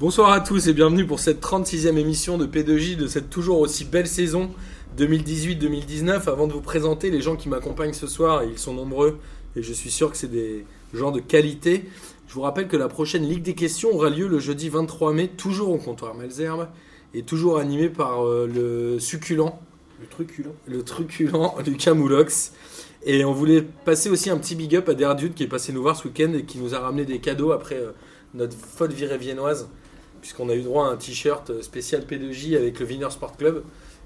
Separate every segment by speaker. Speaker 1: Bonsoir à tous et bienvenue pour cette 36e émission de P2J de cette toujours aussi belle saison 2018-2019. Avant de vous présenter les gens qui m'accompagnent ce soir, et ils sont nombreux et je suis sûr que c'est des gens de qualité, je vous rappelle que la prochaine Ligue des questions aura lieu le jeudi 23 mai, toujours au comptoir Malzerbe et toujours animée par euh, le succulent
Speaker 2: Le truculent.
Speaker 1: le truculent Lucas Moulox. Et on voulait passer aussi un petit big up à Derdude qui est passé nous voir ce week-end et qui nous a ramené des cadeaux après euh, notre folle virée viennoise, puisqu'on a eu droit à un t-shirt euh, spécial P2J avec le Wiener Sport Club.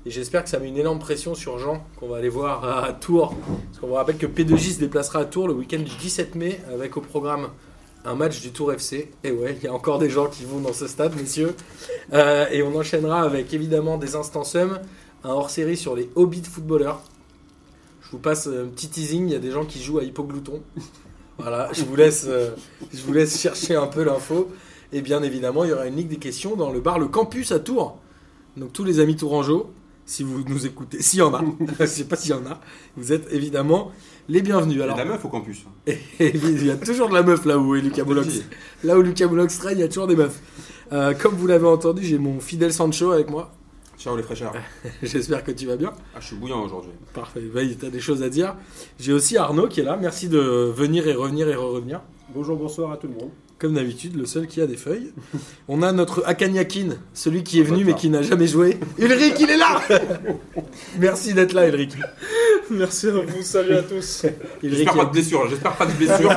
Speaker 1: Et j'espère que ça met une énorme pression sur Jean, qu'on va aller voir à, à Tours. Parce qu'on vous rappelle que P2J se déplacera à Tours le week-end du 17 mai avec au programme un match du Tour FC. Et ouais, il y a encore des gens qui vont dans ce stade, messieurs. Euh, et on enchaînera avec évidemment des instants sum, un hors-série sur les hobbies de footballeurs. Je vous passe un petit teasing, il y a des gens qui jouent à Hypoglouton. Voilà, je vous laisse, euh, je vous laisse chercher un peu l'info. Et bien évidemment, il y aura une ligue des questions dans le bar Le Campus à Tours. Donc tous les amis tourangeaux, si vous nous écoutez, s'il y en a, je sais pas s'il y en a, vous êtes évidemment les bienvenus.
Speaker 3: Il y a
Speaker 1: Alors,
Speaker 3: de la meuf au campus.
Speaker 1: et il y a toujours de la meuf là où est Lucas Moulox. Là où Lucas Moulox traîne, il y a toujours des meufs. Euh, comme vous l'avez entendu, j'ai mon fidèle Sancho avec moi.
Speaker 3: Ciao les fraîcheurs.
Speaker 1: J'espère que tu vas bien.
Speaker 3: Ah, je suis bouillant aujourd'hui.
Speaker 1: Parfait. Bah, tu as des choses à dire. J'ai aussi Arnaud qui est là. Merci de venir et revenir et revenir.
Speaker 2: Bonjour, bonsoir à tout le monde.
Speaker 1: Comme d'habitude, le seul qui a des feuilles. On a notre Akanyakin, celui qui est venu mais
Speaker 3: Bâtard.
Speaker 1: qui n'a jamais joué. Ulrich, il est là Merci d'être là, Ulrich.
Speaker 4: Merci à vous, salut à tous.
Speaker 1: Ulrich,
Speaker 3: J'espère pas de blessure, j'espère pas de blessure.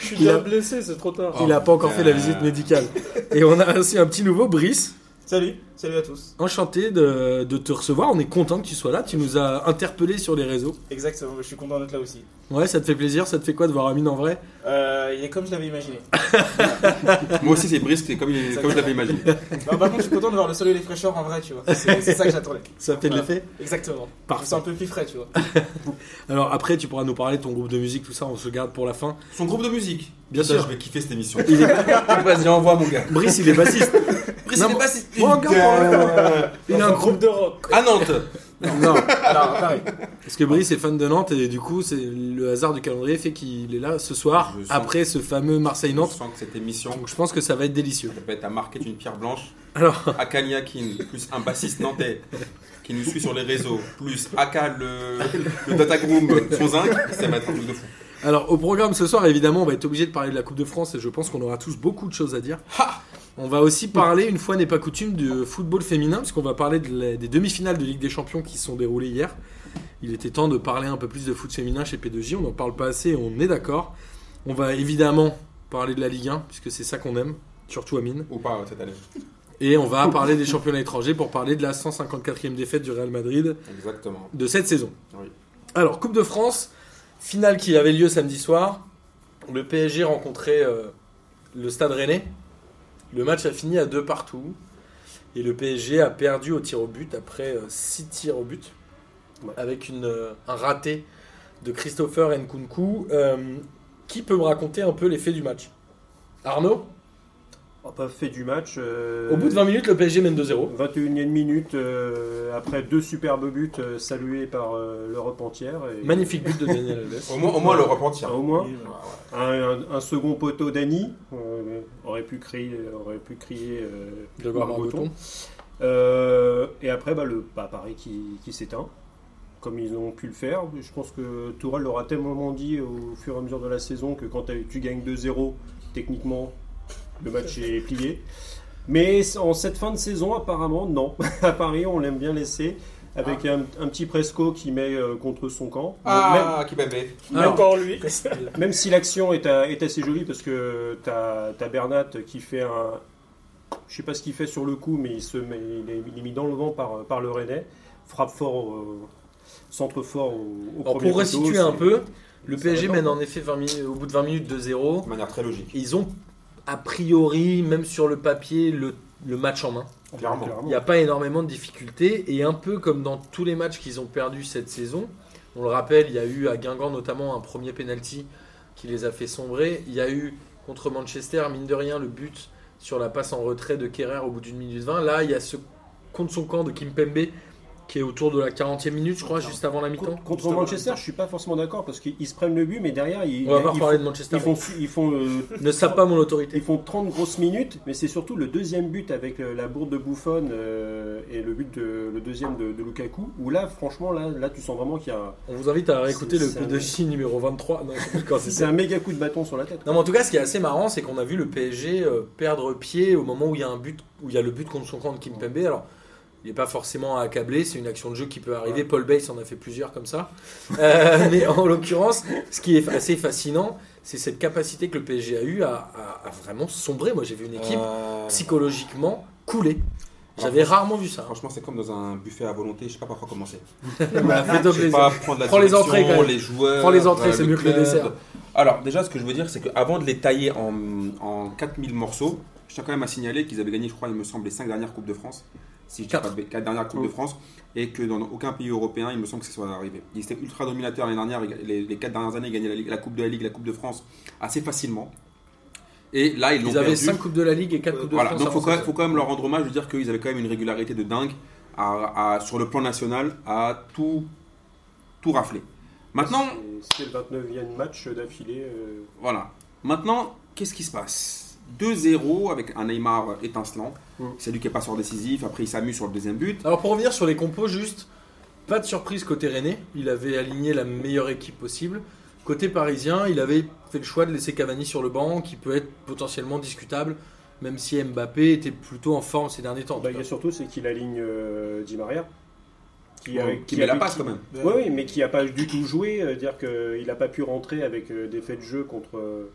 Speaker 4: Je suis
Speaker 1: Il
Speaker 4: déjà
Speaker 1: a- Ah.
Speaker 4: blessé, c'est trop tard.
Speaker 3: Oh.
Speaker 1: il n'a pas encore fait la
Speaker 3: Euh.
Speaker 1: visite médicale. Et on a aussi un petit nouveau, Brice.
Speaker 4: Salut, salut à tous.
Speaker 1: Enchanté de, de te recevoir, on est content que tu sois là, tu nous as interpellé sur les réseaux.
Speaker 4: Exactement, je suis content d'être là aussi.
Speaker 1: Ouais, ça te fait plaisir, ça te fait quoi de voir Amine en vrai
Speaker 4: Euh, il est comme je l'avais imaginé.
Speaker 3: Moi aussi c'est Brice, c'est comme, il est- comme je l'avais imaginé.
Speaker 4: Non, par contre, je suis content de voir le soleil et les fraîcheurs en vrai, tu vois. C'est c'est ça que j'attendais.
Speaker 1: Ça fait de
Speaker 4: Voilà.
Speaker 1: l'effet
Speaker 4: Exactement.
Speaker 1: Parfait.
Speaker 4: C'est un peu plus frais, tu vois.
Speaker 1: Alors après, tu pourras nous parler de ton groupe de musique, tout ça, on se garde pour la fin.
Speaker 3: Son groupe de musique.
Speaker 1: Bien
Speaker 3: Putain,
Speaker 1: sûr.
Speaker 3: Je vais kiffer cette émission.
Speaker 1: Il est-
Speaker 3: Vas-y, envoie mon gars.
Speaker 1: Brice, il est bassiste.
Speaker 3: Brice,
Speaker 1: Non,
Speaker 3: il est
Speaker 1: moi-
Speaker 3: pas si-
Speaker 1: moi, encore,
Speaker 3: Euh,
Speaker 1: Il a un groupe.
Speaker 4: de rock.
Speaker 3: À Nantes.
Speaker 1: Non,
Speaker 4: Alors, pareil.
Speaker 1: parce que Brice est fan de Nantes et du coup, c'est le hasard du calendrier fait qu'il est là ce soir
Speaker 3: Je sens-
Speaker 1: après ce fameux
Speaker 3: Je
Speaker 1: Marseille-Nantes.
Speaker 3: sens que cette émission
Speaker 1: Donc je pense que ça va être délicieux.
Speaker 3: ça peut être à marquer d'une pierre blanche.
Speaker 1: Alors,
Speaker 3: Akaniakin, plus un bassiste nantais qui nous suit sur les réseaux, plus Aka le, le data groom, son zinc, ça va être un truc de fou.
Speaker 1: alors au programme ce soir, évidemment, on va être obligé de parler de la Coupe de France et je pense qu'on aura tous beaucoup de choses à dire. On va aussi parler, une fois n'est pas coutume, du football féminin, puisqu'on va parler de la- des demi-finales de Ligue des Champions qui se sont déroulées hier. Il était temps de parler un peu plus de foot féminin chez P2J, on n'en parle pas assez, on est d'accord. On va évidemment parler de la Ligue 1, puisque c'est ça qu'on aime, surtout Amine.
Speaker 3: Ou pas cette année.
Speaker 1: Et on va parler des championnats étrangers pour parler de la 154e défaite du Real Madrid
Speaker 3: Exactement.
Speaker 1: de cette saison.
Speaker 3: Oui.
Speaker 1: Alors, Coupe de France, finale qui avait lieu samedi soir. Le PSG rencontrait euh, le Stade Rennais. Le match a fini à deux partout. Et le PSG a perdu au tir au but après euh, six tirs au but.
Speaker 2: Ouais.
Speaker 1: Avec une, euh, un raté de Christopher Nkunku. Euh, qui peut me raconter un peu l'effet du match Arnaud
Speaker 2: On n'a Ah, pas fait du match. euh,
Speaker 1: Au bout de 20 minutes, le PSG mène 2-0.
Speaker 2: 21e minute, euh, après deux superbes buts euh, salués par euh, l'Europe entière. Et
Speaker 1: Magnifique but de Daniel Alves.
Speaker 3: Au moins, au moins le repentir.
Speaker 2: Enfin, au moins,
Speaker 3: Ouais, ouais.
Speaker 2: un, un- un second poteau d'Annie euh, aurait pu crier. Aurait pu crier euh,
Speaker 1: De Grégoire
Speaker 2: Margoton.
Speaker 1: Margoton.
Speaker 2: Euh, et après, bah, le bah, Paris qui, qui s'éteint, comme ils ont pu le faire. Je pense que Tourelle leur a tellement dit au fur et à mesure de la saison que quand t'as- tu gagnes 2-0, techniquement, le match est plié. Mais en cette fin de saison, apparemment, non. À Paris, on l'aime bien laisser. Avec un, un petit Presco qui met euh, contre son camp. Même-
Speaker 3: Ah, qui bébé.
Speaker 1: Alors,
Speaker 4: Encore lui.
Speaker 2: même si l'action est, à- est assez jolie parce que t'as as Bernat qui fait un. Je sais pas ce qu'il fait sur le coup, mais il, se met, il, est, il est mis dans le vent par, par le Rennais. Frappe fort, au- centre fort au, au
Speaker 1: Alors,
Speaker 2: premier
Speaker 1: pour
Speaker 2: poteau,
Speaker 1: restituer
Speaker 2: c'est-
Speaker 1: un peu, le
Speaker 2: c'est
Speaker 1: PSG
Speaker 2: énorme.
Speaker 1: mène en effet 20 minutes- au bout de 20 minutes 2-0.
Speaker 3: De manière très logique.
Speaker 1: Ils ont, a priori, même sur le papier, le, le match en main.
Speaker 3: Clairement.
Speaker 1: Il n'y a pas énormément de difficultés. Et un peu comme dans tous les matchs qu'ils ont perdus cette saison, on le rappelle, il y a eu à Guingamp notamment un premier penalty qui les a fait sombrer. Il y a eu contre Manchester, mine de rien, le but sur la passe en retrait de Kerrer au bout d'une minute 20. Là, il y a ce contre son camp de Kimpembe qui est autour de la 40e minute, je crois, juste avant la mi-temps.
Speaker 2: Contre, contre Manchester, je suis pas forcément d'accord parce qu'ils se prennent le but, mais derrière, ils,
Speaker 1: On va pas
Speaker 2: ils
Speaker 1: reparler
Speaker 2: font-
Speaker 1: de Manchester.
Speaker 2: ils font, ils font, euh,
Speaker 1: Ne sape pas mon autorité.
Speaker 2: Ils font 30 grosses minutes, mais c'est surtout le deuxième but avec euh, la bourde de Buffon euh, et le but de- le deuxième de, de Lukaku, où là, franchement, là, là tu sens vraiment qu'il y a
Speaker 1: On vous invite à réécouter
Speaker 2: C'est-
Speaker 1: le
Speaker 2: c'est
Speaker 1: coup
Speaker 2: un-
Speaker 1: de chi numéro 23. Non, je sais plus quand c'était.
Speaker 2: c'est un méga coup de bâton sur la tête.
Speaker 1: Non, mais en tout cas, ce qui est assez marrant, c'est qu'on a vu le PSG euh, perdre pied au moment où il y a un but, où il y a le but contre son camp de Kimpembe. Alors, il n'est pas forcément à accabler, c'est une action de jeu qui peut arriver. Paul Bass en a fait plusieurs comme ça. Euh, mais en l'occurrence, ce qui est assez fascinant, c'est cette capacité que le PSG a eu à, à- à vraiment sombrer. Moi, j'ai vu une équipe
Speaker 3: Euh,
Speaker 1: psychologiquement couler.
Speaker 3: Ah,
Speaker 1: J'avais rarement vu ça. hein.
Speaker 3: Franchement, c'est comme dans un buffet à volonté, je sais pas par quoi commencer.
Speaker 1: Fais-toi
Speaker 3: Je sais
Speaker 1: plaisir.
Speaker 3: pas, prendre la
Speaker 1: Prends les
Speaker 3: direction,
Speaker 1: entrées, quand même.
Speaker 3: les joueurs.
Speaker 1: Prends les entrées,
Speaker 3: euh,
Speaker 1: c'est mieux que le
Speaker 3: club.
Speaker 1: dessert.
Speaker 3: Alors, déjà, ce que je veux dire, c'est qu'avant de les tailler en, en 4000 morceaux, je tiens quand même à signaler qu'ils avaient gagné, je crois, il me semble, les 5 dernières Coupes de France. Si je dis
Speaker 1: Quatre. Oh.
Speaker 3: pas de- quatre dernières Coupes de France. Et que dans aucun pays européen, il me semble que ça soit arrivé. Ils étaient ultra dominateurs l'année dernière. ils- Les, les 4 dernières années, ils gagnaient la, Ligue- la Coupe de la Ligue, la Coupe de France assez facilement. Et là, ils l'ont
Speaker 1: Ils avaient
Speaker 3: perdu. Euh,
Speaker 1: 5 Coupes de la Ligue et 4 Coupes de
Speaker 3: Voilà,
Speaker 1: France.
Speaker 3: donc faut
Speaker 1: avant
Speaker 3: quand, même,
Speaker 1: cette
Speaker 3: faut quand même leur rendre hommage de dire qu'ils avaient quand même une régularité de dingue à, à- sur le plan national à tout, tout rafler. Maintenant,
Speaker 2: C'est- C'était le 29e match d'affilée. euh,
Speaker 3: voilà. Maintenant, qu'est-ce qui se passe 2-0 avec un Neymar étincelant.
Speaker 2: Mm.
Speaker 3: C'est lui qui est pas sur décisif. Après, il s'amuse sur le deuxième but.
Speaker 1: Alors pour revenir sur les compos, juste, pas de surprise côté Rennais, il avait aligné la meilleure équipe possible. Côté parisien, il avait fait le choix de laisser Cavani sur le banc, qui peut être potentiellement discutable, même si Mbappé était plutôt en forme ces derniers temps. en
Speaker 2: bah,
Speaker 1: tout
Speaker 2: il y
Speaker 1: cas.
Speaker 2: a surtout, c'est qu'il aligne euh, Di Maria. Qui, a-
Speaker 3: Qui
Speaker 2: qui
Speaker 3: met
Speaker 2: a-
Speaker 3: la passe quand même.
Speaker 2: Oui, oui, mais qui n'a pas du tout joué, euh, dire qu'il n'a pas pu rentrer avec euh, des faits de jeu contre, euh,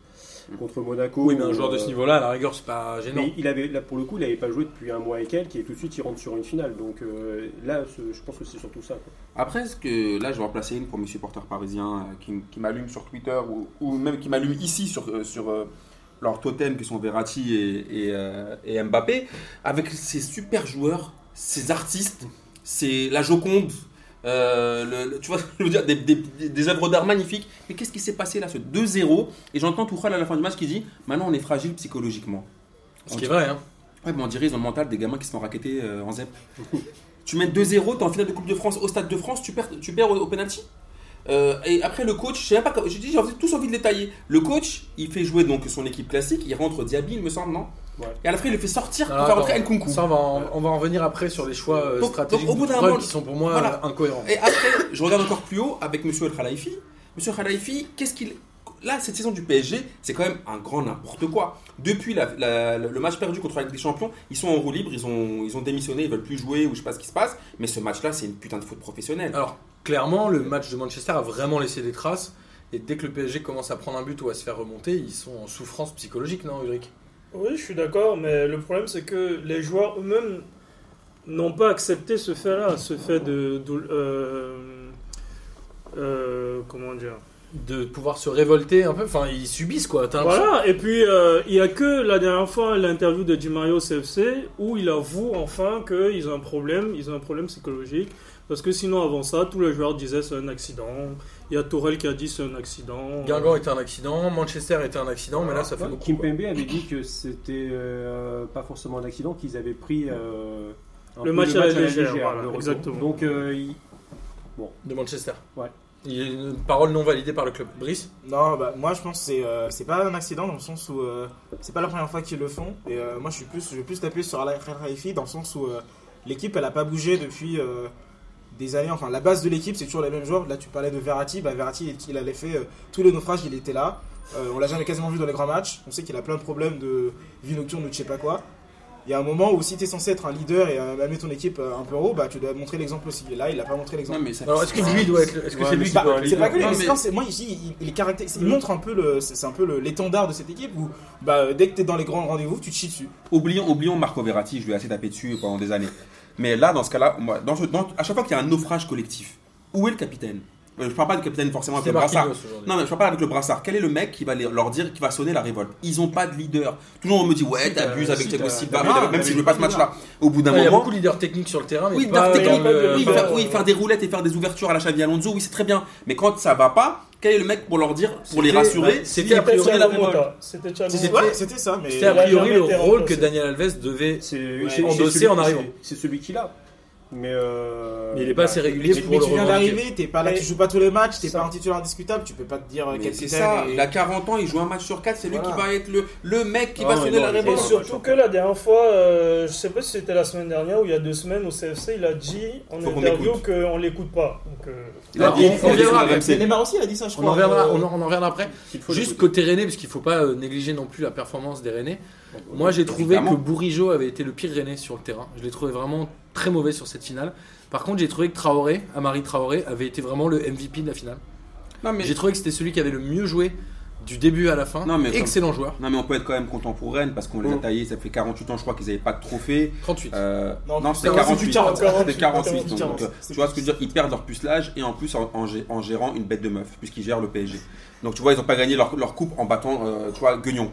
Speaker 2: contre Monaco.
Speaker 1: Mm. Oui, mais un
Speaker 2: ou,
Speaker 1: joueur de ce
Speaker 2: euh,
Speaker 1: niveau-là, à la rigueur, c'est pas gênant.
Speaker 2: Mais il avait, là, pour le coup, il n'avait pas joué depuis un mois et quelques, et tout de suite, il rentre sur une finale. Donc euh, là, ce- je pense que c'est surtout ça. quoi.
Speaker 3: Après, ce que là, je vais en placer une pour mes supporters parisiens euh, qui, qui m'allument sur Twitter ou, ou même qui m'allument ici sur, euh, sur euh, leur totem que sont Verratti et, et, euh, et Mbappé, avec ces super joueurs, ces artistes, c'est la Joconde. euh, le- le- tu vois, ce que je veux dire, des, des- des- des œuvres d'art magnifiques. Mais qu'est-ce qui s'est passé là, ce 2-0 Et j'entends Tourelle à la fin du match qui dit Maintenant, on est fragile psychologiquement.
Speaker 1: Ce qui est vrai, hein.
Speaker 3: Ouais, mais on dirait ils ont le mental des gamins qui se font racketter euh, en ZEP. tu mènes 2-0, t'es en finale de Coupe de France au Stade de France, tu perds, tu perds au, au penalty. Euh, et après le coach, je sais même pas, comment- j'ai dit, j'ai envie- tous envie de les tailler. Le coach, il fait jouer donc son équipe classique, il rentre Diaby, il me semble, non
Speaker 2: Ouais.
Speaker 3: Et à la fin, il le fait sortir
Speaker 1: Alors,
Speaker 3: pour faire rentrer
Speaker 1: attends,
Speaker 3: Nkunku.
Speaker 1: Ça, on va, en, on va en revenir après sur les choix euh,
Speaker 3: Donc-
Speaker 1: stratégiques
Speaker 3: donc,
Speaker 1: de
Speaker 3: au bout d'un
Speaker 1: Tourelle
Speaker 3: moment,
Speaker 1: qui sont pour moi
Speaker 3: voilà.
Speaker 1: euh, incohérents.
Speaker 3: Et après, je regarde encore plus haut avec Monsieur El Khalifi. Monsieur El Khalifi, qu'est-ce qu'il. Là, cette saison du PSG, c'est quand même un grand n'importe quoi. Depuis la- la- le match perdu contre la Ligue des Champions, ils sont en roue libre, ils ont, ils ont démissionné, ils veulent plus jouer ou je sais pas ce qui se passe. Mais ce match-là, c'est une putain de faute professionnelle.
Speaker 1: Alors, clairement, le match de Manchester a vraiment laissé des traces. Et dès que le PSG commence à prendre un but ou à se faire remonter, ils sont en souffrance psychologique, non, Ulrich
Speaker 5: Oui, je suis d'accord, mais le problème c'est que les joueurs eux-mêmes n'ont pas accepté ce fait-là, ce fait de. de- euh, euh, comment dire
Speaker 1: de pouvoir se révolter un peu. Enfin, ils subissent quoi. T'as l'impression-
Speaker 5: Voilà, et puis euh, il y a que la dernière fois l'interview de Di Mario au CFC où il avoue enfin qu'ils ont un problème, ils ont un problème psychologique. Parce que sinon, avant ça, tous les joueurs disaient c'est un accident. Il y a Torel qui a dit c'est un accident.
Speaker 1: Guingamp était un accident, Manchester était un accident, mais là ça fait
Speaker 2: Ouais,
Speaker 1: beaucoup.
Speaker 2: Kim
Speaker 1: quoi.
Speaker 2: Pembe avait dit que c'était euh, pas forcément un accident, qu'ils avaient pris euh, un
Speaker 5: Le
Speaker 2: peu
Speaker 5: match à la légère, voilà,
Speaker 2: le retour.
Speaker 5: exactement.
Speaker 2: Donc euh, il-
Speaker 1: De Manchester.
Speaker 2: Ouais.
Speaker 1: Il y a une parole non validée par le club. Brice
Speaker 4: Non, bah, moi je pense que c'est euh, c'est pas un accident dans le sens où euh, c'est pas la première fois qu'ils le font. Et euh, moi je suis plus, je vais plus taper sur Al Raifi dans le sens où euh, l'équipe elle a pas bougé depuis euh, des années. Enfin, la base de l'équipe c'est toujours les mêmes joueurs. Là tu parlais de Verratti, bah, Verratti il avait fait euh, tous les naufrages, il était là. Euh, on l'a jamais quasiment vu dans les grands matchs. On sait qu'il a plein de problèmes de vie nocturne ou de je sais pas quoi. Il y a un moment où si t'es censé être un leader et euh, amener ton équipe euh, un peu haut, bah tu dois montrer l'exemple aussi. Et là il a pas montré l'exemple.
Speaker 3: Non, mais ça-
Speaker 1: Alors est-ce que lui doit être. le- Est-ce que c'est lui qui
Speaker 4: Bah,
Speaker 1: doit
Speaker 4: c'est pas que lui,
Speaker 3: Non,
Speaker 4: mais
Speaker 3: mais-
Speaker 4: c'est- non, c'est- moi je dis, il, il est caracté-
Speaker 1: Mm.
Speaker 4: il montre un peu le, c'est c'est un peu le- l'étendard de cette équipe où bah euh, dès que t'es dans les grands rendez-vous, tu te chies dessus.
Speaker 3: Oublions, oublions Marco Verratti, je lui ai assez tapé dessus pendant des années. Mais là, dans ce cas-là, moi, dans ce- dans- à chaque fois qu'il y a un naufrage collectif, où est le capitaine Euh, Je parle pas de capitaine forcément avec
Speaker 1: C'est
Speaker 3: le brassard.
Speaker 1: Marquinhos aujourd'hui.
Speaker 3: Non, mais je parle pas avec le brassard. Quel est le mec qui va les- leur dire, qui va sonner la révolte Ils ont pas de leader. Toujours on me dit, ouais,
Speaker 2: Si,
Speaker 3: t'abuses
Speaker 2: t'as-
Speaker 3: avec
Speaker 2: si,
Speaker 3: Thiago
Speaker 2: t'as-
Speaker 3: Silva,
Speaker 2: t'as-
Speaker 3: mais
Speaker 2: t'as-
Speaker 3: même si je
Speaker 2: t'as-
Speaker 3: veux pas ce match-là. Au bout d'un
Speaker 1: Ah, il y a
Speaker 3: moment.
Speaker 1: beaucoup de leaders techniques sur le terrain, mais
Speaker 3: Oui,
Speaker 1: pas
Speaker 3: leader
Speaker 1: dans
Speaker 3: technique,
Speaker 1: le-
Speaker 3: oui,
Speaker 1: pas-
Speaker 3: faire, oui, faire des roulettes et faire des ouvertures à la Xavi Alonso, oui, c'est très bien. Mais quand ça va pas, quel est le mec pour leur dire, pour les
Speaker 1: C'était-
Speaker 3: rassurer
Speaker 1: bah, c'était
Speaker 3: qui
Speaker 1: a
Speaker 3: peut
Speaker 1: priori
Speaker 3: sonner la révolte
Speaker 5: C'était Thiago
Speaker 1: C'était-
Speaker 5: Motta.
Speaker 4: Ouais, c'était ça, mais
Speaker 1: C'était a
Speaker 5: Il a
Speaker 1: priori
Speaker 5: jamais
Speaker 1: le
Speaker 5: été
Speaker 1: rôle que
Speaker 5: remplacé.
Speaker 1: Daniel Alves devait.
Speaker 2: c'est
Speaker 1: Ouais.
Speaker 2: c'est-
Speaker 1: Endossé
Speaker 2: c'est celui-
Speaker 1: en arrivant.
Speaker 2: c'est- C'est celui qu'il a. Mais, euh,
Speaker 1: Mais il est pas assez régulier
Speaker 4: Mais
Speaker 1: pour le
Speaker 4: tu viens
Speaker 1: revendiquer.
Speaker 4: d'arriver, t'es pas là,
Speaker 2: Et-
Speaker 4: tu joues pas tous les matchs, t'es
Speaker 2: Ça.
Speaker 4: pas un titulaire indiscutable, tu peux pas te dire euh,
Speaker 3: Mais
Speaker 4: capitaine
Speaker 3: c'est ça,
Speaker 4: et-
Speaker 3: il a 40 ans, il joue un match sur 4, c'est lui
Speaker 4: Voilà.
Speaker 3: qui va être le, le mec qui
Speaker 2: Ah,
Speaker 3: va
Speaker 2: mais
Speaker 3: sonner
Speaker 2: non,
Speaker 3: la
Speaker 2: il est
Speaker 5: Et
Speaker 2: Bon,
Speaker 3: réponse.
Speaker 5: surtout
Speaker 2: champion.
Speaker 5: que la dernière fois, euh, je sais pas si c'était la semaine dernière ou il y a deux semaines au CFC, il a dit en
Speaker 3: Faut qu'on
Speaker 5: interview
Speaker 3: m'écoute.
Speaker 5: qu'on l'écoute pas. Donc, euh,
Speaker 3: Il a
Speaker 1: Non,
Speaker 3: dit-
Speaker 1: on-
Speaker 3: il a
Speaker 1: on
Speaker 3: dit
Speaker 1: verra,
Speaker 3: sur la
Speaker 1: mais-
Speaker 3: RMC.
Speaker 4: Neymar aussi, il a dit ça, je
Speaker 1: On en
Speaker 4: crois.
Speaker 1: reviendra,
Speaker 4: Euh,
Speaker 1: on en, on en reviendra après.
Speaker 2: il faut
Speaker 1: Juste
Speaker 2: l'écouter.
Speaker 1: côté Rennais, parce qu'il faut pas euh, négliger non plus la performance des Rennais. Moi, j'ai trouvé que
Speaker 3: Évidemment.
Speaker 1: Bourigeau avait été le pire Rennais sur le terrain. Je l'ai trouvé vraiment très mauvais sur cette finale. Par contre, j'ai trouvé que Traoré, Amari Traoré, avait été vraiment le MVP de la finale.
Speaker 3: Non, mais-
Speaker 1: J'ai trouvé que c'était celui qui avait le mieux joué du début à la fin.
Speaker 3: Non, mais comme-
Speaker 1: Excellent joueur.
Speaker 3: non, mais on peut être quand même content pour Rennes parce qu'on les a
Speaker 2: Oh.
Speaker 3: taillés, ça fait 48 ans, je crois qu'ils n'avaient pas de trophée.
Speaker 1: 38.
Speaker 3: Euh,
Speaker 4: Non,
Speaker 3: non,
Speaker 4: plus,
Speaker 3: c'était
Speaker 4: c'est
Speaker 3: 48.
Speaker 4: 48,
Speaker 3: C'était 48.
Speaker 4: 48,
Speaker 3: donc,
Speaker 4: 48.
Speaker 3: euh, tu vois ce que je veux dire Ils perdent leur pucelage et en plus en, en gé- en gérant une bête de meuf, puisqu'ils gèrent le PSG. Donc tu vois, ils n'ont pas gagné leur, leur coupe en battant, euh, tu vois, Guignon.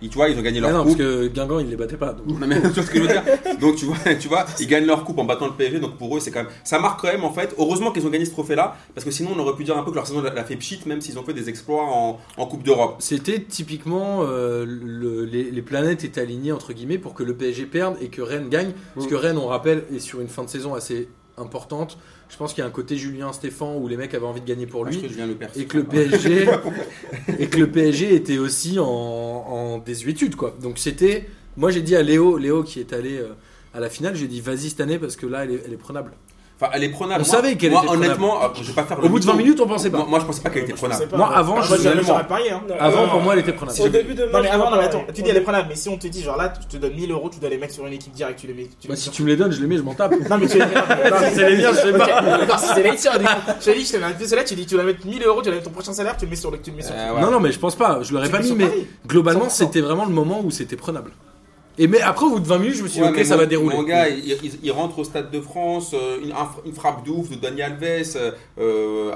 Speaker 3: Ils, tu vois, ils ont gagné
Speaker 1: Ah
Speaker 3: leur
Speaker 1: non, parce
Speaker 3: coupe.
Speaker 1: que Guingamp, il les battait pas. donc.
Speaker 3: Non, mais tu vois ce que je veux dire Donc tu vois, tu vois, ils gagnent leur coupe en battant le PSG, donc pour eux c'est quand même. Ça marque quand même en fait. Heureusement qu'ils ont gagné ce trophée-là, parce que sinon on aurait pu dire un peu que leur saison l'a l'a fait pchit, même s'ils ont fait des exploits en, en Coupe d'Europe.
Speaker 1: C'était typiquement euh, le- les, les planètes étaient alignées entre guillemets pour que le PSG perde et que Rennes gagne. Parce
Speaker 4: Mm.
Speaker 1: que Rennes, on rappelle, est sur une fin de saison assez importante. Je pense qu'il y a un côté Julien Stéphan où les mecs avaient envie de gagner pour
Speaker 3: Parce que
Speaker 1: lui.
Speaker 3: Ah, je viens le percer.
Speaker 1: Et que le PSG, et que le PSG était aussi en, en désuétude quoi. Donc c'était, moi j'ai dit à Léo, Léo qui est allé euh, à la finale, j'ai dit vas-y cette année parce que là elle est, elle est prenable.
Speaker 3: Enfin, elle est prenable.
Speaker 1: On
Speaker 3: Moi-
Speaker 1: savait qu'elle
Speaker 3: moi,
Speaker 1: était
Speaker 3: honnêtement, euh, je vais pas faire
Speaker 1: Au
Speaker 3: le
Speaker 1: bout de 20
Speaker 3: mytho.
Speaker 1: minutes on pensait pas.
Speaker 3: Moi, moi, je pensais pas qu'elle
Speaker 4: Ouais,
Speaker 3: était
Speaker 4: je pensais
Speaker 3: prenable.
Speaker 4: pas.
Speaker 1: Moi, avant,
Speaker 4: Ah,
Speaker 1: je-
Speaker 4: moi, j'aurais-
Speaker 3: finalement.
Speaker 4: j'aurais parié. hein.
Speaker 5: non,
Speaker 1: Avant
Speaker 5: euh,
Speaker 1: pour moi elle était prenable.
Speaker 3: Si
Speaker 5: Au
Speaker 3: j'avais-
Speaker 5: début de match.
Speaker 4: Non, mais avant, non, mais attends,
Speaker 5: pareil.
Speaker 4: tu dis elle est prenable, mais si on te dit genre là, tu te donnes 1000 euros, tu dois les mettre sur une équipe directe, tu les mets. tu
Speaker 1: Moi,
Speaker 4: les mets
Speaker 1: Bah, si
Speaker 4: sur-
Speaker 1: tu me les donnes je les mets je m'en tape.
Speaker 4: Non, mais tu les mets.
Speaker 5: Ah,
Speaker 1: c'est les miens, je sais
Speaker 4: Ok,
Speaker 1: pas.
Speaker 4: d'accord, si c'est les tiens, je te dis, je te mets un pistolet, tu dis tu dois mettre 1000 euros, tu dois mettre ton prochain salaire, tu le mets sur le. Tu le mets sur
Speaker 3: Euh,
Speaker 4: tu
Speaker 3: ouais.
Speaker 1: Non, non, mais je pense pas. Je l'aurais
Speaker 4: le
Speaker 1: pas
Speaker 4: mets
Speaker 1: mis,
Speaker 4: sur
Speaker 1: mais
Speaker 4: Paris.
Speaker 1: globalement,
Speaker 4: 100%.
Speaker 1: c'était vraiment le moment où c'était prenable. Et mais après, au bout de 20 minutes, je me suis dit,
Speaker 3: Ouais,
Speaker 1: ok,
Speaker 3: mais
Speaker 1: ça
Speaker 3: mon-
Speaker 1: va dérouler.
Speaker 3: Mon gars, il, il- il rentre au Stade de France, euh, une, un fr- une frappe de ouf de Dani Alves, euh, euh,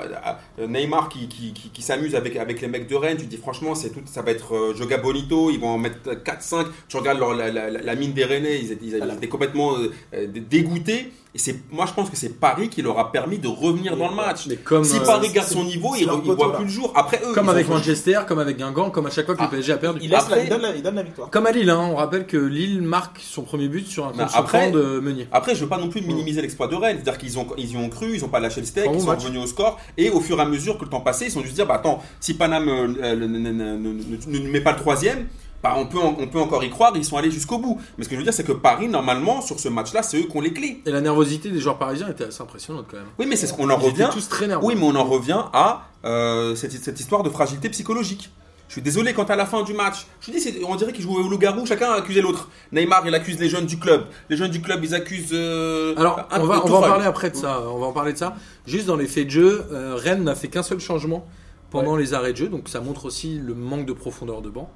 Speaker 3: Neymar qui, qui, qui- qui s'amuse avec, avec les mecs de Rennes. Tu te dis franchement, c'est tout, ça va être euh, Joga Bonito, ils vont en mettre 4-5. Tu regardes leur- la, la- la mine des Rennais, ils étaient, ils étaient complètement euh, euh, dé- dégoûtés. Et c'est, moi, je pense que c'est Paris qui leur a permis de revenir dans le match.
Speaker 1: Mais comme,
Speaker 3: Si
Speaker 1: euh,
Speaker 3: Paris garde son niveau,
Speaker 4: c'est
Speaker 3: il
Speaker 4: leur
Speaker 3: ne
Speaker 4: poteau,
Speaker 3: voit
Speaker 4: là.
Speaker 3: plus le jour. Après eux,
Speaker 1: comme
Speaker 3: ils
Speaker 1: avec
Speaker 3: ont-
Speaker 1: Manchester, comme avec Guingamp, comme à chaque fois que
Speaker 3: Ah,
Speaker 1: le PSG a perdu.
Speaker 4: Il laisse la-
Speaker 3: Après-
Speaker 4: il donne la- il donne la victoire.
Speaker 1: Comme à Lille, hein, on rappelle que Lille marque son premier but sur un
Speaker 3: Bah,
Speaker 1: contre sur
Speaker 3: après-
Speaker 1: camp de Meunier.
Speaker 3: Après, je veux pas non plus
Speaker 1: Mm.
Speaker 3: minimiser l'exploit de Rennes. C'est-à-dire qu'ils ont, ils y ont cru, ils ont pas lâché le steak,
Speaker 1: Vraiment
Speaker 3: ils sont
Speaker 1: match.
Speaker 3: revenus au score. Et au fur et à mesure que le temps passait, ils se sont juste dire, bah attends, si Paname euh, euh, ne, ne- ne- ne- ne- ne met pas le troisième, bah on peut, en- on peut encore y croire, ils sont allés jusqu'au bout. Mais ce que je veux dire, c'est que Paris, normalement, sur ce match-là, c'est eux qui ont les clés.
Speaker 1: Et la nervosité des joueurs parisiens était assez impressionnante quand même.
Speaker 3: Oui, mais c'est ce qu'on en
Speaker 1: Ils étaient
Speaker 3: revient.
Speaker 1: tous très nerveux.
Speaker 3: Oui, mais on en revient à euh, cette, cette histoire de fragilité psychologique. Je suis désolé quand à la fin du match, je te dis, c'est- on dirait qu'ils jouaient au loup-garou, chacun accusait l'autre. Neymar, il accuse les jeunes du club. Les jeunes du club, ils accusent. euh,
Speaker 1: Alors,
Speaker 3: un-
Speaker 1: on va,
Speaker 3: tout
Speaker 1: on va en
Speaker 3: seul.
Speaker 1: parler après de ça. On va en parler de ça. Juste dans les faits de jeu, euh, Rennes n'a fait qu'un seul changement pendant les arrêts de jeu, donc ça montre aussi le manque de profondeur de banc,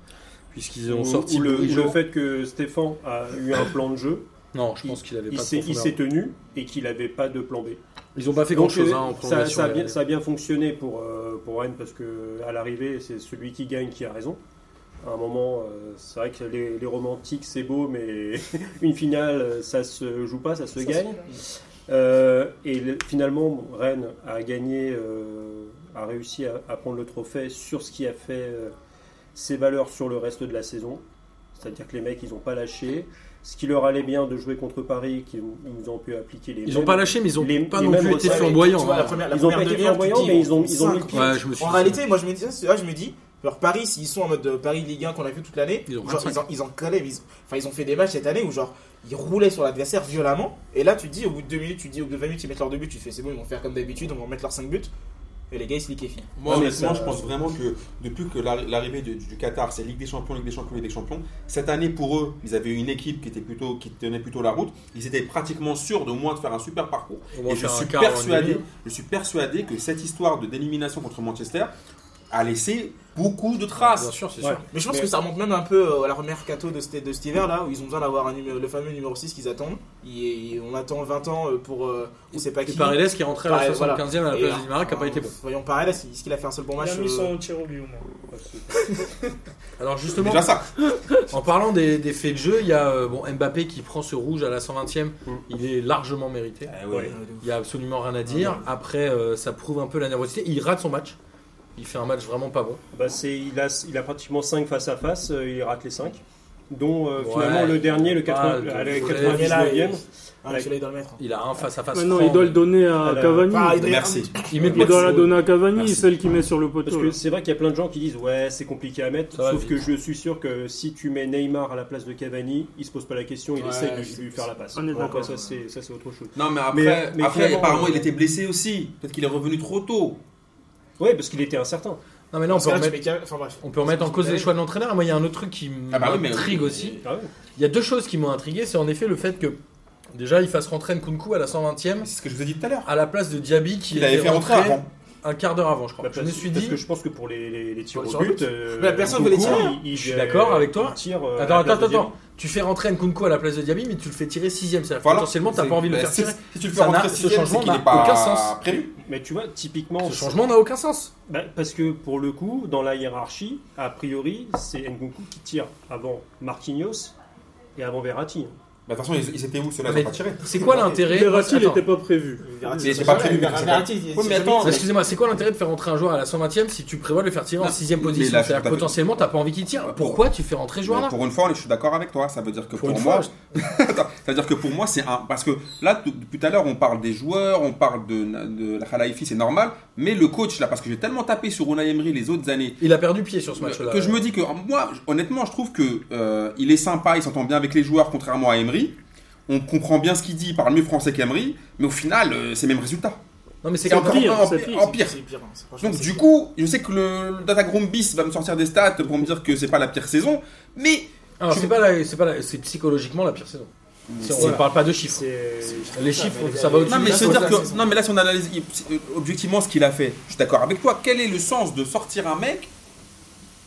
Speaker 1: puisqu'ils ont
Speaker 2: Ou-
Speaker 1: sorti
Speaker 2: ou le, ou
Speaker 1: Bourigeau.
Speaker 2: le fait que Stéphane a eu un plan de jeu,
Speaker 1: Non, je pense qu'il avait
Speaker 2: il
Speaker 1: pas de
Speaker 2: s'est il
Speaker 1: profondeur.
Speaker 2: s'est tenu et qu'il n'avait pas de plan B.
Speaker 1: Ils ont pas fait grand
Speaker 2: Donc,
Speaker 1: chose hein,
Speaker 2: euh,
Speaker 1: en
Speaker 2: ça,
Speaker 1: prolongation.
Speaker 2: ça a bien, ça a bien fonctionné pour, euh, pour Rennes parce que à l'arrivée, c'est celui qui gagne qui a raison. À un moment, euh, c'est vrai que les, les romantiques, c'est beau, mais une finale, euh, ça se joue pas, ça se gagne. Euh, et le- finalement, bon, Rennes a gagné, euh, a réussi à, à prendre le trophée sur ce qui a fait euh, ses valeurs sur le reste de la saison. C'est-à-dire que les mecs, ils n'ont pas lâché. Ce qui leur allait bien de jouer contre Paris, qu'ils ils ont pu appliquer les
Speaker 1: Ils
Speaker 2: mêmes-
Speaker 1: n'ont pas lâché, mais ils ont
Speaker 2: les-
Speaker 1: pas
Speaker 2: les
Speaker 1: non
Speaker 2: mêmes
Speaker 1: plus été
Speaker 2: recettes.
Speaker 1: flamboyants.
Speaker 4: Tu vois, la
Speaker 1: hein.
Speaker 4: première- la
Speaker 2: Ils ont
Speaker 4: première
Speaker 2: pas été
Speaker 4: demi-heure, tu te
Speaker 2: flamboyants,
Speaker 4: dis,
Speaker 2: mais ils ont- ils ont
Speaker 4: cinq
Speaker 2: mis le
Speaker 4: pieds.
Speaker 1: Ouais, je me suis
Speaker 4: En
Speaker 1: dit,
Speaker 4: réalité, moi je me dis, c'est là, je me dis, genre Paris, s'ils sont en mode euh, Paris Ligue 1 qu'on a vu toute l'année,
Speaker 1: Ils ont
Speaker 4: genre,
Speaker 1: 25.
Speaker 4: ils ont, ils ont collé, mais ils, enfin, ils ont fait des matchs cette année où genre ils roulaient sur l'adversaire violemment. Et là, tu te dis, au bout de 2 minutes, tu te dis, au bout de 20 minutes, ils mettent leurs 2 buts, tu te fais, c'est bon, ils vont faire comme d'habitude, on va mettre leurs 5 buts. Et les gars, ils se liquéfient.
Speaker 3: Moi,
Speaker 2: Ouais, mais
Speaker 3: honnêtement,
Speaker 2: ça-
Speaker 3: je pense vraiment que depuis que l'arri- l'arrivée du, du Qatar, c'est Ligue des Champions, Ligue des Champions, Ligue des Champions, cette année, pour eux, ils avaient une équipe qui, était plutôt, qui tenait plutôt la route. Ils étaient pratiquement sûrs de moins de faire un super parcours.
Speaker 1: Au moins
Speaker 3: Et je
Speaker 1: faire un
Speaker 3: suis,
Speaker 1: quart ou un
Speaker 3: persuadé,
Speaker 1: demi.
Speaker 3: je suis persuadé que cette histoire de délimination contre Manchester a laissé beaucoup de traces.
Speaker 1: Bien sûr, c'est
Speaker 2: Ouais.
Speaker 1: sûr.
Speaker 4: Mais je pense
Speaker 2: Mais-
Speaker 4: que ça remonte même un peu euh, à la première mercato de cet, de cet hiver là où ils ont besoin d'avoir un numéro- le fameux numéro 6 qu'ils attendent. Il- il- on attend 20 ans euh, pour euh, on sait pas
Speaker 1: Et
Speaker 4: qui.
Speaker 1: Paredes qui est rentré à la
Speaker 4: Paredes, voilà.
Speaker 1: 75e à la
Speaker 4: Et,
Speaker 1: place du Maroc qui n'a
Speaker 4: euh,
Speaker 1: pas été bon.
Speaker 4: Voyons Paredes, est-ce qu'il a fait un seul bon match
Speaker 5: Il a mis
Speaker 4: euh,
Speaker 5: son tir au but au moins.
Speaker 1: Alors justement,
Speaker 3: Déjà ça.
Speaker 1: en parlant des, des faits de jeu, il y a euh, bon, Mbappé qui prend ce rouge à la 120e. Il est largement mérité.
Speaker 3: Eh ouais.
Speaker 4: euh,
Speaker 1: Il n'y a absolument rien à dire. Après, euh, ça prouve un peu la nervosité. Il rate son match. Il fait un match vraiment pas bon.
Speaker 2: Bah, c'est- il, a, il a pratiquement 5 face à face, euh, il rate les 5. dont euh,
Speaker 1: Ouais.
Speaker 2: finalement le dernier, le e
Speaker 1: Ah,
Speaker 2: 80
Speaker 1: le
Speaker 2: à la
Speaker 1: vrai
Speaker 2: 99e.
Speaker 4: Ah, mais celui-là, il doit le mettre.
Speaker 1: Il a un face à face.
Speaker 5: Maintenant,
Speaker 1: franc,
Speaker 5: Ah il doit le
Speaker 1: mais-
Speaker 5: donner à
Speaker 2: Elle a-
Speaker 5: Cavani.
Speaker 4: Enfin, il doit-
Speaker 3: Eh, Merci.
Speaker 1: Il met
Speaker 5: Il doit la donner à Cavani,
Speaker 3: Merci.
Speaker 5: celle qui met sur le
Speaker 2: Parce
Speaker 5: poteau.
Speaker 2: que
Speaker 5: là.
Speaker 2: c'est vrai qu'il y a plein de gens qui disent ouais c'est compliqué à mettre,
Speaker 1: Ça va
Speaker 2: sauf
Speaker 1: vite.
Speaker 2: que je suis sûr que si tu mets Neymar à la place de Cavani, il se pose pas la question, il
Speaker 4: Ouais,
Speaker 2: essaie de
Speaker 4: c'est-
Speaker 2: lui faire la passe.
Speaker 5: on est
Speaker 2: Après,
Speaker 5: d'accord.
Speaker 2: ça c'est ça c'est autre chose.
Speaker 3: Non, mais après,
Speaker 2: Mais- mais
Speaker 3: après
Speaker 2: finalement,
Speaker 3: apparemment,
Speaker 2: euh,
Speaker 3: il était blessé aussi. Peut-être qu'il est revenu trop tôt.
Speaker 2: Ouais parce qu'il était incertain.
Speaker 1: Non, mais là, on
Speaker 4: Parce
Speaker 1: peut
Speaker 4: que là, tu
Speaker 1: remettre.
Speaker 4: mets Cavani- enfin, bref.
Speaker 1: On peut remettre en cause les choix de l'entraîneur. Moi, il y a un autre truc qui
Speaker 3: Ah bah oui, mais-
Speaker 1: m'intrigue aussi.
Speaker 2: Ah ouais.
Speaker 1: Il y a deux choses qui m'ont intrigué. C'est en effet le fait que, déjà, il fasse rentrer Nkunku à la 120e,
Speaker 3: C'est ce que je vous ai dit tout à l'heure.
Speaker 1: à la place de Diaby qui
Speaker 3: Il avait
Speaker 1: était
Speaker 3: fait rentrer
Speaker 1: Ah, rentré
Speaker 3: avant.
Speaker 1: un quart d'heure avant, je crois.
Speaker 2: Bah,
Speaker 1: je
Speaker 2: parce,
Speaker 1: me suis
Speaker 2: parce
Speaker 1: dit. Bah,
Speaker 2: que je pense que pour les, les, les tirs
Speaker 1: Sur
Speaker 2: au
Speaker 1: le
Speaker 2: but,
Speaker 1: but.
Speaker 2: euh,
Speaker 4: Mais personne veut les
Speaker 2: Nkunku,
Speaker 4: tirer.
Speaker 2: il- il-
Speaker 1: Je suis d'accord avec toi.
Speaker 2: il tire, euh,
Speaker 1: Attends,
Speaker 3: Ah,
Speaker 2: à la
Speaker 1: attends,
Speaker 2: place de
Speaker 1: attends. Tu fais rentrer Nkunku à la place de Diaby, mais tu le fais tirer 6ème. C'est-à-dire que
Speaker 3: Voilà.
Speaker 1: potentiellement, t'as
Speaker 3: C'est-
Speaker 1: pas envie de le
Speaker 3: bah,
Speaker 1: faire
Speaker 3: si-
Speaker 1: tirer.
Speaker 3: Si tu le fais
Speaker 1: Ça n'a-
Speaker 3: rentrer
Speaker 1: ce
Speaker 3: sixième, c'est
Speaker 1: changement
Speaker 3: qu'il
Speaker 1: n'a
Speaker 3: n'est pas
Speaker 1: aucun sens.
Speaker 3: prévu.
Speaker 2: Diaby. Mais tu vois, typiquement,
Speaker 1: Ce changement n'a aucun sens.
Speaker 2: bah, parce que pour le coup, dans la hiérarchie, a priori, c'est Nkunku qui tire avant Marquinhos et avant Verratti. hein.
Speaker 3: Bah, De toute façon, ils ils étaient où ceux-là Ils
Speaker 1: Mais-
Speaker 3: ont pas tiré.
Speaker 1: C'est quoi l'intérêt
Speaker 5: Verratti, il
Speaker 1: Attends.
Speaker 5: n'était pas prévu.
Speaker 4: Verratti,
Speaker 3: Mais
Speaker 4: c'est
Speaker 3: c'est pas
Speaker 4: ça,
Speaker 3: prévu,
Speaker 4: Verratti,
Speaker 3: c'est pas-
Speaker 4: il-
Speaker 3: Oui,
Speaker 4: c'est
Speaker 3: mais
Speaker 4: celui
Speaker 3: attends,
Speaker 4: qui-
Speaker 1: Mais Excusez-moi, c'est quoi l'intérêt de faire rentrer un joueur à la 120e si tu prévois de le faire tirer en
Speaker 3: Non,
Speaker 1: 6ème
Speaker 3: mais
Speaker 1: position
Speaker 3: là, je
Speaker 1: C'est-à-dire que
Speaker 3: suis tout à fait- Bah,
Speaker 1: potentiellement, t'as pas envie qu'il tire. Pourquoi tu fais rentrer ce
Speaker 3: Mais
Speaker 1: joueur-là
Speaker 3: Pour une fois, je suis d'accord avec toi. Ça veut dire que pour,
Speaker 1: une
Speaker 3: moi,
Speaker 1: fois,
Speaker 3: Attends, c'est-à-dire que pour moi, c'est un. Parce que là, tout- depuis tout à l'heure, on parle des joueurs, on parle de, de la Khalifi, c'est normal. Mais le coach, là, parce que j'ai tellement tapé sur Unai Emery les autres années,
Speaker 1: Il a perdu pied sur ce match-là.
Speaker 3: que je me dis que moi, honnêtement, je trouve que euh, il est sympa, il s'entend bien avec les joueurs, contrairement à Emery. On comprend bien ce qu'il dit, il parle mieux français qu'Emery, mais au final, euh, c'est le même résultat.
Speaker 1: Non, mais c'est
Speaker 3: C'est
Speaker 1: quand
Speaker 3: encore
Speaker 5: pire,
Speaker 3: un- en,
Speaker 5: c'est
Speaker 3: pire,
Speaker 5: pire,
Speaker 3: en pire.
Speaker 4: C'est pire, hein, c'est- franchement,
Speaker 3: Donc
Speaker 4: c'est
Speaker 3: du
Speaker 4: pire.
Speaker 3: coup, je sais que le, le Data Groom Bis va me sortir des stats pour me dire que c'est pas la pire saison, mais
Speaker 1: Alors, c'est pas la- c'est pas la- c'est psychologiquement la pire saison. Si on ne
Speaker 2: Voilà.
Speaker 1: parle pas de chiffres.
Speaker 2: C'est
Speaker 1: Les
Speaker 4: ça,
Speaker 1: chiffres,
Speaker 4: mais les
Speaker 1: ça va
Speaker 4: gars,
Speaker 1: au-dessus.
Speaker 3: Non mais,
Speaker 1: de la
Speaker 3: se
Speaker 4: c'est-
Speaker 1: saison.
Speaker 3: dire
Speaker 4: c'est-
Speaker 3: que,
Speaker 4: c'est-
Speaker 3: non mais là si on analyse il- c'est, euh, objectivement ce qu'il a fait, je suis d'accord avec toi, quel est le sens de sortir un mec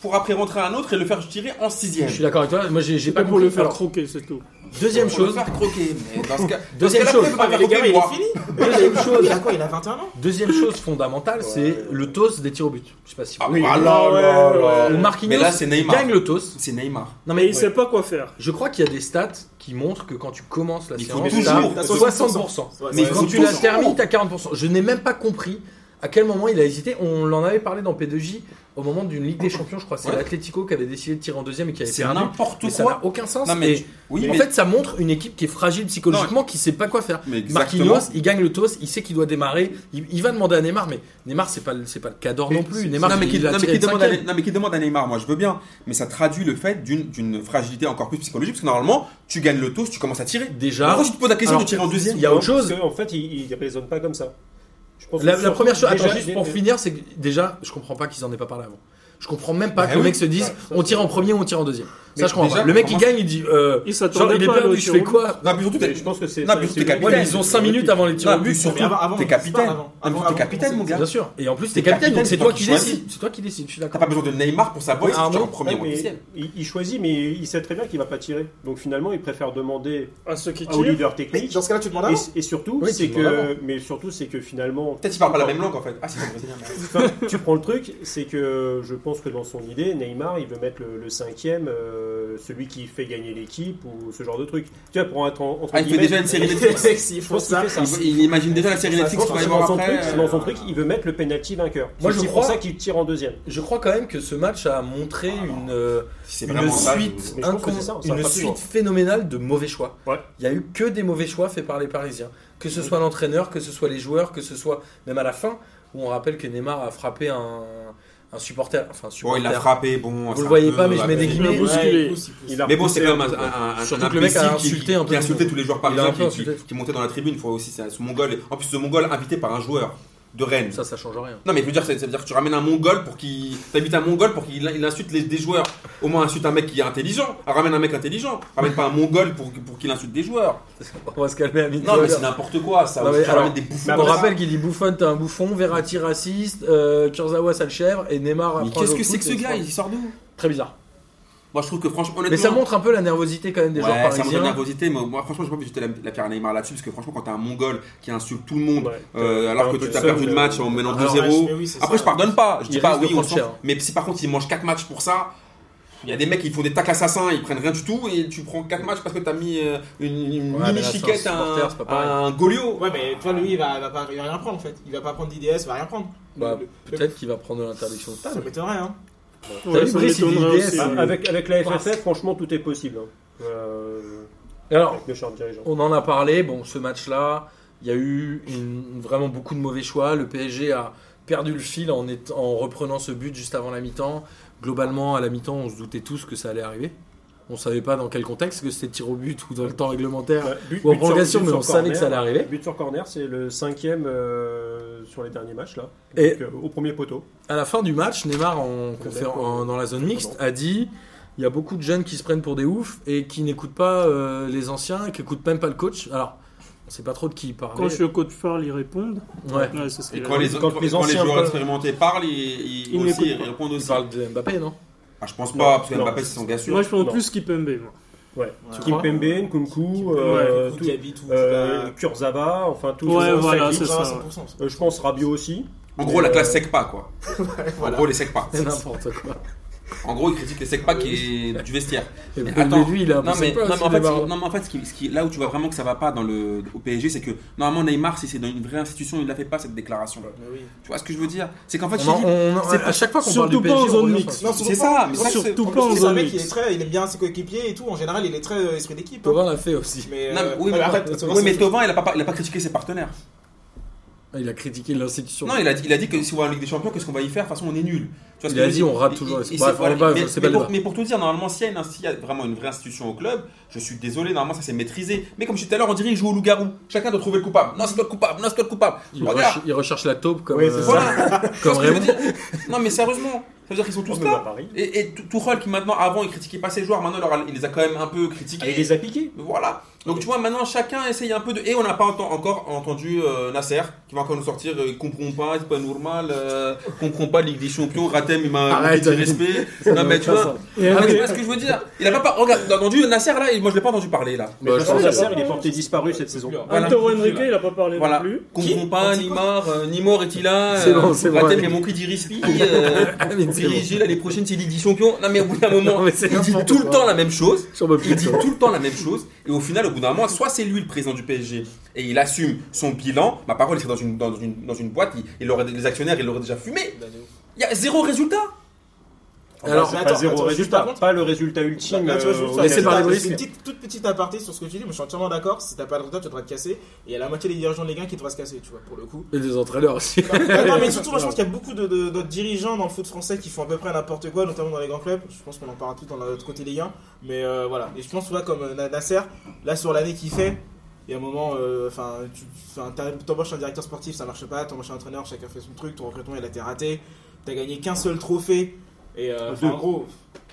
Speaker 3: pour après rentrer un autre et le faire tirer en sixième
Speaker 1: Je suis d'accord avec toi. Moi, j'ai j'ai
Speaker 5: Pas
Speaker 1: pas
Speaker 5: pour le
Speaker 1: compris.
Speaker 5: faire
Speaker 1: Alors,
Speaker 5: croquer, c'est tout.
Speaker 1: Deuxième
Speaker 3: Pour le
Speaker 1: chose.
Speaker 3: faire croquer, mais dans ce cas, dans
Speaker 1: Deuxième
Speaker 3: ce cas-là,
Speaker 1: chose.
Speaker 3: après, il va
Speaker 4: Ah, mais
Speaker 3: faire
Speaker 4: les gars,
Speaker 3: croquer
Speaker 4: il est
Speaker 3: moi.
Speaker 4: fini.
Speaker 1: Deuxième chose.
Speaker 4: Il a quoi Il a 21 ans
Speaker 1: Deuxième chose fondamentale, c'est le toss des tirs au but. Je sais pas si.
Speaker 3: Ah,
Speaker 1: vous-
Speaker 2: Oui.
Speaker 3: ah là là là.
Speaker 1: Ou
Speaker 3: Mais
Speaker 1: Marquinhos
Speaker 3: là, c'est Neymar.
Speaker 1: gagne le toss.
Speaker 3: C'est Neymar.
Speaker 1: Non
Speaker 5: Mais il
Speaker 1: mais
Speaker 5: sait pas quoi faire.
Speaker 1: je crois qu'il y a des stats qui montrent que quand tu commences la
Speaker 3: Il faut
Speaker 1: séance,
Speaker 3: toujours-
Speaker 1: t'as
Speaker 3: t'as
Speaker 1: 60%.
Speaker 4: Ouais,
Speaker 1: Mais
Speaker 4: c'est-
Speaker 1: quand
Speaker 3: faut
Speaker 1: tu la
Speaker 3: toujours-
Speaker 1: termines, t'as 40%. Je n'ai même pas compris à quel moment il a hésité. On l'en avait parlé dans P2J au moment d'une Ligue des Champions, je crois. C'est
Speaker 3: Ouais.
Speaker 1: l'Atlético qui avait décidé de tirer en deuxième et qui avait
Speaker 3: C'est
Speaker 1: perdu.
Speaker 3: n'importe
Speaker 1: Mais ça
Speaker 3: quoi.
Speaker 1: n'a aucun sens.
Speaker 3: Non mais
Speaker 1: Et
Speaker 3: tu- oui
Speaker 1: en
Speaker 3: mais,
Speaker 1: fait, ça montre une équipe qui est fragile psychologiquement, qui sait pas quoi faire.
Speaker 3: mais exactement.
Speaker 1: Marquinhos, il gagne le toss, il sait qu'il doit démarrer. Il, il va demander à Neymar, mais Neymar, c'est pas, le- c'est pas le cador non plus. Neymar,
Speaker 3: non, mais
Speaker 1: il
Speaker 3: qui,
Speaker 1: l'a
Speaker 3: non, mais
Speaker 1: tiré
Speaker 3: qui
Speaker 1: de
Speaker 3: demande à,
Speaker 1: cinquième.
Speaker 3: non, mais qui demande à Neymar, moi je veux bien, mais ça traduit le fait d'une, d'une fragilité encore plus psychologique parce que normalement tu gagnes le toss, tu commences à tirer.
Speaker 1: Déjà,
Speaker 3: Pourquoi tu te poses la question
Speaker 1: Alors,
Speaker 3: de tirer en deuxième
Speaker 1: il y a autre chose.
Speaker 2: En fait, il, il raisonne pas comme ça. Je pense
Speaker 1: La,
Speaker 2: que
Speaker 1: la
Speaker 2: sur-
Speaker 1: première chose,
Speaker 2: déjà, euh,
Speaker 1: attends, juste
Speaker 2: dès-
Speaker 1: pour
Speaker 2: dès-
Speaker 1: finir, c'est que déjà, je comprends pas qu'ils en aient pas parlé avant. Je comprends même pas
Speaker 3: Bah
Speaker 1: que le
Speaker 3: oui.
Speaker 1: mec se dise,
Speaker 2: Ouais, ça,
Speaker 1: on tire
Speaker 2: c'est-
Speaker 1: en premier, on tire en deuxième.
Speaker 3: Mais
Speaker 1: ça, je comprends
Speaker 3: déjà,
Speaker 1: pas. Le mec, il
Speaker 3: comment-
Speaker 1: gagne, il dit, euh,
Speaker 5: Il
Speaker 1: genre,
Speaker 5: s'attendait
Speaker 1: il est
Speaker 5: pas à
Speaker 1: perdu,
Speaker 5: l'autre
Speaker 1: je fais quoi
Speaker 3: Non, mais surtout,
Speaker 2: Mais
Speaker 3: t'es-
Speaker 2: je pense que c'est.
Speaker 3: Non,
Speaker 2: ça,
Speaker 3: mais
Speaker 2: c'est
Speaker 3: t'es capitaine.
Speaker 1: Ouais, mais ils ont 5 minutes avant les tirs
Speaker 3: Non,
Speaker 1: au
Speaker 3: mais
Speaker 1: but.
Speaker 3: surtout,
Speaker 4: Mais avant- avant,
Speaker 3: t'es
Speaker 4: on se parle
Speaker 3: capitaine.
Speaker 4: avant.
Speaker 3: Non, mais
Speaker 4: Avant-
Speaker 3: t'es
Speaker 4: avant,
Speaker 3: capitaine,
Speaker 4: on
Speaker 3: mon gars.
Speaker 1: Bien sûr. Et en plus, t'es
Speaker 3: T'es
Speaker 1: capitaine,
Speaker 3: capitaine,
Speaker 1: donc c'est
Speaker 3: c'est
Speaker 1: toi
Speaker 3: toi
Speaker 1: qui
Speaker 3: qui choisis.
Speaker 1: décides. C'est toi qui décides, je suis
Speaker 3: T'as
Speaker 1: d'accord.
Speaker 3: pas besoin de Neymar pour savoir si tu
Speaker 1: Arnaud,
Speaker 3: tires en premier
Speaker 2: Ouais,
Speaker 3: ou en
Speaker 2: mais
Speaker 3: deuxième.
Speaker 2: il, il choisit, mais il sait très bien qu'il va pas tirer. Donc finalement, il préfère demander
Speaker 5: À ceux qui
Speaker 2: au
Speaker 5: tirent.
Speaker 2: leader
Speaker 4: Mais
Speaker 2: technique.
Speaker 4: dans ce cas-là, tu demandes
Speaker 2: Et,
Speaker 4: avant
Speaker 2: et surtout,
Speaker 1: Oui,
Speaker 2: c'est
Speaker 1: tu demandes
Speaker 2: que, mais surtout, c'est que finalement,
Speaker 3: Peut-être qu'il parle pas la même langue en fait. Ah, c'est pas brésilien. merde.
Speaker 2: Enfin, tu prends le truc, c'est que je pense que dans son idée, Neymar, il veut mettre le, le cinquième, euh, celui qui fait gagner l'équipe ou ce genre de truc. Tu vois, pour être en, entre
Speaker 3: Ah, il fait
Speaker 2: guillemets-
Speaker 3: déjà une série Netflix.
Speaker 4: S'ils
Speaker 2: Je
Speaker 4: font
Speaker 2: pense qu'il
Speaker 4: ça.
Speaker 2: fait ça.
Speaker 3: Il, il imagine déjà la série
Speaker 2: Je
Speaker 3: Netflix
Speaker 2: pense
Speaker 3: qu'on va y
Speaker 2: que
Speaker 3: voir
Speaker 2: dans son,
Speaker 3: après.
Speaker 2: truc,
Speaker 3: euh,
Speaker 2: dans son truc, il veut mettre le penalty vainqueur.
Speaker 1: Moi,
Speaker 2: Moi,
Speaker 1: je
Speaker 2: je c'est
Speaker 1: crois-
Speaker 2: pour ça qu'il tire en deuxième.
Speaker 1: Je crois quand même que ce match a montré une, euh,
Speaker 3: si c'est
Speaker 1: une
Speaker 3: vraiment ça,
Speaker 1: suite,
Speaker 2: Mais je pense que
Speaker 1: incon-
Speaker 2: c'est ça, ça va
Speaker 1: une
Speaker 2: pas plus loin.
Speaker 1: suite phénoménale de mauvais choix.
Speaker 2: Ouais. Mm.
Speaker 1: Il y a eu que des mauvais choix faits par les Parisiens. Que ce soit l'entraîneur, que ce soit les joueurs, que ce soit même à la fin, où on rappelle que Neymar a frappé un, un supporter. Enfin, un
Speaker 3: je- Bon, il l'a
Speaker 1: supporter.
Speaker 3: frappé, bon.
Speaker 1: Vous
Speaker 3: c'est
Speaker 1: le
Speaker 3: un
Speaker 1: voyez
Speaker 3: peu-
Speaker 1: pas, mais je mets des
Speaker 3: ouais.
Speaker 5: Il a
Speaker 1: guillemets.
Speaker 5: bousculé.
Speaker 2: Il a
Speaker 3: Mais bon,
Speaker 2: repoussé
Speaker 3: c'est quand même
Speaker 2: un
Speaker 3: un,
Speaker 2: peu.
Speaker 3: un, un,
Speaker 1: Surtout
Speaker 3: un
Speaker 1: que le mec a
Speaker 3: imbécile qui-
Speaker 1: insulté un peu
Speaker 3: qui a
Speaker 1: tout le
Speaker 3: insulté
Speaker 1: monde.
Speaker 3: tous les joueurs
Speaker 1: Il a un
Speaker 3: parisiens
Speaker 1: peu
Speaker 3: qui, qui,
Speaker 1: insulté.
Speaker 3: qui montaient dans la tribune. Faut aussi, c'est ce mongol. En plus, ce mongol invité par un joueur de Rennes.
Speaker 1: Ça, ça change rien.
Speaker 3: Non, mais je veux dire, ça ça veut dire que tu ramènes un mongol pour qu'il. T'invites un mongol pour qu'il il insulte les, des joueurs. Au moins, insulte un mec qui est intelligent. Ah, Ramène un mec intelligent. Ramène pas un mongol pour, pour qu'il insulte des joueurs.
Speaker 1: On va se calmer à midi.
Speaker 3: Non, mais c'est n'importe quoi ça.
Speaker 1: Non, mais
Speaker 3: Tu ramènes
Speaker 1: alors-
Speaker 3: des bouffons.
Speaker 1: on
Speaker 3: comme ça.
Speaker 1: rappelle qu'il dit Bouffon, t'es un bouffon, Verratti raciste, euh, Kurzawa sale chèvre et Neymar.
Speaker 3: Mais
Speaker 1: prend
Speaker 3: qu'est-ce
Speaker 1: le
Speaker 3: que c'est
Speaker 1: foot
Speaker 3: que ce
Speaker 1: et
Speaker 3: gars
Speaker 1: prend-
Speaker 3: Il sort d'où
Speaker 1: Très bizarre.
Speaker 3: Moi, je trouve que franchement, honnêtement.
Speaker 1: Mais ça montre un peu la nervosité quand même des
Speaker 3: ouais,
Speaker 1: joueurs
Speaker 3: ça montre la
Speaker 1: parisiens.
Speaker 3: nervosité, mais moi franchement j'ai pas envie de jeter la, la pierre à Neymar là-dessus parce que franchement quand t'as un mongol qui insulte tout le monde
Speaker 2: Ouais.
Speaker 3: euh,
Speaker 2: T'as
Speaker 3: alors
Speaker 2: un
Speaker 3: que
Speaker 2: peu
Speaker 3: tu
Speaker 2: de
Speaker 3: t'as
Speaker 2: seum,
Speaker 3: perdu le
Speaker 2: euh,
Speaker 3: match en menant
Speaker 1: alors,
Speaker 3: 2-0, après je pardonne pas, je
Speaker 1: Il
Speaker 3: dis pas
Speaker 1: risque de
Speaker 3: oui on
Speaker 1: prendre
Speaker 3: s'en
Speaker 1: cher.
Speaker 3: fout. mais si par contre il mange 4 matchs pour ça, il y a des mecs qui font des tacles assassins, ils prennent rien du tout et tu prends 4 matchs parce que t'as mis euh, une, une
Speaker 1: Ouais, mais là,
Speaker 3: mini
Speaker 1: c'est un
Speaker 3: chiquette à un,
Speaker 1: supporter, c'est pas pareil.
Speaker 3: à un Golio.
Speaker 4: Ouais, mais toi, lui, il va, il va pas, il va rien prendre en fait. Il va pas prendre d'IDS, il va rien prendre.
Speaker 1: Bah,
Speaker 4: Le- le-
Speaker 1: Peut-être qu'il va prendre l'interdiction de
Speaker 4: Ça
Speaker 1: table.
Speaker 4: m'étonnerait, hein.
Speaker 5: Ouais,
Speaker 1: vu,
Speaker 5: ça
Speaker 1: Brice, il dit
Speaker 5: m'étonnerait
Speaker 1: yes,
Speaker 5: aussi.
Speaker 1: hein.
Speaker 5: ouais.
Speaker 2: Avec, avec la FFF, franchement, tout est possible. hein. Euh,
Speaker 1: Alors,
Speaker 2: avec le charte dirigeant.
Speaker 1: On en a parlé, bon, ce match-là, il y a eu une- vraiment beaucoup de mauvais choix. Le PSG a perdu le fil en, étant- en reprenant ce but juste avant la mi-temps. Globalement, à la mi-temps, on se doutait tous que ça allait arriver. On savait pas dans quel contexte, que c'était tir au but ou dans le temps réglementaire
Speaker 2: Ouais, but-
Speaker 1: ou en
Speaker 2: but sur-
Speaker 1: prolongation,
Speaker 2: but
Speaker 1: mais
Speaker 2: sur
Speaker 1: on savait
Speaker 2: corner,
Speaker 1: que ça allait arriver.
Speaker 2: But sur corner, c'est le cinquième euh, sur les derniers matchs, là.
Speaker 1: Et-
Speaker 2: Donc, euh, au premier poteau.
Speaker 1: À la fin du match, Neymar, en confé-
Speaker 2: d'accord.
Speaker 1: en- dans la zone mixte, a dit il y a beaucoup de jeunes qui se prennent pour des oufs et qui n'écoutent pas euh, les anciens, qui n'écoutent même pas le coach. Alors, on sait pas trop de qui il parlait.
Speaker 5: Quand je suis au coach Farl, ils répondent.
Speaker 1: Ouais.
Speaker 5: c'est ce
Speaker 3: Et
Speaker 5: qu'il
Speaker 3: quand
Speaker 5: a dit.
Speaker 3: les,
Speaker 2: Quand
Speaker 3: quand-
Speaker 2: les
Speaker 3: quand les
Speaker 2: anciens
Speaker 3: joueurs
Speaker 2: peuvent-
Speaker 3: expérimentés parlent, ils, ils
Speaker 5: Ils
Speaker 3: aussi,
Speaker 5: n'écoute pas.
Speaker 3: ils répondent
Speaker 1: Il
Speaker 3: aussi.
Speaker 1: parle de Mbappé, non
Speaker 3: Ah, je pense pas,
Speaker 2: Non,
Speaker 3: parce que
Speaker 2: non.
Speaker 3: Mbappé, c'est son gars sûr.
Speaker 5: Moi, je pense
Speaker 2: Non.
Speaker 5: plus Kipembe. moi.
Speaker 2: Ouais.
Speaker 4: Ouais.
Speaker 2: Kimpembe, Nkunku, euh, tout-
Speaker 4: Gabi, tout.
Speaker 2: euh,
Speaker 4: tout-
Speaker 2: Kurzawa, enfin, tous
Speaker 5: Ouais,
Speaker 2: les anciens
Speaker 5: voilà,
Speaker 2: qui-
Speaker 5: c'est ça,
Speaker 4: 100%,
Speaker 2: Euh, je pense Rabiot aussi.
Speaker 3: En gros, la
Speaker 2: Euh,
Speaker 3: classe sec pas, quoi. En
Speaker 4: Voilà.
Speaker 3: gros, les sec pas.
Speaker 1: C'est n'importe quoi.
Speaker 3: En gros, ils critiquent les sec pas qui est du vestiaire.
Speaker 1: Et
Speaker 3: Mais
Speaker 1: Pogba,
Speaker 3: attends,
Speaker 1: lui, il a
Speaker 3: Non
Speaker 1: poussé
Speaker 3: mais,
Speaker 1: pas,
Speaker 3: non, mais
Speaker 1: c'est
Speaker 3: en fait,
Speaker 1: Neymar.
Speaker 3: ce qui- non, mais en fait, ce qui- ce qui- là où tu vois vraiment que ça va pas dans le, au PSG, c'est que normalement Neymar, si c'est dans une vraie institution, il ne la fait pas cette déclaration.
Speaker 4: Mais oui.
Speaker 3: Tu vois ce que je veux dire C'est qu'en fait,
Speaker 1: On
Speaker 3: il
Speaker 1: en-
Speaker 3: dit-
Speaker 1: on en-
Speaker 3: c'est
Speaker 1: à chaque fois qu'on parle
Speaker 5: surtout
Speaker 1: du PSG,
Speaker 5: pas en
Speaker 1: on
Speaker 5: zone
Speaker 1: revient
Speaker 5: mixte.
Speaker 1: sur
Speaker 4: Non,
Speaker 3: c'est ça, mais c'est vrai que
Speaker 5: Surtout
Speaker 3: c'est-
Speaker 5: pas en
Speaker 4: C'est
Speaker 2: euh,
Speaker 4: un
Speaker 5: zone
Speaker 4: mec qui est
Speaker 5: mixte.
Speaker 4: très, il aime bien ses coéquipiers et tout. En général, il est très euh, esprit d'équipe. hein.
Speaker 1: Thauvin l'a fait aussi.
Speaker 4: Mais,
Speaker 3: Non, mais
Speaker 4: euh,
Speaker 3: oui,
Speaker 4: non,
Speaker 3: mais-
Speaker 4: mais après, c'est-
Speaker 3: Oui, mais Thauvin, il n'a pas, il a pas critiqué ses partenaires.
Speaker 1: Il a critiqué l'institution.
Speaker 3: Non, il a, dit- il a dit que si on va en Ligue des Champions, qu'est-ce qu'on va y faire De toute façon, on est nul. Tu vois ce
Speaker 1: Il a
Speaker 3: que je veux
Speaker 1: dit,
Speaker 3: dire
Speaker 1: on rate
Speaker 3: Il-
Speaker 1: toujours,
Speaker 3: il-
Speaker 1: c'est
Speaker 3: il
Speaker 1: pas-
Speaker 3: s'est-
Speaker 1: on
Speaker 3: voilà,
Speaker 1: va pas-
Speaker 3: mais-
Speaker 1: c'est
Speaker 3: mais
Speaker 1: pas le
Speaker 3: pour-
Speaker 1: débat.
Speaker 3: Mais pour tout dire, normalement, s'il y a une- s'il y a vraiment une vraie institution au club, je suis désolé, normalement, ça c'est maîtrisé. Mais comme je disais tout à l'heure, on dirait qu'il joue au loup-garou. Chacun doit trouver le coupable. Non, c'est toi le coupable. Non, c'est toi le coupable.
Speaker 1: Il,
Speaker 3: Regarde.
Speaker 1: reche- il recherche la taupe comme,
Speaker 2: Ouais, c'est
Speaker 1: euh,
Speaker 3: Voilà.
Speaker 1: comme
Speaker 3: Je veux
Speaker 1: Raymond. Oh,
Speaker 3: dire- Non, mais sérieusement, ça veut dire qu'ils sont
Speaker 2: On
Speaker 3: tous
Speaker 2: le voit
Speaker 3: là.
Speaker 2: à Paris.
Speaker 3: Et, et Tou- Tourelle, qui maintenant, avant, il critiquait pas ses joueurs, maintenant, il leur a- il les a quand même un peu critiqués.
Speaker 2: Ah, il les a piqués.
Speaker 3: Voilà. Donc tu vois, maintenant chacun essaye un peu de. Et on n'a pas enten- encore entendu euh, Nasser qui va encore nous sortir. euh, Il comprend pas, c'est pas normal. Euh, comprend pas Ligue des Champions. Ratem, il m'a
Speaker 1: Arrête,
Speaker 3: manqué de respect. non mais tu vois.
Speaker 5: Et
Speaker 3: Ah, mais
Speaker 5: après-
Speaker 3: tu vois ce que je veux dire Il a pas, par- regarde, t'as entendu Nasser là et Moi je l'ai pas entendu parler là.
Speaker 2: Mais
Speaker 1: Bah,
Speaker 2: je
Speaker 1: je pense
Speaker 2: pense
Speaker 5: que-
Speaker 2: que Nasser, il est porté disparu cette saison.
Speaker 3: Voilà.
Speaker 5: Antero Henrique, il a pas parlé
Speaker 3: Voilà.
Speaker 5: non plus.
Speaker 3: Comprend pas,
Speaker 4: Antico
Speaker 3: Neymar, euh, Nimor est-il là euh,
Speaker 1: C'est bon, c'est bon,
Speaker 3: Ratem,
Speaker 1: allez.
Speaker 3: il a manqué d'Irispi. Euh,
Speaker 1: mais c'est
Speaker 3: diriger l'année prochaine, c'est Ligue des Champions. Non mais au bout d'un moment,
Speaker 1: Non, mais c'est
Speaker 3: il dit
Speaker 1: n'importe
Speaker 3: tout le
Speaker 1: quoi.
Speaker 3: temps la même chose.
Speaker 1: J'en peux plus
Speaker 3: Il
Speaker 1: de
Speaker 3: dit
Speaker 1: ça.
Speaker 3: tout le temps la même chose et au final, au bout d'un moment, soit c'est lui le président du PSG et il assume son bilan. Ma parole, il serait dans une, dans une, dans une boîte, il, il aurait, les actionnaires, il l'auraient déjà fumé.
Speaker 2: Bah,
Speaker 3: Il y a zéro résultat.
Speaker 1: Alors,
Speaker 4: Mais
Speaker 2: Pas
Speaker 4: attends,
Speaker 2: zéro
Speaker 4: attends, juste
Speaker 2: résultat,
Speaker 4: par contre-
Speaker 2: pas le résultat ultime.
Speaker 4: Là, tu vois, je
Speaker 2: euh,
Speaker 4: trouve
Speaker 2: au
Speaker 4: ça-
Speaker 1: laissez
Speaker 4: c'est
Speaker 1: parler
Speaker 4: pas-
Speaker 1: Brice.
Speaker 4: c'est une petite, toute petite aparté sur ce que tu dis, mais je suis entièrement d'accord. Si t'as pas le résultat, tu devrais te casser. Et à la moitié des dirigeants de Ligue 1 qui devraient se casser, tu vois, pour le coup.
Speaker 1: et des entraîneurs aussi.
Speaker 4: Ah non, mais surtout, moi, je pense qu'il y a beaucoup de, de- d'autres dirigeants dans le foot français qui font à peu près n'importe quoi, notamment dans les grands clubs. Je pense qu'on en parlera tout dans notre côté Ligue 1. Mais euh, voilà. Et je pense, tu vois, comme euh, Na- Nasser, là, sur l'année qu'il fait, il y a un moment, euh, enfin, tu enfin, t'as- t'embauches un directeur sportif, ça marche pas, t'embauches un entraîneur, chacun fait son truc, ton recrutement, il a été raté, t'as gagné qu'un seul trophée. Et euh, enfin,
Speaker 2: Deux.
Speaker 4: en gros,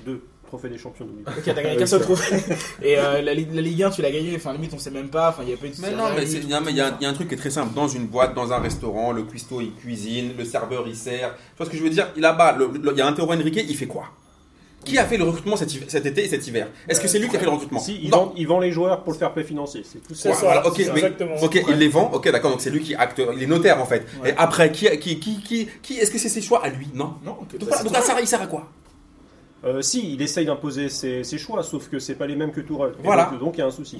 Speaker 2: Deux trophées des champions d'Ouest.
Speaker 4: ok, t'as gagné qu'un seul trophée. Et euh, la, Ligue- la Ligue 1, tu l'as gagné, enfin, limite, on sait même pas, enfin, il y a pas eu de.
Speaker 3: Mais
Speaker 2: Ah,
Speaker 3: non, mais c'est- non, mais il y, a il y a un truc qui est très simple. Dans une boîte, dans un restaurant, le cuistot il cuisine, le serveur il sert. Tu vois ce que je veux dire Là-bas, le- le- il y a un Théo Henrique, il fait quoi Qui a fait le recrutement cet, hiv- cet été et cet hiver Est-ce que c'est lui qui a fait le recrutement
Speaker 2: Bah, Si, il
Speaker 3: Non.
Speaker 2: vend, il vend les joueurs pour le fair play financier. C'est tout ça.
Speaker 3: Ouais, voilà, ok,
Speaker 5: c'est
Speaker 3: mais-
Speaker 5: exactement
Speaker 3: ok,
Speaker 5: ça.
Speaker 3: il les vend, ok, d'accord, donc c'est lui qui acte, il est notaire en fait.
Speaker 4: Ouais.
Speaker 3: Et après, qui, qui, qui, qui, qui- est-ce que c'est ses choix à lui Non.
Speaker 4: Non, que-
Speaker 3: Donc voilà, donc là, ça, il sert à quoi
Speaker 2: Euh, si, il essaye d'imposer ses, ses choix, sauf que c'est pas les mêmes que Tourelle. Et
Speaker 3: Voilà.
Speaker 2: Donc, donc il y a un souci.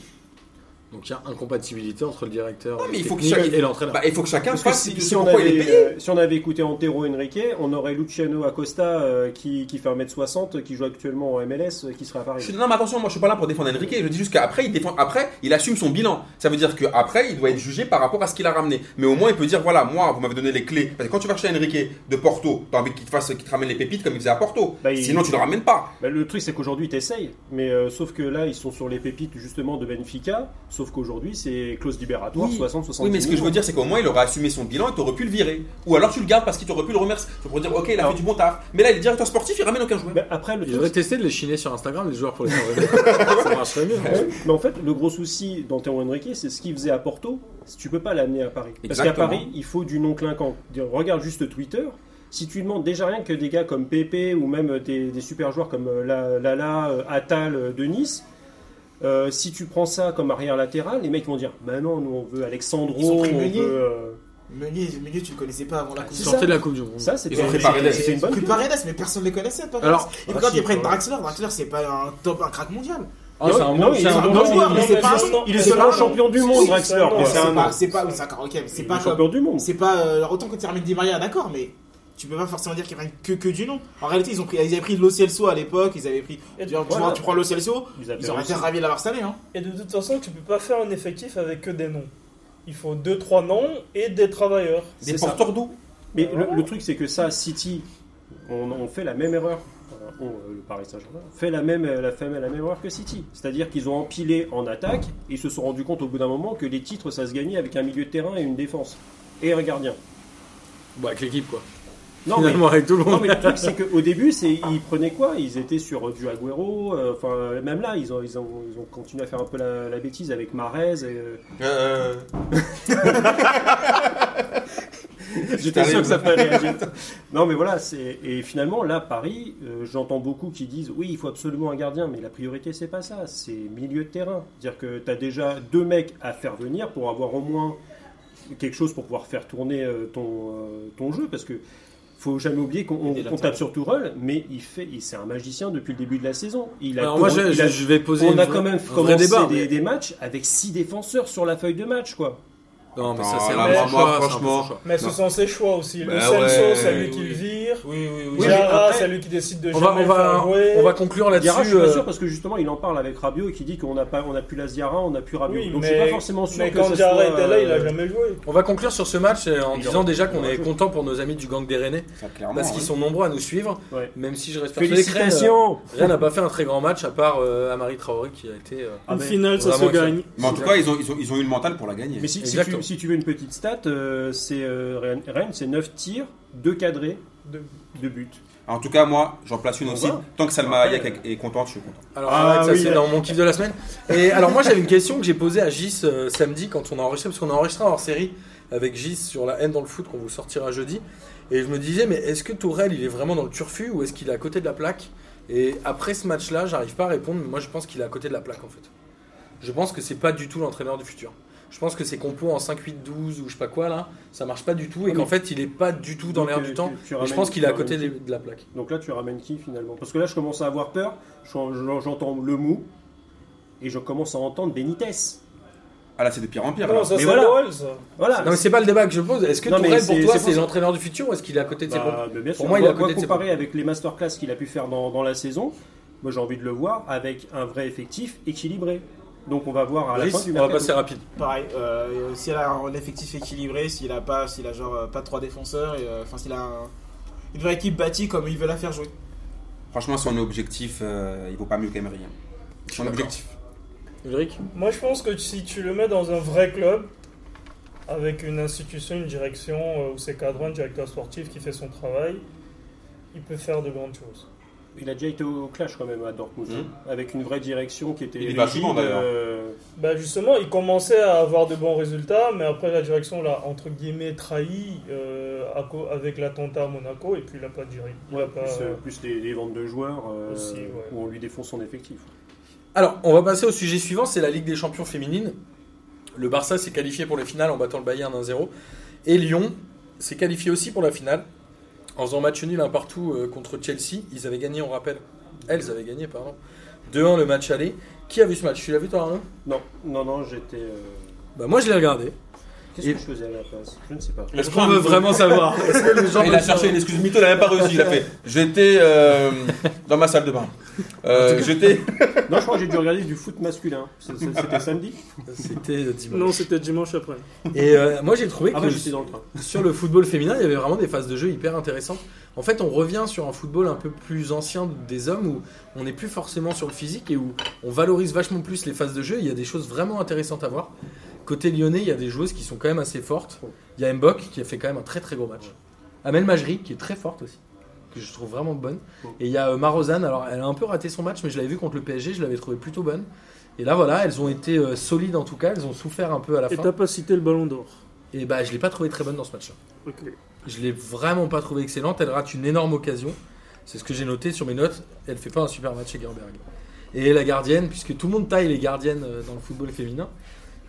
Speaker 1: Donc il y a incompatibilité entre le directeur
Speaker 3: Non, mais il faut que
Speaker 1: technique
Speaker 3: chaque-
Speaker 1: et l'entraîneur.
Speaker 3: Bah, il faut que chacun
Speaker 2: Parce que
Speaker 3: fasse
Speaker 2: si,
Speaker 3: ce
Speaker 2: si on
Speaker 3: pourquoi il est
Speaker 2: avait,
Speaker 3: payé.
Speaker 2: euh, si on avait écouté Antero Henrique, on aurait Luciano Acosta euh, qui, qui fait 1m60, qui joue actuellement en MLS, euh, qui serait à
Speaker 3: Je suis-
Speaker 2: Paris.
Speaker 3: non, mais attention, moi je suis pas là pour défendre Enrique, je dis juste qu'après, il défend, après, il assume son bilan. Ça veut dire qu'après, il doit être jugé par rapport à ce qu'il a ramené. Mais au moins, il peut dire voilà, moi, vous m'avez donné les clés. Parce que quand tu vas chez Enrique de Porto, t'as envie qu'il te fasse, qu'il te ramène les pépites comme il faisait à Porto.
Speaker 2: Bah, il-
Speaker 3: Sinon, tu le ramènes pas.
Speaker 2: Bah, le truc, c'est qu'aujourd'hui, t'essayes. Mais euh, sauf que là, ils sont sur les pépites justement de Benfica. Sauf qu'aujourd'hui, c'est clause libératoire,
Speaker 3: Oui.
Speaker 2: 60-70.
Speaker 3: Oui, mais ce que je veux dire, c'est qu'au moins il aurait assumé son bilan et t'aurais pu le virer. Ou alors tu le gardes parce qu'il t'aurait pu le remercier. Tu pourrais dire, ok, il a
Speaker 2: Non.
Speaker 3: fait du bon taf. Mais là, il est directeur sportif, il ramène aucun joueur.
Speaker 2: Bah, après, le
Speaker 1: Ils
Speaker 2: truc,
Speaker 1: devraient tester de les chiner sur Instagram, les joueurs, pour les faire Ça marcherait mieux.
Speaker 2: Ouais, Mais en fait, le gros souci d'Antero Henrique, c'est ce qu'il faisait à Porto, tu peux pas l'amener à Paris. Parce qu'à
Speaker 3: Exactement.
Speaker 2: Paris, il faut du non clinquant. Regarde juste Twitter. Si tu demandes déjà rien que des gars comme Pepe ou même des, des super joueurs comme euh, La- Lala, euh, Attal euh, de Nice, euh, si tu prends ça comme arrière latéral, les mecs vont dire Bah non, nous on veut
Speaker 4: Ils sont
Speaker 2: Alexandro, on
Speaker 4: pris
Speaker 2: veut.
Speaker 4: Meunier.
Speaker 2: euh,
Speaker 4: Meunier, Meunier, tu le connaissais pas
Speaker 3: Ah,
Speaker 4: avant la Coupe
Speaker 2: c'est
Speaker 1: Sortez
Speaker 2: ça.
Speaker 1: de la Coupe du Monde.
Speaker 2: Ça, c'était
Speaker 3: Ils ont pris Paredes.
Speaker 2: c'était une bonne
Speaker 4: Plus
Speaker 2: pub.
Speaker 4: Paredes, mais personne ne les connaissait, Paredes.
Speaker 1: Alors,
Speaker 4: et puis
Speaker 2: ah,
Speaker 4: quand
Speaker 2: si,
Speaker 4: ils prennent
Speaker 2: quand même.
Speaker 4: Draxler, Draxler, c'est pas un top, un crack mondial.
Speaker 1: Ah, c'est un
Speaker 2: Non,
Speaker 1: bon-
Speaker 2: il
Speaker 1: c'est
Speaker 2: est
Speaker 1: un
Speaker 2: un
Speaker 1: bon
Speaker 2: bon
Speaker 1: joueur.
Speaker 4: mais c'est pas un nom.
Speaker 2: Il est
Speaker 4: C'est
Speaker 2: seulement
Speaker 4: pas un nom.
Speaker 2: champion du monde,
Speaker 4: Si,
Speaker 2: Draxler. mais
Speaker 4: C'est
Speaker 2: un nom.
Speaker 4: pas, c'est pas, oui, c'est d'accord, ok, mais c'est
Speaker 2: Il est
Speaker 4: pas comme-
Speaker 2: champion du monde.
Speaker 4: C'est pas, euh, alors autant que Termine Di Maria, d'accord, mais tu peux pas forcément dire qu'ils prennent que, que du nom. En réalité, ils ont pris, ils avaient pris Lo Celso à l'époque, ils avaient pris.
Speaker 5: Et
Speaker 4: tu vois, tu
Speaker 2: voilà.
Speaker 4: vois, tu prends Lo Celso,
Speaker 2: Ils appellent
Speaker 4: ils auraient
Speaker 2: aussi.
Speaker 4: été ravis de l'avoir cette année, hein.
Speaker 5: Et de toute façon, tu peux pas faire un effectif avec que des noms. Il faut deux trois noms et des travailleurs.
Speaker 3: Des
Speaker 4: C'est ça.
Speaker 3: porteurs d'eau.
Speaker 2: Mais le, le truc, c'est que ça, City, on, on fait la même erreur. Voilà, on, euh, le Paris Saint-Germain fait la même, la, fait la même erreur que City. C'est-à-dire qu'ils ont empilé en attaque et ils se sont rendus compte au bout d'un moment que les titres, ça se gagnait avec un milieu de terrain et une défense. Et un gardien.
Speaker 1: Bon, bah, avec l'équipe, quoi.
Speaker 2: Non, mais,
Speaker 1: Finalement, avec tout le
Speaker 2: non,
Speaker 1: monde.
Speaker 2: mais le truc, c'est qu'au début, c'est, ils prenaient quoi Ils étaient sur du Agüero. euh, Enfin, même là, ils ont, ils, ont, ils ont continué à faire un peu la, la bêtise avec Marez. et, euh,
Speaker 3: Euh,
Speaker 2: J'étais
Speaker 3: T'arrives.
Speaker 2: sûr que ça ferait réagir. Non, mais voilà, c'est et finalement là, Paris, euh, j'entends beaucoup qui disent oui, il faut absolument un gardien, mais la priorité c'est pas ça, c'est milieu de terrain. C'est-à-dire que tu as déjà deux mecs à faire venir pour avoir au moins quelque chose pour pouvoir faire tourner euh, ton euh, ton jeu, parce que faut jamais oublier qu'on on-
Speaker 4: Et des
Speaker 2: on tape sur Tourelle, mais il fait, il- c'est un magicien depuis le début de la saison. Il a
Speaker 1: Alors, moi,
Speaker 2: tourné-
Speaker 1: je,
Speaker 2: il a-
Speaker 1: je vais poser
Speaker 2: on
Speaker 1: une
Speaker 2: a
Speaker 1: vraie-
Speaker 2: quand même
Speaker 1: un vrai
Speaker 2: commencé
Speaker 1: débat.
Speaker 2: des,
Speaker 1: mais-
Speaker 2: des matchs avec six défenseurs sur la feuille de match, quoi.
Speaker 1: Non, mais ça,
Speaker 3: Attends,
Speaker 1: c'est
Speaker 3: là,
Speaker 1: un bon
Speaker 3: moi,
Speaker 1: choix, c'est un
Speaker 3: franchement.
Speaker 1: bon choix.
Speaker 5: Mais ce
Speaker 3: Non.
Speaker 5: sont ses choix aussi.
Speaker 3: Bah
Speaker 5: le Celso,
Speaker 3: ouais,
Speaker 5: c'est lui
Speaker 4: oui,
Speaker 5: qui le
Speaker 4: oui.
Speaker 5: vire.
Speaker 4: Oui, oui, oui.
Speaker 1: Oui,
Speaker 5: Diarra,
Speaker 2: mais après-
Speaker 5: c'est lui qui décide de
Speaker 1: On va,
Speaker 5: jamais
Speaker 1: on,
Speaker 5: le faire
Speaker 1: va,
Speaker 5: jouer.
Speaker 1: on va conclure là-dessus.
Speaker 2: Diarra, je suis pas
Speaker 1: euh,
Speaker 2: sûr parce que justement, il en parle avec Rabiot et qui dit qu'on n'a pas, on a plus la Diarra, on n'a plus Rabiot.
Speaker 5: Oui,
Speaker 2: Donc
Speaker 5: mais-
Speaker 2: je suis pas forcément sûr
Speaker 5: Mais
Speaker 2: que
Speaker 5: quand
Speaker 2: ça
Speaker 5: Diarra
Speaker 2: soit,
Speaker 5: était là, il a
Speaker 2: euh,
Speaker 5: jamais joué.
Speaker 1: On va conclure sur ce match euh, en Ah,
Speaker 2: Il
Speaker 1: disant
Speaker 2: aura-
Speaker 1: déjà qu'on
Speaker 2: il aura
Speaker 1: est
Speaker 2: joué.
Speaker 1: content pour nos amis du gang des Rennais
Speaker 3: ça, clairement.
Speaker 1: parce qu'ils
Speaker 3: oui.
Speaker 1: sont nombreux à nous suivre,
Speaker 2: Ouais.
Speaker 1: même si je reste persuadé que Rennes, euh,
Speaker 2: Félicitations.
Speaker 1: Rennes n'a pas fait un très grand match à part euh, Amari Traoré qui a été. euh,
Speaker 2: Ah,
Speaker 5: Au
Speaker 2: mais-
Speaker 5: final, ça se
Speaker 1: Vraiment,
Speaker 5: gagne.
Speaker 3: Mais en tout cas, ils ont, ils, ont, ils ont eu le mental pour la gagner.
Speaker 2: Mais si, si
Speaker 1: Exactement.
Speaker 2: tu, si tu veux une petite stat, euh, c'est euh, Rennes, Rennes, c'est 9 tirs, 2 cadrés,
Speaker 5: Deux.
Speaker 2: 2 buts.
Speaker 3: En tout cas, moi, j'en place une
Speaker 2: Au
Speaker 3: aussi.
Speaker 2: revoir.
Speaker 3: Tant que Salma
Speaker 2: Après,
Speaker 3: Hayek est, est contente, je suis content.
Speaker 1: Alors
Speaker 2: Ah,
Speaker 1: arrête, ça
Speaker 2: oui,
Speaker 1: c'est
Speaker 2: là.
Speaker 1: dans mon kiff de la semaine. Et alors moi j'avais une question que j'ai posée à Gis euh, samedi quand on a enregistré, parce qu'on a enregistré hors série avec Gis sur la haine dans le foot qu'on vous sortira jeudi. Et je me disais mais est-ce que Tourelle il est vraiment dans le turfu ou est-ce qu'il est à côté de la plaque Et après ce match-là j'arrive pas à répondre, mais moi je pense qu'il est à côté de la plaque en fait. Je pense que c'est pas du tout l'entraîneur du futur. Je pense que ses compos en 5-8-12 ou je sais pas quoi là, ça marche pas du tout et
Speaker 2: Oui.
Speaker 1: qu'en fait il est pas du tout dans
Speaker 2: Ah, Donc,
Speaker 1: l'air
Speaker 2: euh,
Speaker 1: du
Speaker 2: tu-
Speaker 1: temps.
Speaker 2: tu
Speaker 1: Et je
Speaker 2: ramènes-
Speaker 1: pense qu'il est à
Speaker 2: tu ramènes
Speaker 1: côté des-
Speaker 2: qui
Speaker 1: de la plaque.
Speaker 2: Donc là, tu ramènes qui finalement Parce que là, je commence à avoir peur. Je- je- J'entends le mou et je commence à entendre Benitez.
Speaker 3: Ah là, c'est de pire en pire.
Speaker 5: Non,
Speaker 3: alors.
Speaker 5: ça
Speaker 2: Mais
Speaker 5: c'est
Speaker 2: voilà.
Speaker 5: l'OL, ça.
Speaker 2: Voilà.
Speaker 1: Non Ah, mais c'est pas le débat que je pose. Est-ce que
Speaker 2: Non, mais
Speaker 1: Tourelle pour
Speaker 2: c'est-
Speaker 1: toi
Speaker 2: c'est pour
Speaker 1: c'est
Speaker 2: ça.
Speaker 1: l'entraîneur du futur ou est-ce qu'il est à côté de ses compos
Speaker 2: Bah, mais bien sûr.
Speaker 1: Pour moi, il est
Speaker 2: moi,
Speaker 1: à côté
Speaker 2: moi,
Speaker 1: de ses
Speaker 2: comparé
Speaker 1: pompes.
Speaker 2: avec les masterclass qu'il a pu faire dans, dans la saison, moi j'ai envie de le voir avec un vrai effectif équilibré. Donc on va voir à la
Speaker 1: Brice,
Speaker 2: fin du
Speaker 1: on va
Speaker 2: mercato.
Speaker 1: passer rapide.
Speaker 4: Pareil, euh, s'il a un effectif équilibré, s'il a pas, s'il a genre euh, pas trois défenseurs, et, euh, enfin s'il a un- une vraie équipe bâtie comme il veut la faire jouer.
Speaker 3: Franchement, si on est objectif, euh, il vaut pas mieux qu'Emery. hein. Si on est objectif.
Speaker 1: Ulrich
Speaker 5: Moi, je pense que si tu le mets dans un vrai club, avec une institution, une direction, euh, où c'est cadré, un directeur sportif qui fait son travail, il peut faire de grandes choses.
Speaker 2: Il a déjà été au clash quand même à Dortmund,
Speaker 1: Hum.
Speaker 3: Mhm.
Speaker 2: avec une vraie direction qui était
Speaker 3: Il y va
Speaker 2: rigide,
Speaker 3: souvent, d'ailleurs.
Speaker 2: euh,
Speaker 5: Bah justement, il commençait à avoir de bons résultats, mais après la direction l'a entre guillemets trahi euh, à co- avec l'attentat à Monaco, et puis il n'a pas dirigé. il a pas-
Speaker 2: plus, euh, plus les, les ventes de joueurs euh,
Speaker 5: Aussi, ouais.
Speaker 2: où on lui défonce son effectif.
Speaker 1: Alors, on va passer au sujet suivant, c'est la Ligue des Champions féminine. Le Barça s'est qualifié pour les finales en battant le Bayern 1-0. Et Lyon s'est qualifié aussi pour la finale en faisant match nul un partout euh, contre Chelsea. Ils avaient gagné, on rappelle. Elles avaient gagné, pardon. 2-1 le match aller. Qui a vu ce match Tu l'as vu toi, Arnaud
Speaker 2: Non, non, non, j'étais. euh,
Speaker 1: Bah moi je l'ai regardé.
Speaker 2: Qu'est-ce
Speaker 1: Et-
Speaker 2: que je faisais à la place Je ne sais pas.
Speaker 1: Est-ce qu'on veut vraiment savoir Est-ce que les gens
Speaker 3: Il
Speaker 1: veulent
Speaker 3: a cherché
Speaker 1: savoir
Speaker 3: une excuse mytho, il a même pas réussi. Il a fait J'étais euh, dans ma salle de bain. Euh, J'étais.
Speaker 2: non, je crois que j'ai dû regarder du foot masculin. C'est- c'est- C'était samedi.
Speaker 1: C'était dimanche.
Speaker 5: Non, c'était dimanche après.
Speaker 1: Et euh, moi j'ai trouvé que
Speaker 2: Ah bah, j'étais dans le train.
Speaker 1: sur le football féminin, il y avait vraiment des phases de jeu hyper intéressantes. En fait, on revient sur un football un peu plus ancien des hommes où on n'est plus forcément sur le physique et où on valorise vachement plus les phases de jeu. Il y a des choses vraiment intéressantes à voir. Côté lyonnais, il y a des joueuses qui sont quand même assez fortes. Il y a Mbok qui a fait quand même un très très gros match. Amel Majri qui est très forte aussi, que je trouve vraiment bonne. Et il y a euh, Marozan, alors elle a un peu raté son match, mais je l'avais vu contre le PSG, je l'avais trouvé plutôt bonne. Et là voilà, elles ont été euh, solides en tout cas, elles ont souffert un peu à la
Speaker 5: Et
Speaker 1: fin.
Speaker 5: t'as pas cité le ballon d'or.
Speaker 1: Et bah je l'ai pas trouvé très bonne dans ce match-là.
Speaker 5: Ok.
Speaker 1: Je l'ai vraiment pas trouvée excellente. Elle rate une énorme occasion. C'est ce que j'ai noté sur mes notes. Elle fait pas un super match chez Gerberg. Et la gardienne, puisque tout le monde taille les gardiennes euh, dans le football féminin.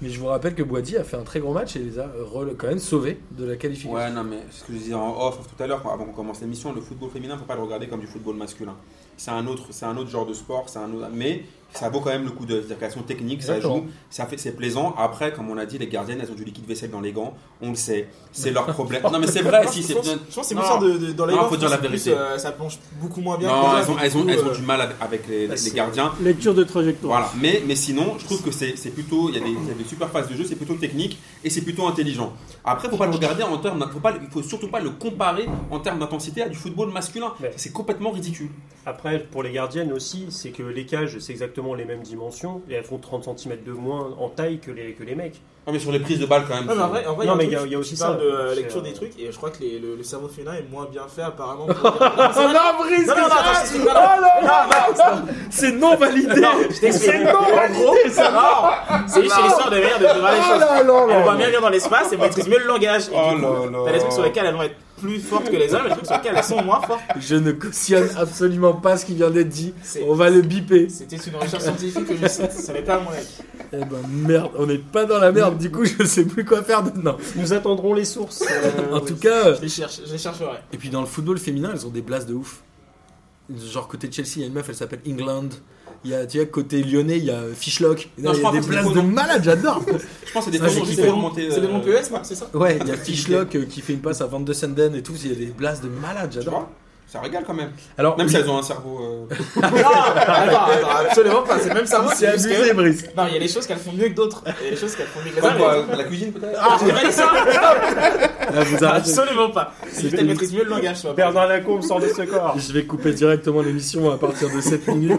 Speaker 1: Mais je vous rappelle que Boadi a fait un très gros match et les a euh, rele- quand même sauvés de la qualification.
Speaker 3: Ouais, non, mais c'est ce que je disais en off tout à l'heure, quand- avant qu'on commence l'émission, le football féminin, faut pas le regarder comme du football masculin. C'est un autre, c'est un autre genre de sport, c'est un autre- mais ça vaut quand même le coup d'œil. C'est-à-dire qu'elles sont techniques, ça
Speaker 1: Exactement.
Speaker 3: joue, ça fait, c'est plaisant. Après, comme on a dit, les gardiennes, elles ont du liquide vaisselle dans les gants. On le sait, c'est leur problème. Non, mais c'est vrai,
Speaker 4: Non,
Speaker 3: Ah, si,
Speaker 4: je,
Speaker 3: c'est
Speaker 4: pense,
Speaker 3: bien.
Speaker 4: je pense que c'est
Speaker 3: Non.
Speaker 4: plus ça de, de- dans les
Speaker 3: Non,
Speaker 4: gants,
Speaker 3: faut dire
Speaker 4: c'est
Speaker 3: la
Speaker 4: plus,
Speaker 3: vérité.
Speaker 4: euh, ça penche beaucoup moins bien. que
Speaker 3: Non,
Speaker 4: les
Speaker 3: elles
Speaker 4: gants,
Speaker 3: ont, elles
Speaker 4: du
Speaker 3: ont,
Speaker 4: coup,
Speaker 3: elles ont
Speaker 4: euh,
Speaker 3: du mal avec- avec les,
Speaker 4: bah,
Speaker 3: les
Speaker 4: c'est-
Speaker 3: gardiens.
Speaker 5: Lecture de trajectoire.
Speaker 3: Voilà. Mais, mais sinon, je trouve que c'est c'est plutôt. Il y, a des- il y a des super phases de jeu, c'est plutôt technique et c'est plutôt intelligent. Après, faut pas le regarder en termes. d'in- Faut pas, le- il faut surtout pas le comparer en termes d'intensité à du football masculin.
Speaker 2: Ouais.
Speaker 3: C'est complètement ridicule.
Speaker 2: Après, pour les gardiennes aussi, c'est que les cages, c'est exactement les mêmes dimensions et elles font 30 cm de moins en taille que les, que les mecs.
Speaker 3: Non, mais sur les prises de balles, quand même.
Speaker 4: Non, mais en vrai, en vrai,
Speaker 2: Non, mais
Speaker 4: il y a, un
Speaker 2: il y a- il y a
Speaker 4: truc
Speaker 2: aussi
Speaker 4: qui parle
Speaker 2: ça.
Speaker 4: de euh,
Speaker 2: C'est,
Speaker 4: lecture
Speaker 2: euh,
Speaker 4: des trucs et je crois que les- le, le cerveau féminin est moins bien fait apparemment. Pour... non, c'est vrai.
Speaker 1: Brice,
Speaker 4: Non, non,
Speaker 1: qu'est-ce
Speaker 4: non,
Speaker 1: que
Speaker 4: attends,
Speaker 1: c'est
Speaker 4: c'est- non, non,
Speaker 1: C'est non validé
Speaker 4: je t'explique. En gros, c'est non, c'est juste l'histoire de manière de, de
Speaker 1: ah
Speaker 4: voir les choses. Elles vont bien lire dans l'espace et maîtrisent mieux le langage. Et
Speaker 3: Oh
Speaker 4: du
Speaker 3: là là.
Speaker 4: coup, T'as des trucs sur lesquels elles vont être plus fortes que les hommes et des trucs sur lesquels elles sont moins fortes.
Speaker 1: Je ne cautionne absolument pas ce qui vient d'être dit.
Speaker 4: C'est-
Speaker 1: On va le biper.
Speaker 4: C'était une recherche scientifique que je cite, ça n'est pas à mon avis.
Speaker 1: Eh ben merde, on n'est pas dans la merde, du coup je sais plus quoi faire maintenant.
Speaker 2: Nous attendrons les sources. euh,
Speaker 1: En
Speaker 2: oui.
Speaker 1: tout cas, euh,
Speaker 4: Je les, cherche, je les chercherai.
Speaker 1: et puis dans le football féminin, elles ont des blases de ouf. Genre côté Chelsea, il y a une meuf, elle s'appelle England. Il y a, tu vois, côté lyonnais, il y a Fishlock. Non,
Speaker 3: Non, je
Speaker 1: il y a
Speaker 3: crois
Speaker 1: des
Speaker 3: que c'est
Speaker 1: blases
Speaker 3: des
Speaker 1: de
Speaker 3: faux noms.
Speaker 1: malade, j'adore.
Speaker 3: Je pense que c'est des
Speaker 1: Ça,
Speaker 3: façons
Speaker 1: j'ai
Speaker 3: qui
Speaker 1: kiffé.
Speaker 3: font remonter.
Speaker 4: C'est des
Speaker 3: euh,
Speaker 4: noms PES, Marc, E c'est ça
Speaker 1: Ouais, il y a Fishlock euh, qui fait une passe à Van de Senden et tout. Il y a des blases de malade,
Speaker 3: Tu
Speaker 1: j'adore.
Speaker 3: vois Ça régale quand même.
Speaker 1: Alors,
Speaker 3: Même si elles ont un cerveau. euh,
Speaker 4: Non, attends, attends, absolument pas, c'est le même cerveau.
Speaker 1: c'est
Speaker 4: juste
Speaker 1: abusé,
Speaker 4: que-
Speaker 1: Brice.
Speaker 4: Non, il y a des choses qu'elles font mieux que d'autres. Il y a des choses qu'elles font mieux que les
Speaker 3: comme
Speaker 4: hommes.
Speaker 3: quoi, la cuisine peut-être
Speaker 4: Ah, j'ai pas dit ça
Speaker 1: Là, Ah, vous arrêtez.
Speaker 4: Absolument pas. C'est juste qu'elle maîtrise mieux le langage, tu vois.
Speaker 2: Bernard Lacombe sort de ce corps.
Speaker 1: Je vais couper directement l'émission à partir de 7 minutes.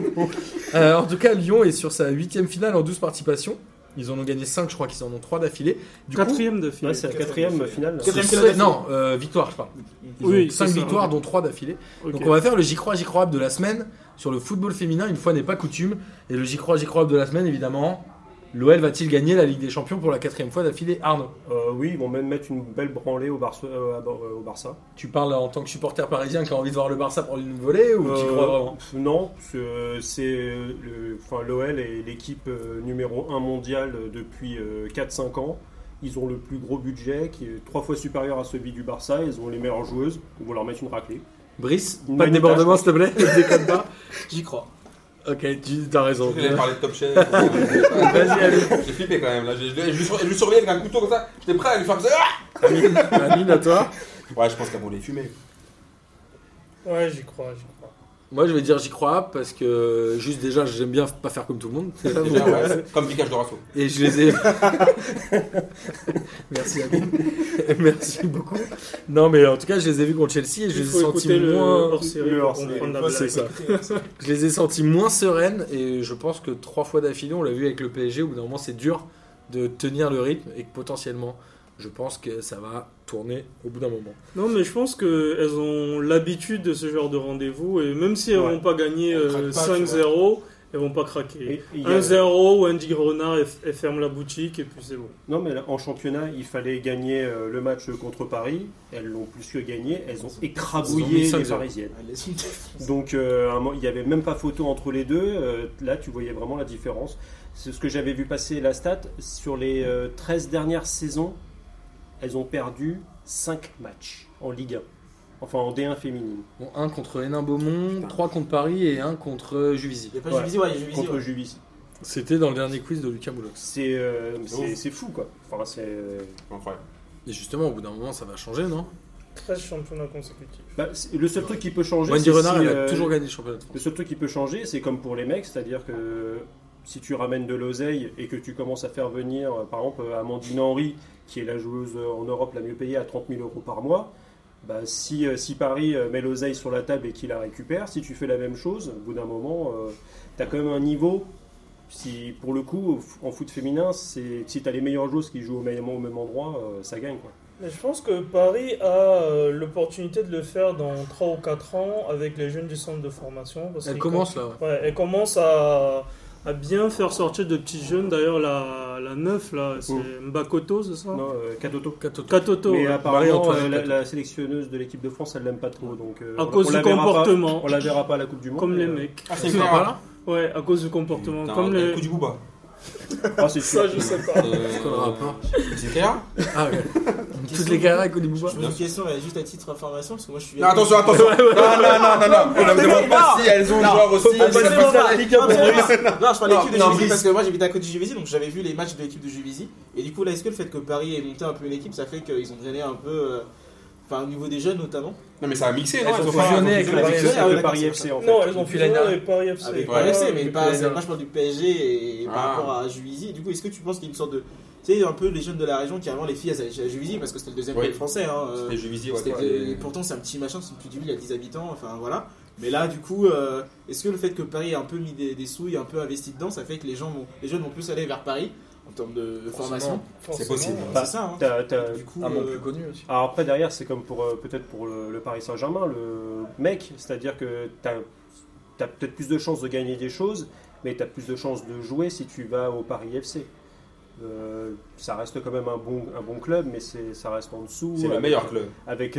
Speaker 1: Euh, en tout cas, Lyon est sur sa huitième finale en 12 participations. Ils en ont gagné 5, je crois qu'ils en ont 3 d'affilée. Du coup,
Speaker 5: Quatrième de
Speaker 2: Ouais,
Speaker 5: finale.
Speaker 2: c'est la quatrième finale.
Speaker 1: ce
Speaker 4: Quatrième
Speaker 1: serait-
Speaker 4: finale
Speaker 1: non, euh, victoire, je parle. Ils
Speaker 5: Oui,
Speaker 1: ont 5
Speaker 5: c'est ça.
Speaker 1: victoires, dont 3 d'affilée.
Speaker 5: Ok.
Speaker 1: Donc on va faire le J'y crois, J'y crois Hub de la semaine sur le football féminin, une fois n'est pas coutume. Et le J'y crois, J'y crois Hub de la semaine, évidemment. L'OL va-t-il gagner la Ligue des Champions pour la quatrième fois d'affilée Arnaud,
Speaker 2: Euh, oui, ils vont même mettre une belle branlée au, Barça- euh, à Bar- euh, au Barça.
Speaker 1: tu parles en tant que supporter parisien qui a envie de voir le Barça prendre une volée ou tu
Speaker 2: Euh,
Speaker 1: crois vraiment
Speaker 2: pff, Non, parce que c'est euh, le- enfin, l'OL est l'équipe euh, numéro 1 mondiale euh, depuis euh, 4-5 ans. Ils ont le plus gros budget, qui est trois fois supérieur à celui du Barça. Ils ont les meilleures joueuses. Ils vont leur mettre une raclée.
Speaker 1: Brice,
Speaker 2: Une
Speaker 1: pas de
Speaker 2: bonne
Speaker 1: débordement s'il te plaît, ne déconne pas.
Speaker 4: J'y crois.
Speaker 1: Ok, tu as raison.
Speaker 3: Je voulais parler de Top Chef. Vas-y,
Speaker 1: allez.
Speaker 3: J'ai flippé quand même. Là. Je, je, je, lui sur- je lui surveillais avec un couteau comme ça. J'étais prêt à lui faire comme ça. Ah
Speaker 1: Amine, Amine, à toi.
Speaker 3: Ouais, je pense qu'elles vont les fumer.
Speaker 5: Ouais, j'y crois, j'y crois.
Speaker 1: Moi, je vais dire j'y crois parce que juste déjà, j'aime bien pas faire comme tout le monde.
Speaker 3: Déjà, ouais. Comme Vicage de Rasso.
Speaker 1: Et je les ai. Merci Amine. Merci beaucoup. Non, mais en tout cas, je les ai vus contre Chelsea et je
Speaker 5: Il
Speaker 1: les
Speaker 5: faut
Speaker 1: ai sentis
Speaker 5: écouter le
Speaker 1: moins.
Speaker 5: hors-série
Speaker 2: le
Speaker 5: pour
Speaker 2: hors-série.
Speaker 5: comprendre la
Speaker 1: Voilà, c'est
Speaker 5: blague.
Speaker 1: ça. Je les ai sentis moins sereines et je pense que trois fois d'affilée, on l'a vu avec le PSG, au bout d'un moment, c'est dur de tenir le rythme et que potentiellement, je pense que ça va tourner au bout d'un moment.
Speaker 5: Non, mais je pense qu'elles ont l'habitude de ce genre de rendez-vous et même si elles
Speaker 2: Ouais.
Speaker 5: n'ont pas gagné
Speaker 4: Elles
Speaker 5: euh,
Speaker 4: craquent pas, tu
Speaker 5: 5-0, elles vont pas craquer.
Speaker 2: Et- et euh, il y a-
Speaker 5: 1-0, Wendy Renard, elle, elle ferme la boutique et puis c'est bon.
Speaker 2: Non, mais là, en championnat, il fallait gagner euh, le match contre Paris. Elles l'ont plus que gagné. Elles ont écrabouillé
Speaker 1: Ils ont mis
Speaker 2: les
Speaker 1: 5-0.
Speaker 2: Parisiennes.
Speaker 4: Elles sont-
Speaker 2: Donc euh, un mo- il n'y avait même pas photo entre les deux. Euh, là, tu voyais vraiment la différence. C'est ce que j'avais vu passer la stat. Sur les euh, 13 dernières saisons, elles ont perdu 5 matchs en Ligue 1. Enfin, en D1 féminine.
Speaker 1: Bon, un contre Hénin Beaumont, trois contre Paris et un contre euh, Juvisy.
Speaker 4: Il y a pas
Speaker 2: Ouais.
Speaker 4: Ah, Juvisy, ouais, il y a Juvisy.
Speaker 2: Contre
Speaker 4: ouais.
Speaker 2: Juvisy.
Speaker 1: C'était dans le dernier quiz de Lucas Moulox.
Speaker 2: C'est euh, c'est-
Speaker 3: ouf.
Speaker 2: c'est fou, quoi. Enfin, c'est... euh,
Speaker 3: Incroyable.
Speaker 1: Et justement, au bout d'un moment, ça va changer, non
Speaker 5: 13 championnats consécutifs.
Speaker 2: bah, c'est- le seul truc qui peut changer...
Speaker 1: Wendy
Speaker 2: c'est
Speaker 1: Renard,
Speaker 2: si,
Speaker 1: elle a
Speaker 2: euh,
Speaker 1: toujours gagné le championnat de France.
Speaker 2: Le seul truc qui peut changer, c'est comme pour les mecs, c'est-à-dire que si tu ramènes de l'oseille et que tu commences à faire venir, euh, par exemple, Amandine Henry, qui est la joueuse euh, en Europe la mieux payée à 30 000 euros par mois, bah, si, euh, si Paris euh, met l'oseille sur la table et qu'il la récupère, si tu fais la même chose, au bout d'un moment, tu as quand même un niveau. Si, pour le coup, au f- en foot féminin, c'est- si tu as les meilleures joueuses qui jouent au même, au même endroit, euh, ça gagne. Quoi.
Speaker 5: Mais je pense que Paris a euh, l'opportunité de le faire dans 3 ou 4 ans avec les jeunes du centre de formation. Parce
Speaker 1: Elle
Speaker 5: qu'ils
Speaker 1: commence là, ouais.
Speaker 5: Ouais, elle commence à, à bien faire sortir de petits jeunes. D'ailleurs, la, la neuf, là, c'est
Speaker 2: Mm.
Speaker 5: Mbakoto, c'est ça
Speaker 2: Non, euh, Kadoto.
Speaker 1: Quatre autres.
Speaker 5: Katoto.
Speaker 2: Mais
Speaker 5: ouais.
Speaker 2: apparemment,
Speaker 1: Marie-Antoinette,
Speaker 2: euh, la,
Speaker 1: peut-être.
Speaker 2: la sélectionneuse de l'équipe de France, elle l'aime pas trop. Donc, euh,
Speaker 5: à
Speaker 2: on-
Speaker 5: cause
Speaker 2: on
Speaker 5: du
Speaker 2: la verra pas-
Speaker 5: comportement,
Speaker 2: On la verra pas à la Coupe du Monde.
Speaker 5: comme
Speaker 2: mais,
Speaker 5: les
Speaker 2: euh,
Speaker 5: mecs.
Speaker 3: Ah,
Speaker 1: C'est pas là
Speaker 5: Ouais, à cause du comportement.
Speaker 3: Putain,
Speaker 5: Comme
Speaker 3: t'as
Speaker 5: les...
Speaker 3: le coup du booba.
Speaker 2: Ah, c'est sûr.
Speaker 5: Ça, je sais pas.
Speaker 1: C'est quoi le rapport
Speaker 3: Zika
Speaker 1: Ah ouais. Toutes les carrières avec Olivier Bois.
Speaker 4: Je pose une question mais juste à titre d'information parce que moi je suis.
Speaker 3: Non, attention, attention. Non, non, non, non, non. On ne me demande pas si elles ont genre aussi.
Speaker 4: Ah, c'est bon, bah, Non, mais vraiment, non, je parlais
Speaker 3: Non,
Speaker 4: d'équipe de
Speaker 3: non,
Speaker 4: Juvisy
Speaker 3: Brice.
Speaker 4: parce que moi j'habite à côté de Juvisy donc j'avais vu les matchs de l'équipe de Juvisy. Et du coup, là, est-ce que le fait que Paris ait monté un peu une équipe, ça fait qu'ils ont drainé un peu. euh, Enfin, au niveau des jeunes notamment.
Speaker 3: Non, mais ça a mixé, non
Speaker 1: Elles ont
Speaker 3: pas-
Speaker 1: fusionné avec
Speaker 3: elles ont
Speaker 1: la
Speaker 3: fusionné.
Speaker 1: Paris-
Speaker 2: C'est le Paris FC en fait.
Speaker 5: Non, elles ont
Speaker 1: depuis
Speaker 5: fusionné
Speaker 1: l'année
Speaker 5: avec Paris FC.
Speaker 4: Avec
Speaker 5: Ouais,
Speaker 4: Paris FC, mais
Speaker 5: depuis
Speaker 4: pas,
Speaker 5: l'année
Speaker 4: c'est- moi je parle du PSG et par
Speaker 3: Ah.
Speaker 4: rapport à Juvisy. Du coup, est-ce que tu penses qu'il y a une sorte de. Tu sais, un peu les jeunes de la région qui avant les filles elles allaient chez Juvisy parce que c'était le deuxième
Speaker 3: Oui.
Speaker 4: club français. Hein, euh,
Speaker 3: C'était Juvisy,
Speaker 4: C'était-
Speaker 3: ouais.
Speaker 4: et pourtant, c'est un petit machin, c'est une petite ville, il y a 10 habitants, enfin voilà. Mais là, du coup, euh, est-ce que le fait que Paris ait un peu mis des, des sous et un peu investi dedans, ça fait que les, gens vont, les jeunes vont plus aller vers Paris en termes de formation
Speaker 5: forcément.
Speaker 3: possible.
Speaker 2: Bah,
Speaker 4: C'est ça, hein.
Speaker 2: T'as- t'as-
Speaker 4: Du coup,
Speaker 1: Ah, mon
Speaker 4: euh,
Speaker 1: plus connu aussi.
Speaker 2: Alors après, derrière, c'est comme pour euh, peut-être pour le, le Paris Saint-Germain, le mec, c'est-à-dire que tu as, peut-être plus de chances de gagner des choses, mais tu as plus de chances de jouer si tu vas au Paris FC. Euh, ça reste quand même un bon, un bon club, mais c'est, ça reste en dessous.
Speaker 3: C'est le
Speaker 2: avec-
Speaker 3: meilleur club.
Speaker 2: Avec,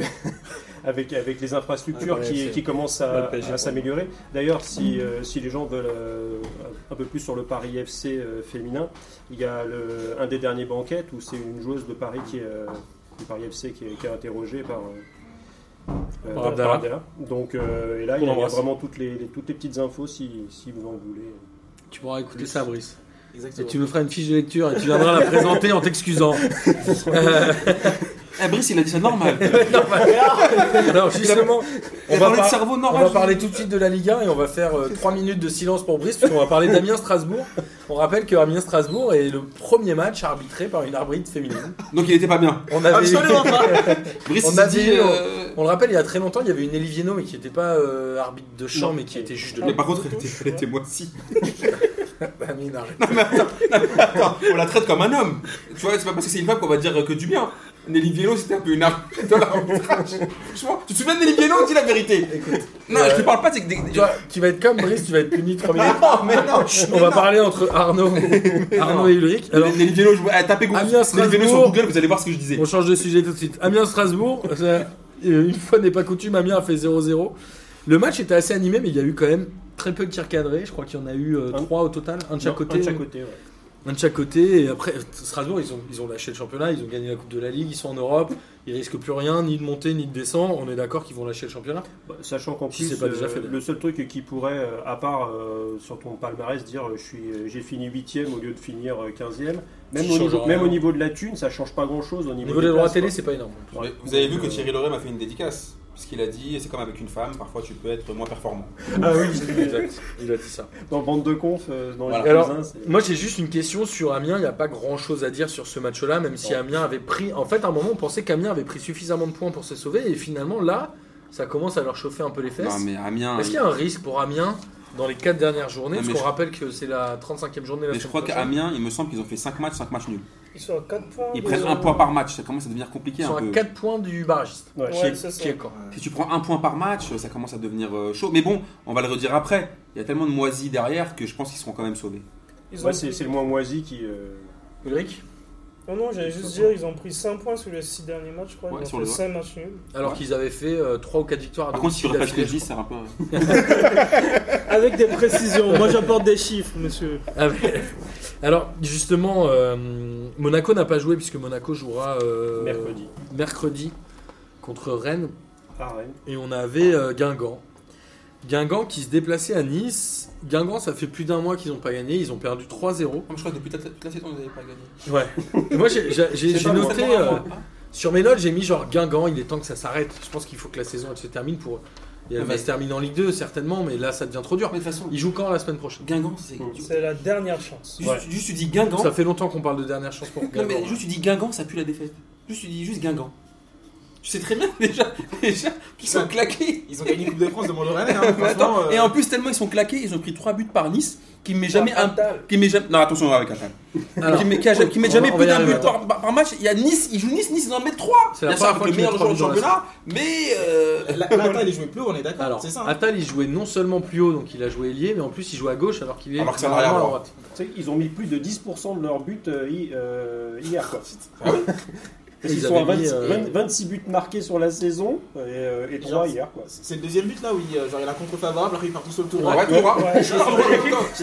Speaker 2: avec, avec les infrastructures
Speaker 1: Ouais,
Speaker 2: qui,
Speaker 1: c'est-
Speaker 2: qui commencent
Speaker 1: Ouais,
Speaker 2: à,
Speaker 1: le PSG,
Speaker 2: à
Speaker 1: ouais.
Speaker 2: s'améliorer. D'ailleurs, si, euh, si les gens veulent euh, un peu plus sur le Paris FC euh, féminin, il y a le- un des derniers banquets où c'est une joueuse de Paris qui est, euh, du Paris FC qui est, qui est interrogée par, euh, euh,
Speaker 1: Par
Speaker 2: par
Speaker 1: Abdallah.
Speaker 2: Abdallah. Donc euh, et là, il y a- il y a
Speaker 1: l'embrasse.
Speaker 2: vraiment toutes les, les- toutes les petites infos si, si vous en voulez.
Speaker 1: Tu pourras écouter ça, Brice. Et
Speaker 4: exactement.
Speaker 1: tu nous feras une fiche de lecture et tu viendras la présenter en t'excusant. Euh,
Speaker 3: Eh, Brice, il a dit ça normal.
Speaker 1: non, justement, on va, par-
Speaker 3: cerveau
Speaker 1: on va parler tout de suite de la Ligue 1 et on va faire 3 minutes de silence pour Brice, puisqu'on va parler d'Amiens-Strasbourg. On rappelle que Amiens-Strasbourg est le premier match arbitré par une arbitre féminine.
Speaker 3: Donc il était pas bien.
Speaker 1: On avait
Speaker 4: Absolument pas
Speaker 3: Brice,
Speaker 1: On
Speaker 3: il s'est
Speaker 1: avait
Speaker 3: dit.
Speaker 1: eu-
Speaker 3: euh,
Speaker 1: On le rappelle, il y a très longtemps, il y avait une Elie Viennot, mais qui n'était pas euh, arbitre de champ,
Speaker 2: Non.
Speaker 1: mais qui était juge de
Speaker 3: Mais
Speaker 1: la
Speaker 3: par contre, elle était, elle était moisie.
Speaker 1: Bah, mais non, arrête.
Speaker 3: Attends, on la traite comme un homme. Tu vois, c'est pas parce que c'est une femme qu'on va dire que du bien. Nelly Vielo, c'était un peu une arme de l'arbitrage. Franchement, tu te souviens de Nelly Vielo Dis la vérité.
Speaker 1: Écoute,
Speaker 3: Non,
Speaker 1: Ouais.
Speaker 3: je te parle pas, c'est que des. des-
Speaker 1: tu, vois, tu vas être comme Brice, tu vas être puni 3 minutes.
Speaker 3: non, mais non,
Speaker 1: On va parler entre Arnaud, Arnaud et Ulrich. Alors,
Speaker 3: Nelly Vielo, je... eh, tapez Google.
Speaker 1: Amiens,
Speaker 3: Nelly Vielo sur
Speaker 1: Strasbourg.
Speaker 3: Google, vous allez voir ce que je disais.
Speaker 1: on change de sujet tout de suite. Amiens-Strasbourg, euh, une fois n'est pas coutume, Amiens a fait 0-0. Le match était assez animé, mais il y a eu quand même très peu de tirs cadrés. Je crois qu'il y en a eu
Speaker 2: Un-
Speaker 1: 3 au total, un de chaque
Speaker 2: Non, un
Speaker 1: côté. euh,
Speaker 2: de chaque côté, ouais.
Speaker 1: Un de chaque côté. Et après, Strasbourg, ils ont, ils ont lâché le championnat, ils ont gagné la Coupe de la Ligue, ils sont en Europe, ils risquent plus rien, ni de monter, ni de descendre. On est d'accord qu'ils vont lâcher le championnat
Speaker 2: Bah, Sachant qu'en
Speaker 1: Si
Speaker 2: plus,
Speaker 1: c'est pas
Speaker 2: euh,
Speaker 1: déjà fait,
Speaker 2: le seul truc qui pourrait, euh, à part euh, sur ton palmarès, dire euh, je suis, euh, j'ai fini 8ème au lieu de finir 15ème,
Speaker 1: Ça
Speaker 2: même, au
Speaker 1: change
Speaker 2: niveau,
Speaker 1: rien.
Speaker 2: même au niveau de la thune, ça change pas grand chose au
Speaker 1: Au
Speaker 2: niveau,
Speaker 1: niveau des droits
Speaker 2: places,
Speaker 1: télé,
Speaker 2: quoi.
Speaker 1: c'est pas énorme.
Speaker 3: Mais Vous avez vu que
Speaker 2: Euh,
Speaker 3: Thierry Loret m'a fait une dédicace. Parce qu'il a dit, c'est comme avec une femme, parfois tu peux être moins performant.
Speaker 2: Ah oui,
Speaker 1: Exact, il a dit ça.
Speaker 2: dans Bande de Conf, euh, dans
Speaker 3: Voilà.
Speaker 2: les
Speaker 1: Alors,
Speaker 2: cousins, c'est-
Speaker 1: Moi j'ai juste une question sur Amiens, il n'y a pas grand chose à dire sur ce match-là, même si
Speaker 2: Non.
Speaker 1: Amiens avait pris... En fait à un moment on pensait qu'Amiens avait pris suffisamment de points pour se sauver, et finalement là, ça commence à leur chauffer un peu les fesses.
Speaker 3: Non, mais Amiens.
Speaker 1: Est-ce qu'il y a un risque pour Amiens dans les 4 dernières journées
Speaker 3: Non,
Speaker 1: Parce
Speaker 3: mais
Speaker 1: qu'on
Speaker 3: je-
Speaker 1: rappelle que c'est la 35e journée la
Speaker 3: Mais je
Speaker 1: semaine
Speaker 3: crois
Speaker 1: prochaine.
Speaker 3: qu'Amiens, il me semble qu'ils ont fait 5 matchs, 5 matchs nuls.
Speaker 5: Ils sont à 4 points.
Speaker 3: Ils
Speaker 5: de-
Speaker 3: prennent un point par match, ça commence à devenir compliqué
Speaker 1: Ils
Speaker 3: un
Speaker 1: sont à
Speaker 3: peu.
Speaker 1: 4 points du barragiste,
Speaker 2: Ouais,
Speaker 5: Ouais,
Speaker 2: chez-
Speaker 5: c'est ça.
Speaker 1: qui est quand
Speaker 3: Si tu prends un point par match, ça commence à devenir euh, chaud. Mais bon, on va le redire après. Il y a tellement de moisis derrière que je pense qu'ils seront quand même sauvés.
Speaker 5: Ils
Speaker 2: moi,
Speaker 5: ont
Speaker 2: c'est
Speaker 5: pris-
Speaker 2: c'est le moins moisi qui. euh,
Speaker 1: Ulrich
Speaker 5: Non, non, j'allais juste dire, ils ont pris 5 points sur les 6 derniers matchs, je crois. Ils
Speaker 3: Ouais,
Speaker 5: ont
Speaker 3: sur
Speaker 5: fait
Speaker 3: le-
Speaker 5: 5 matchs nuls.
Speaker 1: Alors
Speaker 3: Ouais.
Speaker 1: qu'ils avaient fait 3 ou 4 victoires à
Speaker 3: Par contre, si tu
Speaker 1: domicile
Speaker 3: répètes ce
Speaker 1: d'affilée,
Speaker 3: que je dis, c'est un peu.
Speaker 5: Avec des précisions. Moi, j'apporte des chiffres, monsieur.
Speaker 1: Ah ouais. Alors justement, euh, Monaco n'a pas joué puisque Monaco jouera euh,
Speaker 2: Mercredi.
Speaker 1: mercredi contre Rennes
Speaker 2: Ah, Rennes.
Speaker 1: et on avait euh, Guingamp. Guingamp qui se déplaçait à Nice. Guingamp, ça fait plus d'un mois qu'ils n'ont pas gagné, ils ont perdu 3-0.
Speaker 3: je crois que depuis toute la saison, vous n'avez pas gagné.
Speaker 1: Ouais. Moi j'ai- j'ai j'ai- j'ai noté, euh,
Speaker 3: Moi,
Speaker 1: sur mes notes, j'ai mis genre Guingamp, il est temps que ça s'arrête. Je pense qu'il faut que la saison elle se termine pour. Et elle
Speaker 3: Mais-
Speaker 1: va se terminer en Ligue 2 certainement, mais là ça devient trop dur.
Speaker 3: de toute façon,
Speaker 1: Ils jouent quand la semaine prochaine
Speaker 3: Guingamp, c'est.
Speaker 2: Mm.
Speaker 3: Juste,
Speaker 5: C'est la dernière chance.
Speaker 2: Ouais.
Speaker 3: juste, tu dis Guingamp.
Speaker 1: Ça fait longtemps qu'on parle de dernière chance pour
Speaker 3: Non,
Speaker 1: Guingamp. hein.
Speaker 3: mais juste, tu dis Guingamp, ça pue la défaite. Juste, tu dis juste Guingamp. Tu sais très bien déjà, déjà qu'ils sont claqués.
Speaker 4: Ils ont gagné une Coupe de France de Montréal. Hein,
Speaker 3: Mais attends,
Speaker 4: franchement, euh,
Speaker 3: Et en plus, tellement ils sont claqués, ils ont pris 3 buts par Nice, qui ne met jamais un. Qui met jamais... Non, attention, on va avec Atal.
Speaker 1: Alors,
Speaker 3: qui met, qui a- qui met
Speaker 1: on
Speaker 3: jamais
Speaker 1: va- on
Speaker 3: plus
Speaker 1: va y
Speaker 3: d'un
Speaker 1: arriver,
Speaker 3: but par, par- par match. Il y a Nice, ils jouent Nice, Nice, ils en mettent 3.
Speaker 1: C'est la
Speaker 3: Bien sûr,
Speaker 1: première
Speaker 3: avec
Speaker 1: fois qu'ils
Speaker 3: le meilleur
Speaker 1: mettent
Speaker 3: joueur
Speaker 1: trois
Speaker 3: du
Speaker 1: buts dans la
Speaker 3: championnat, mais. euh,
Speaker 4: la- la- L'Atal, il jouait plus haut, on est d'accord.
Speaker 1: Alors,
Speaker 4: C'est ça. hein.
Speaker 1: Attal, il jouait non seulement plus haut, donc il a joué ailier, mais en plus il joue à gauche alors qu'il est
Speaker 3: Alors que c'est un
Speaker 1: normalement
Speaker 3: arrière
Speaker 1: à
Speaker 3: droit.
Speaker 1: droite.
Speaker 3: Ah
Speaker 2: Tu sais, Ils ont mis plus de 10% de leur but euh, hi- euh, hier. quoi. Parce qu'ils
Speaker 1: Ils
Speaker 2: sont à
Speaker 1: avaient
Speaker 2: 20
Speaker 1: mis, euh,
Speaker 2: 20 26 buts marqués sur la saison et, euh, et 3
Speaker 4: Genre,
Speaker 2: hier. Quoi.
Speaker 4: C'est le deuxième but là où il, euh, genre, il a contre favorable, après il part tout seul tout droit.
Speaker 3: On va tout voir.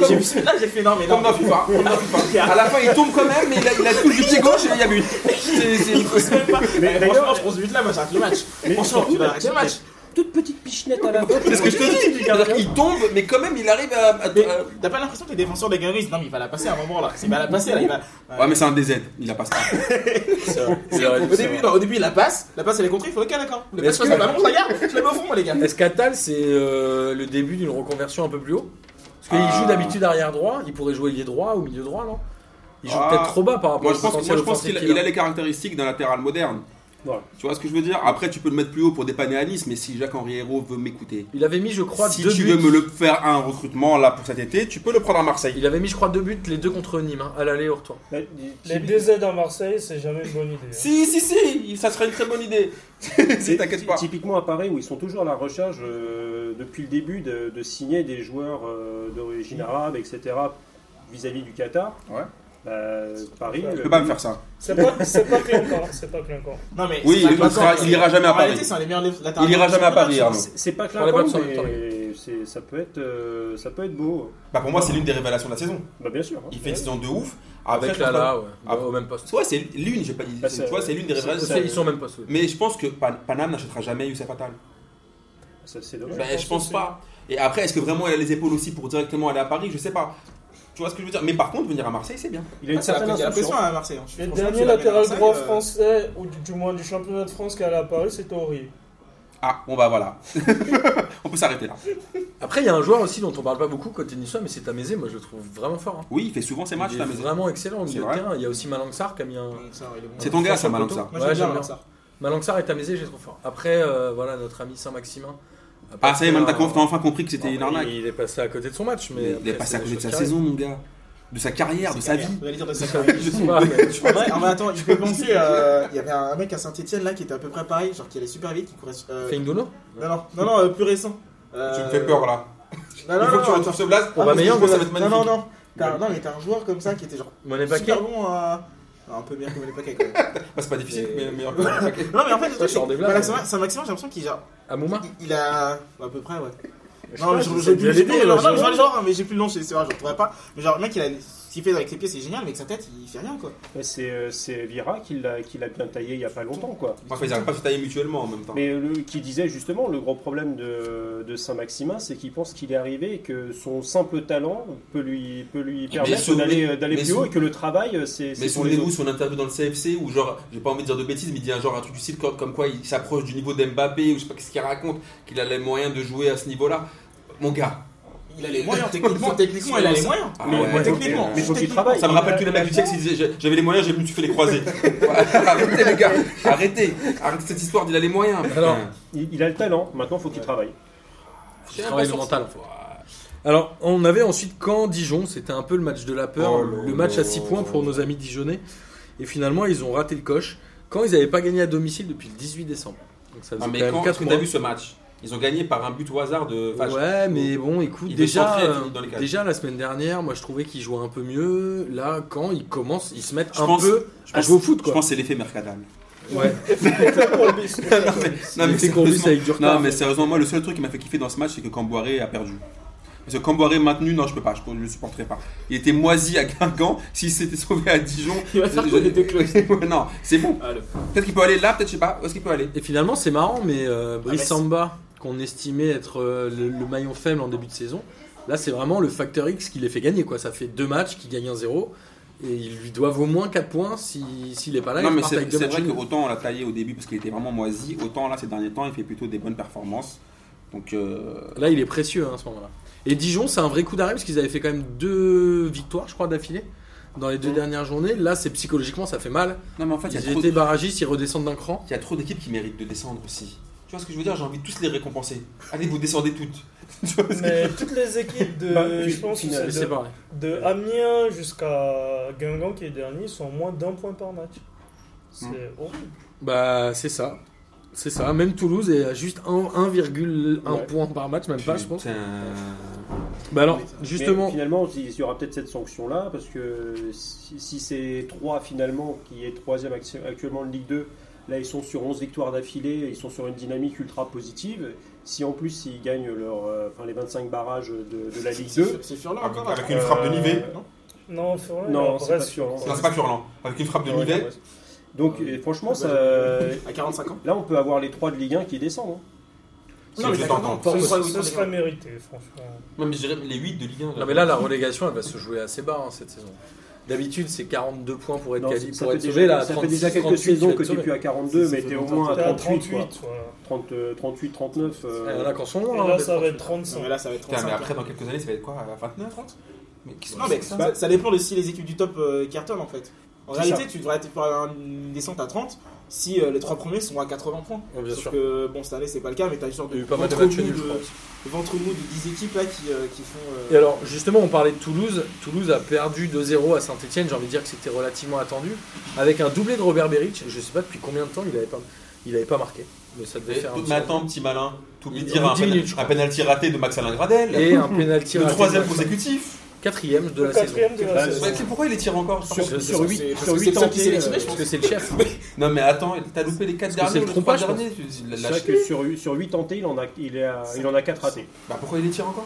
Speaker 4: J'ai vu celui-là, j'ai fait non, mais non.
Speaker 3: Comme dans FIFA. Comme dans FIFA. À la fin, il tombe quand même, mais il a, il a tout du pied gauche et il y a but. C'est- c'est-
Speaker 4: Mais
Speaker 2: d'ailleurs-
Speaker 4: franchement, je pense but là, moi j'arrête le match. Franchement, tu vas arrêter le match.
Speaker 2: Toute petite pichenette à la fin.
Speaker 3: C'est ce que je te dis. C'est-à-dire qu'il tombe, mais quand même, il arrive à. à-
Speaker 4: Mais euh,
Speaker 3: à-
Speaker 4: T'as pas l'impression que les défenseurs des Gunners, non, mais il va la passer à un moment là. Il va la passer là, il va.
Speaker 3: Ouais, mais c'est un DZ, il la passe pas.
Speaker 1: Il aurait
Speaker 4: Au
Speaker 1: dû
Speaker 4: début,
Speaker 1: savoir.
Speaker 4: non, au début, il la passe, la passe elle est contrée, il faut ok, d'accord. Le
Speaker 1: Mais
Speaker 4: passe
Speaker 1: est-ce
Speaker 4: passe
Speaker 1: que-
Speaker 4: le ballon, je la garde, je la mets au fond, moi les gars.
Speaker 1: Est-ce qu'Atal, c'est euh, le début d'une reconversion un peu plus haut Parce qu'il
Speaker 3: Ah.
Speaker 1: joue d'habitude arrière droit, il pourrait jouer lié droit ou milieu droit, non Il joue
Speaker 3: Ah.
Speaker 1: peut-être trop bas par rapport
Speaker 3: Moi,
Speaker 1: au
Speaker 3: je pense, que-
Speaker 1: potentiel
Speaker 3: moi, je pense
Speaker 1: offensif
Speaker 3: qu'il a,
Speaker 1: qu'il
Speaker 3: il a les caractéristiques d'un latéral moderne.
Speaker 2: Voilà.
Speaker 3: Tu vois ce que je veux dire Après, tu peux le mettre plus haut pour dépanner à Nice, mais si Jacques-Henri Hérault veut m'écouter,
Speaker 1: Il avait mis, je crois,
Speaker 3: si
Speaker 1: deux
Speaker 3: tu
Speaker 1: buts.
Speaker 3: veux me le faire un recrutement là pour cet été, tu peux le prendre à Marseille.
Speaker 1: Il avait mis, je crois, deux buts, les deux contre Nîmes, hein, à l'aller au retour.
Speaker 3: Bah,
Speaker 5: Les DZ à Marseille, c'est jamais une bonne idée. hein.
Speaker 3: Si, si, si, ça serait une très bonne idée. si, t'inquiète pas.
Speaker 2: Typiquement à Paris où ils sont toujours à la recherche euh, depuis le début de, de signer des joueurs euh, d'origine arabe, etc. vis-à-vis du Qatar.
Speaker 3: Mm. Ouais.
Speaker 2: Bah, Paris.
Speaker 3: Tu
Speaker 2: euh,
Speaker 3: peux pas me faire ça.
Speaker 5: C'est pas, c'est pas clinquant, hein. c'est pas clinquant.
Speaker 4: Non, mais.
Speaker 3: Oui,
Speaker 4: c'est
Speaker 3: il
Speaker 4: pas
Speaker 3: sera-
Speaker 4: grave.
Speaker 3: il ira jamais à
Speaker 4: En réalité,
Speaker 3: Paris.
Speaker 4: c'est un des meilleurs latéraux.
Speaker 3: Il ira jamais à Paris, hein. Arnaud.
Speaker 2: c'est- C'est pas
Speaker 1: On les
Speaker 2: clair,
Speaker 1: voit sur le temps,
Speaker 2: mais c'est- ça peut être, euh, ça peut être beau.
Speaker 3: Bah, pour moi, c'est l'une des révélations de la saison.
Speaker 2: Bah, bien sûr. hein.
Speaker 3: Il fait une saison de ouf.
Speaker 1: Avec
Speaker 3: Avec
Speaker 1: Lala, ouais, Bah,
Speaker 3: Ah.
Speaker 1: au même poste.
Speaker 3: Ouais, c'est l'une, j'ai pas dit.
Speaker 2: Bah,
Speaker 3: c'est-
Speaker 2: c'est-
Speaker 3: tu vois, c'est l'une des
Speaker 2: c'est-
Speaker 3: révélations.
Speaker 2: c'est-
Speaker 1: Ils sont au même poste, oui.
Speaker 3: Mais je pense que Pan- Paname n'achètera jamais Youssef Attal.
Speaker 2: Ça, c'est dommage.
Speaker 3: Bah,
Speaker 5: pense
Speaker 3: je pense
Speaker 5: aussi.
Speaker 3: pas. Et après, est-ce que vraiment il a les épaules aussi pour directement aller à Paris Je sais pas. Tu vois ce que je veux dire Mais par contre, venir à Marseille, c'est bien.
Speaker 2: Il a une
Speaker 4: Ah, c'est la-
Speaker 2: certaine
Speaker 4: Il y a la
Speaker 2: insouciance.
Speaker 4: pression à Marseille. hein. Je suis-
Speaker 5: Le
Speaker 4: franchement,
Speaker 5: dernier
Speaker 4: tu l'amènes à
Speaker 5: latéral
Speaker 4: Marseille,
Speaker 5: droit
Speaker 4: euh,
Speaker 5: français, ou du, du moins du championnat de France qui est allé à Paris, c'était Aurier.
Speaker 3: Ah, bon bah voilà. On peut s'arrêter là.
Speaker 1: Après, il y a un joueur aussi dont on parle pas beaucoup côté niçois, mais c'est Tamézé, moi je le trouve vraiment fort. hein.
Speaker 3: Oui, il fait souvent ses matchs,
Speaker 1: il
Speaker 3: la
Speaker 1: est
Speaker 3: maison.
Speaker 1: vraiment excellent au
Speaker 3: C'est
Speaker 1: milieu de
Speaker 3: vrai.
Speaker 1: terrain. Il y a aussi Malanxar qui a mis un.
Speaker 4: Donc, ça, il est bon.
Speaker 3: C'est ton gars, ça,
Speaker 1: Franchement,
Speaker 3: Malang, ça.
Speaker 1: poteau.
Speaker 4: Moi
Speaker 1: Ouais,
Speaker 4: j'aime bien
Speaker 1: j'aime bien.
Speaker 4: Malang, ça.
Speaker 1: Malanxar et Tamézé, je les trouve forts. Après, euh, voilà, notre ami Saint-Maximin. a pas
Speaker 3: Ah, ça y est,
Speaker 1: fait un-
Speaker 3: Mantakov, t'as enfin compris que c'était une
Speaker 1: Bon,
Speaker 3: arnaque.
Speaker 1: Il est passé à côté de son match, mais.
Speaker 3: Il,
Speaker 1: Bah, après,
Speaker 3: est passé à
Speaker 1: c'est
Speaker 3: côté de
Speaker 1: des
Speaker 3: sa
Speaker 1: choses qui
Speaker 3: saison, mon gars. De sa carrière, de sa vie.
Speaker 4: Vous allez dire de sa
Speaker 1: arrivent. Je sais pas, mais-
Speaker 4: En vrai, en vrai, attends, je peux penser, euh, il y avait un mec à Saint-Etienne là qui était à peu près pareil, genre qui allait super vite, qui courait. su- euh,
Speaker 1: Feindouno
Speaker 4: non, non, non, non, euh, plus récent. Euh,
Speaker 3: là.
Speaker 4: Non, non,
Speaker 3: il faut
Speaker 4: non,
Speaker 3: que tu
Speaker 4: attends. Ah,
Speaker 3: retrouves ce blast.
Speaker 1: On va
Speaker 3: parce que
Speaker 1: meilleur,
Speaker 3: je pense que
Speaker 1: mais-
Speaker 3: ça va
Speaker 4: Non,
Speaker 3: être
Speaker 4: non,
Speaker 3: magnifique.
Speaker 4: non. T'as- Non, mais t'as un joueur comme ça qui était genre
Speaker 1: Monet Paquet
Speaker 4: super bon à. Un peu meilleur que les paquets quand même.
Speaker 3: Bah, c'est pas difficile,
Speaker 4: Et-
Speaker 3: mais meilleur que le paquet.
Speaker 4: non, mais en fait, le
Speaker 1: Ça
Speaker 4: truc,
Speaker 1: sort
Speaker 4: c'est
Speaker 1: des
Speaker 4: que
Speaker 1: blagues. hein.
Speaker 4: Maximin- Saint-Maximin, j'ai l'impression qu'il genre,
Speaker 1: Amouma
Speaker 4: il- il a. À peu près, ouais.
Speaker 1: Je
Speaker 4: Non, mais
Speaker 1: sais
Speaker 4: je-
Speaker 1: pas,
Speaker 4: j'ai
Speaker 1: j'essaie
Speaker 4: plus
Speaker 1: de
Speaker 4: j'ai
Speaker 1: l'aider,
Speaker 4: plus le
Speaker 1: là,
Speaker 4: nom, non, mais
Speaker 1: je-
Speaker 4: genre, genre, mais j'ai plus le nom, c'est c'est vrai, je le retrouverai pas. Mais genre, le mec, il a ce qu'il fait avec les pieds, c'est génial, mais avec sa tête, il fait rien quoi.
Speaker 2: Ouais, C'est euh, c'est Vira qui l'a qui l'a bien taillé il y a pas longtemps. quoi.
Speaker 3: Enfin, ils arrivent pas à se tailler mutuellement en même temps.
Speaker 2: Mais le, qui disait justement le gros problème de, de Saint-Maximin, c'est qu'il pense qu'il est arrivé et que son simple talent peut lui, peut lui permettre
Speaker 3: souvenez-
Speaker 2: d'aller euh, d'aller
Speaker 3: mais
Speaker 2: plus haut
Speaker 3: sou-
Speaker 2: et que le travail, euh, c'est
Speaker 3: Mais
Speaker 2: c'est pour les
Speaker 3: souvenez-vous
Speaker 2: autres.
Speaker 3: son interview dans le CFC où genre, j'ai pas envie de dire de bêtises, mais il dit un genre un truc du style comme, comme quoi il s'approche du niveau d'Mbappé ou je sais pas qu'est-ce qu'il raconte, qu'il a les moyens de jouer à ce niveau-là. Mon gars,
Speaker 4: Il a les moyens, techniquement, techniquement, il a les moyens.
Speaker 3: ah
Speaker 2: Mais-
Speaker 3: ouais.
Speaker 2: mais-
Speaker 4: techniquement,
Speaker 2: mais faut qu'il
Speaker 4: techniquement,
Speaker 2: travaille.
Speaker 3: ça me rappelle que le mec du sexe il disait j'ai- j'avais les moyens, j'ai venu tu fais les croisés. arrêtez les gars, arrêtez, arrêtez cette histoire d'il a les moyens. putain.
Speaker 1: Alors,
Speaker 2: Il, il a le talent, maintenant faut qu'il travaille.
Speaker 1: Je travaille le mental. Alors, on avait ensuite Caen, Dijon, c'était un peu le match de la peur,
Speaker 3: Oh là
Speaker 1: le match à
Speaker 3: là.
Speaker 1: 6 points pour nos amis dijonnais. Et finalement, ils ont raté le coche. Quand ils n'avaient pas gagné à domicile depuis le 18 décembre. Donc ça faisait
Speaker 3: Non, Ah, mais
Speaker 1: quand même
Speaker 3: quand est-ce
Speaker 1: 4
Speaker 3: que
Speaker 1: mois.
Speaker 3: t'as vu ce match Ils ont gagné par un but au hasard de. enfin,
Speaker 1: ouais, mais bon, écoute,
Speaker 3: Il veut
Speaker 1: déjà,
Speaker 3: centrer, il
Speaker 1: euh,
Speaker 3: finit dans les cages.
Speaker 1: déjà la semaine dernière, moi je trouvais qu'ils jouaient un peu mieux. Là, quand ils commencent, ils se mettent
Speaker 3: Je
Speaker 1: un
Speaker 3: pense-
Speaker 1: peu
Speaker 3: je
Speaker 1: à
Speaker 3: pense-
Speaker 1: jouer au foot,
Speaker 3: Je
Speaker 1: quoi.
Speaker 3: pense que c'est l'effet Mercadal.
Speaker 1: Ouais.
Speaker 3: non, mais, non, mais
Speaker 1: c'est courbus
Speaker 3: sérieusement-
Speaker 1: avec du retard.
Speaker 3: Non, mais sérieusement, moi, le seul truc qui m'a fait kiffer dans ce match, c'est que Camboiré a perdu. Parce que Camboiré maintenu, non, je peux pas, je ne le supporterai pas. Il était moisi à Guingamp, s'il s'était sauvé à Dijon.
Speaker 4: Il va faire
Speaker 3: je-
Speaker 4: quoi, les deux clubs
Speaker 3: Ouais, Non, c'est bon.
Speaker 4: Ah, le-
Speaker 3: Peut-être qu'il peut aller là, peut-être, je sais pas. Où est-ce qu'il peut aller
Speaker 1: Et finalement, c'est marrant, mais euh, Brice
Speaker 4: Ah, mais-
Speaker 1: Samba, qu'on estimait être euh, le, le maillon faible en début de saison, là, c'est vraiment le facteur X qui les fait gagner. Quoi. Ça fait deux matchs qui gagnent un 0 et ils lui doivent au moins 4 points si- s'il n'est pas là.
Speaker 3: Non,
Speaker 1: ils
Speaker 3: mais
Speaker 1: partent
Speaker 3: c'est
Speaker 1: avec deux
Speaker 3: c'est
Speaker 1: matchs
Speaker 3: vrai
Speaker 1: nuls.
Speaker 3: qu'autant on l'a taillé au début parce qu'il était vraiment moisi, autant là, ces derniers temps, il fait plutôt des bonnes performances. Donc, euh,
Speaker 1: Là, il est précieux hein, à ce moment-là. Et Dijon, c'est un vrai coup d'arrêt parce qu'ils avaient fait quand même deux victoires, je crois, d'affilée dans les deux dernières journées. Là, c'est psychologiquement, ça fait mal.
Speaker 3: non, mais en fait, il y a
Speaker 1: Ils
Speaker 3: trop-
Speaker 1: étaient barragistes, ils redescendent d'un cran.
Speaker 3: il y a trop d'équipes qui méritent de descendre aussi. Tu vois ce que je veux dire J'ai envie de tous les récompenser. Allez, vous descendez toutes. Tu vois ce que-
Speaker 5: Mais toutes les équipes de,
Speaker 2: Bah, puis,
Speaker 5: je pense, que
Speaker 2: final,
Speaker 5: c'est
Speaker 1: Mais c'est
Speaker 5: de,
Speaker 1: pareil.
Speaker 5: de Amiens jusqu'à Guingamp qui est dernier, sont à moins d'un point par match. C'est
Speaker 2: Hmm.
Speaker 5: horrible.
Speaker 1: Bah, c'est ça. C'est ça. Même Toulouse est à juste un- 1,1
Speaker 2: Ouais.
Speaker 1: point par match, même pas, je pense.
Speaker 3: Putain.
Speaker 1: Bah alors,
Speaker 2: Mais
Speaker 1: justement,
Speaker 2: finalement, il y aura peut-être cette sanction-là, parce que si, si c'est 3 finalement, qui est troisième actu- actuellement de Ligue 2, là ils sont sur 11 victoires d'affilée, ils sont sur une dynamique ultra positive. Si en plus ils gagnent leur, euh, enfin, les 25 barrages de, de la Ligue 2,
Speaker 4: C'est Furlan
Speaker 3: Avec
Speaker 4: encore.
Speaker 3: avec une frappe de Nivet.
Speaker 2: Euh,
Speaker 5: Non, Furlan, il est
Speaker 2: non,
Speaker 5: à
Speaker 2: c'est pas
Speaker 5: Brest.
Speaker 2: sûr. hein.
Speaker 3: Non, c'est pas Furlan. Avec une
Speaker 5: Ah,
Speaker 3: frappe de Nivet.
Speaker 2: Donc euh, franchement, ça,
Speaker 4: À 45 ans.
Speaker 2: là on peut avoir les 3 de Ligue 1 qui descendent. hein.
Speaker 3: Si
Speaker 4: Non, mais
Speaker 3: je t'entends.
Speaker 4: d'accord,
Speaker 5: Ce,
Speaker 4: non,
Speaker 5: serait-
Speaker 4: c'est-
Speaker 5: ce serait mérité, franchement.
Speaker 3: Non, mais je dirais les 8 de Ligue 1.
Speaker 1: non mais là la relégation elle va se jouer assez bas hein, cette saison. D'habitude c'est 42 points pour être
Speaker 2: Non,
Speaker 1: quali-
Speaker 2: ça
Speaker 1: pour
Speaker 2: fait
Speaker 1: être
Speaker 2: déjà-
Speaker 1: sauvé là. à
Speaker 2: ça
Speaker 1: 36,
Speaker 2: fait déjà quelques
Speaker 1: 38, tu vas
Speaker 2: saisons
Speaker 1: être
Speaker 2: que tu
Speaker 1: sauvé.
Speaker 2: es plus à 42,
Speaker 4: Ça
Speaker 2: mais
Speaker 4: fait
Speaker 2: t'es au
Speaker 4: longtemps.
Speaker 2: moins à
Speaker 5: T'es à
Speaker 2: 38, quoi.
Speaker 5: 38, voilà.
Speaker 2: 30, euh, 38, 39. euh,
Speaker 1: Il y en a qui en sont loin,
Speaker 5: Et
Speaker 1: hein,
Speaker 5: là,
Speaker 1: des
Speaker 5: ça va
Speaker 1: 38.
Speaker 5: être 35.
Speaker 4: Non, mais là, ça va être
Speaker 3: Putain,
Speaker 4: 35.
Speaker 3: mais après, dans quelques années, ça va être quoi à 29, 30 Mais qu'est-ce que
Speaker 4: Non, mais
Speaker 3: c'est
Speaker 4: ça, ça dépend de si les équipes du top euh, cartonnent en fait. En
Speaker 2: C'est
Speaker 4: réalité,
Speaker 2: ça.
Speaker 4: tu devrais être pour avoir une descente à 30 si euh, les trois premiers sont à 80 points.
Speaker 1: Ouais, bien
Speaker 4: Sauf
Speaker 1: sûr.
Speaker 4: que bon, cette année, c'est pas le cas, mais t'as une sorte
Speaker 1: Il y
Speaker 4: de
Speaker 1: a eu pas mal de
Speaker 4: ventre
Speaker 1: matchs
Speaker 4: mou
Speaker 1: nuls, je
Speaker 4: de-
Speaker 1: pense.
Speaker 4: ventre mou de 10 équipes là qui, euh, qui font. euh,
Speaker 1: Et alors, justement, on parlait de Toulouse. Toulouse a perdu 2-0 à Saint-Etienne. J'ai envie de dire que c'était relativement attendu. Avec un doublé de Robert Beric. Je sais pas depuis combien de temps il avait pas, il avait pas marqué. Mais ça devait
Speaker 3: Et
Speaker 1: faire un
Speaker 3: tout-
Speaker 1: petit
Speaker 3: Mais attends, petit malin, t'oublies
Speaker 1: Il-
Speaker 3: de
Speaker 1: il
Speaker 3: dire un,
Speaker 1: dit
Speaker 3: pénal-
Speaker 1: minutes, je
Speaker 3: un
Speaker 1: crois.
Speaker 3: penalty raté de Max Alain Gradel.
Speaker 1: Et un pénalty.
Speaker 3: le
Speaker 1: raté
Speaker 3: troisième
Speaker 1: de-
Speaker 3: consécutif.
Speaker 1: Quatrième de
Speaker 5: Le
Speaker 1: la saison.
Speaker 5: quatrième de la
Speaker 2: Ouais,
Speaker 5: saison.
Speaker 3: Ouais, c'est pourquoi il les tire encore
Speaker 2: Sur,
Speaker 1: C'est-
Speaker 2: sur
Speaker 1: c'est-
Speaker 2: 8,
Speaker 4: c'est- parce
Speaker 2: sur euh,
Speaker 4: que c'est
Speaker 2: 8
Speaker 4: le seul qui
Speaker 2: tentées,
Speaker 4: sélectionné, je
Speaker 1: Parce que c'est le chef.
Speaker 3: Non mais attends, t'as loupé les 4
Speaker 1: Parce que
Speaker 3: derniers
Speaker 1: c'est
Speaker 3: ou
Speaker 1: le
Speaker 3: les 3
Speaker 1: trompage, je
Speaker 3: derniers. tu- tu l'as
Speaker 2: C'est vrai
Speaker 3: lâché.
Speaker 2: que sur, sur 8 tentés, il en a, il est à- il en a 4 ratés.
Speaker 3: Bah pourquoi il les tire encore